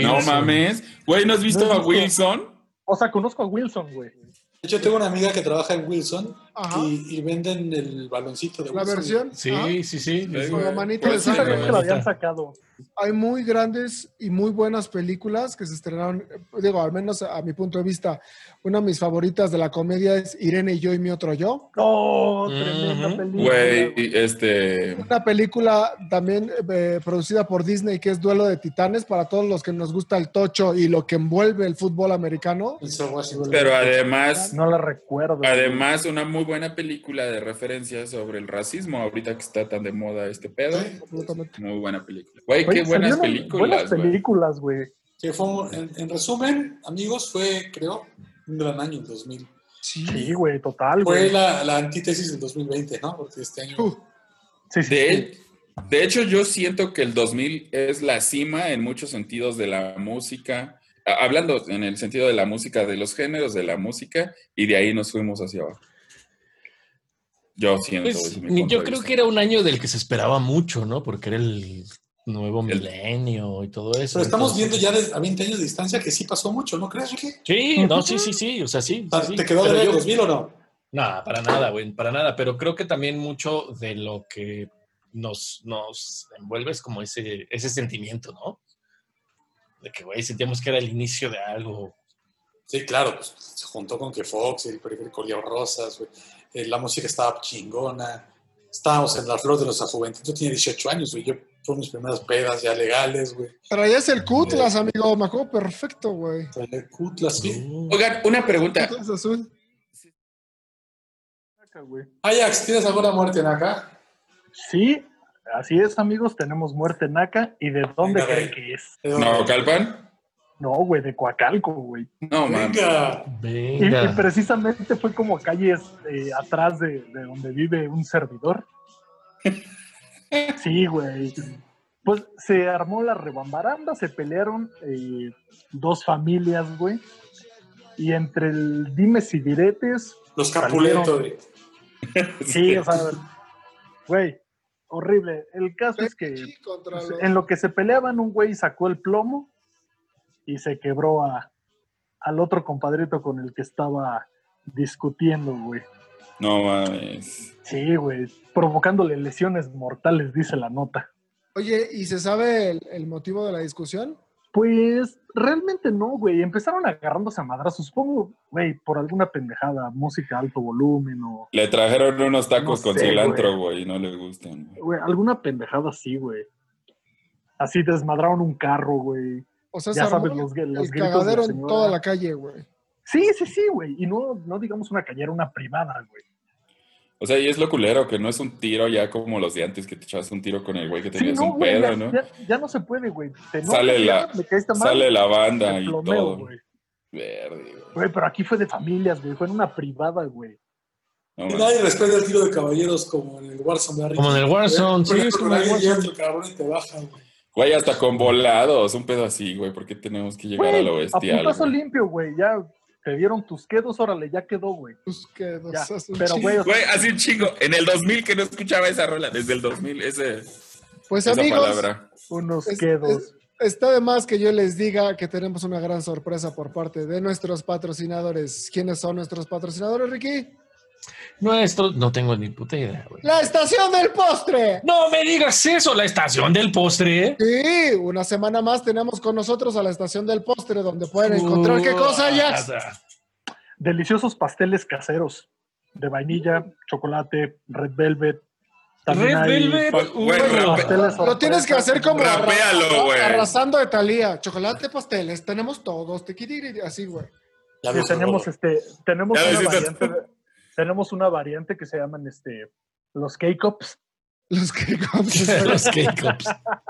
Speaker 8: No mames. Güey, ¿no has visto no, a Wilson?
Speaker 11: O sea, conozco a Wilson, güey.
Speaker 9: De hecho, tengo una amiga que trabaja en Wilson y, y, venden el baloncito de
Speaker 10: ¿La
Speaker 9: Wilson.
Speaker 10: versión?
Speaker 17: Sí, ah. sí, sí.
Speaker 10: Con la manita pues de
Speaker 11: sí sabía que la habían sacado.
Speaker 10: Hay muy grandes y muy buenas películas que se estrenaron, digo, al menos a mi punto de vista, una de mis favoritas de la comedia es Irene y yo y mi otro yo.
Speaker 11: ¡Oh, tremenda uh -huh. película!
Speaker 8: Güey, este...
Speaker 10: Una película también eh, producida por Disney que es Duelo de Titanes para todos los que nos gusta el tocho y lo que envuelve el fútbol americano.
Speaker 8: Pero además...
Speaker 11: No la recuerdo.
Speaker 8: Además, una muy buena película de referencia sobre el racismo, ahorita que está tan de moda este pedo. Sí, muy buena película. Güey, qué buenas películas.
Speaker 11: Buenas películas, güey.
Speaker 9: Que fue, en, en, resumen, amigos, fue, creo, un gran año, el 2000.
Speaker 11: Sí, güey, sí, total.
Speaker 9: Fue
Speaker 11: wey.
Speaker 9: La, la, antítesis del 2020, ¿no? Porque este año. Uh,
Speaker 8: sí, de, de hecho, yo siento que el 2000 es la cima en muchos sentidos de la música, hablando en el sentido de la música, de los géneros de la música, y de ahí nos fuimos hacia abajo. Yo siento.
Speaker 17: Pues, yo creo que era un año del que se esperaba mucho, ¿no? Porque era el nuevo el, milenio y todo eso.
Speaker 9: Pero estamos entonces. viendo ya a 20 años de distancia que sí pasó mucho, ¿no crees, Ricky?
Speaker 17: Sí, no, sí, sí, sí, o sea, sí.
Speaker 9: ¿Te,
Speaker 17: sí,
Speaker 9: ¿te quedó de yo, 2000 o no?
Speaker 17: Nada, para nada, güey, para nada, pero creo que también mucho de lo que nos, nos envuelve es como ese, ese sentimiento, ¿no? de que, güey, sentíamos que era el inicio de algo.
Speaker 9: Sí, claro, pues se juntó con que Fox, el periférico Leo Rosas, güey, eh, la música estaba chingona, estábamos en la flor de nuestra juventud, yo tenía 18 años, güey, yo fue mis primeras pedas ya legales, güey.
Speaker 10: Traías el cutlas, eh, amigo, me acuerdo perfecto, güey.
Speaker 9: Traía el cutlas, sí.
Speaker 8: Uh, Oigan, una pregunta.
Speaker 10: Cutlas azul.
Speaker 9: Ajax, ¿tienes alguna muerte en acá?
Speaker 11: Sí, Así es, amigos, tenemos muerte naca. ¿Y de dónde creen que es?
Speaker 8: ¿No, Calpan?
Speaker 11: No, güey, de Coacalco, güey.
Speaker 8: No,
Speaker 9: venga.
Speaker 11: venga. Y, y, precisamente fue como calles eh, atrás de, de, donde vive un servidor. sí, güey. Pues se armó la rebambaranda, se pelearon eh, dos familias, güey. Y entre el dimes y diretes.
Speaker 9: Los Capuleto, güey.
Speaker 11: Sí, o sea, güey, horrible. El caso es que los... Pues, en lo que se peleaban, un güey sacó el plomo y se quebró a, al otro compadrito con el que estaba discutiendo, güey.
Speaker 8: No mames.
Speaker 11: Sí, güey. Provocándole lesiones mortales, dice la nota.
Speaker 10: Oye, ¿y se sabe el, el motivo de la discusión?
Speaker 11: Pues realmente no, güey. Empezaron agarrándose a madrazos, supongo, güey, por alguna pendejada, música alto volumen o.
Speaker 8: Le trajeron unos tacos no con sé, cilantro, güey, y no le gustan.
Speaker 11: Güey, alguna pendejada sí, güey. Así desmadraron un carro, güey.
Speaker 10: O sea, ya se sabes, los, el, los el cagadero en toda la calle, güey.
Speaker 11: Sí, sí, sí, güey. Y no, no digamos una calle, era una privada, güey.
Speaker 8: O sea, y es lo culero, que no es un tiro ya como los de antes, que te echabas un tiro con el güey que tenías
Speaker 11: sí, no,
Speaker 8: un
Speaker 11: güey,
Speaker 8: pedo,
Speaker 11: ya,
Speaker 8: ¿no?
Speaker 11: Ya, ya, no se puede, güey. Te
Speaker 8: sale,
Speaker 11: no,
Speaker 8: la,
Speaker 11: ya,
Speaker 8: sale la banda y,
Speaker 11: plomeo,
Speaker 8: todo.
Speaker 11: Güey.
Speaker 8: Verde, güey.
Speaker 11: Güey, pero aquí fue de familias, güey. Fue en una privada, güey.
Speaker 9: No, y nadie respeta el tiro de caballeros como en el Warzone. De como en el Warzone,
Speaker 7: sí. Es como
Speaker 9: alguien llega otro cabrón y te baja, güey.
Speaker 8: Güey, hasta con volados, un pedo así, güey. ¿Por qué tenemos que llegar
Speaker 11: Güey,
Speaker 8: a lo bestial?
Speaker 11: A putazo
Speaker 8: güey?
Speaker 11: limpio, güey. Ya te dieron tus quedos, órale, ya quedó, güey.
Speaker 10: Tus quedos.
Speaker 11: Ya,
Speaker 10: haz un
Speaker 11: pero,
Speaker 10: chingo.
Speaker 11: güey, o sea,
Speaker 8: Güey, así un chingo. En el 2000 que no escuchaba esa rola. Desde el 2000, ese,
Speaker 10: Pues
Speaker 8: esa
Speaker 10: amigos,
Speaker 8: palabra.
Speaker 11: unos
Speaker 10: es-
Speaker 11: quedos.
Speaker 10: es- está de más que yo les diga que tenemos una gran sorpresa por parte de nuestros patrocinadores. ¿Quiénes son nuestros patrocinadores, Ricky?
Speaker 7: Nuestro, no tengo ni puta idea, güey.
Speaker 10: La estación del postre.
Speaker 7: No me digas eso, la estación del postre.
Speaker 10: Sí, una semana más tenemos con nosotros a la estación del postre, donde
Speaker 7: Uh,
Speaker 10: pueden encontrar qué cosa, Jax.
Speaker 7: Nada.
Speaker 11: Deliciosos pasteles caseros de vainilla, chocolate, red velvet.
Speaker 7: Red
Speaker 11: hay
Speaker 7: Velvet,
Speaker 11: pa-
Speaker 8: Güey,
Speaker 7: Bueno,
Speaker 8: rape-
Speaker 11: pasteles
Speaker 10: Lo
Speaker 11: sorpresa.
Speaker 10: tienes que hacer como
Speaker 8: Rapéalo,
Speaker 10: arrasando-
Speaker 8: güey.
Speaker 10: arrasando de Talía. Chocolate, pasteles, tenemos todos, tequitiri, así, güey.
Speaker 9: Ya
Speaker 11: Sí,
Speaker 9: ves,
Speaker 7: *laughs*
Speaker 11: tenemos
Speaker 9: Rodolfo.
Speaker 11: este, tenemos
Speaker 8: Ya
Speaker 11: una
Speaker 8: ves, estás-
Speaker 11: variante, de- tenemos una variante que se llaman este los K-cups.
Speaker 10: Los que
Speaker 7: *laughs*
Speaker 10: *laughs*
Speaker 11: *laughs*
Speaker 7: Los K-Cups.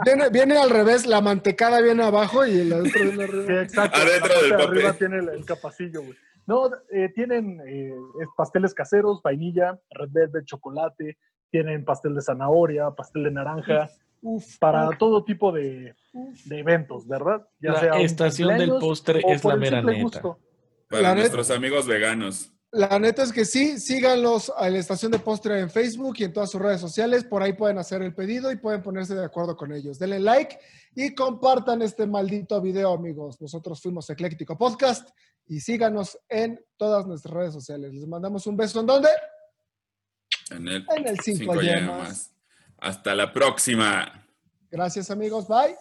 Speaker 10: viene, viene al revés, la mantecada viene abajo y la otra viene
Speaker 11: Sí, *laughs*
Speaker 10: arriba.
Speaker 11: exacto. La
Speaker 8: Adentro
Speaker 11: parte de
Speaker 8: del papel.
Speaker 11: Arriba tiene el, el capacillo, güey. No, eh, tienen eh, es- pasteles caseros, vainilla, red velvet, chocolate, tienen pastel de zanahoria, pastel de naranja,
Speaker 10: Uf,
Speaker 11: para todo tipo de, de eventos, ¿verdad?
Speaker 7: La
Speaker 11: un
Speaker 7: estación del
Speaker 11: cumpleaños
Speaker 7: postre
Speaker 11: o
Speaker 7: es
Speaker 11: por
Speaker 7: la
Speaker 11: el
Speaker 7: mera
Speaker 11: simple
Speaker 7: neta.
Speaker 8: Para
Speaker 10: la neta.
Speaker 8: nuestros amigos veganos.
Speaker 10: La neta es que sí, síganlos a la estación de postre en Facebook y en todas sus redes sociales. Por ahí pueden hacer el pedido y pueden ponerse de acuerdo con ellos. Denle like y compartan este maldito video, amigos. Nosotros fuimos Ecléctico Podcast y síganos en todas nuestras redes sociales. Les mandamos un beso. ¿En dónde?
Speaker 8: En el
Speaker 10: En el cinco
Speaker 8: 5
Speaker 10: yemas.
Speaker 8: Hasta la próxima.
Speaker 10: Gracias, amigos. Bye.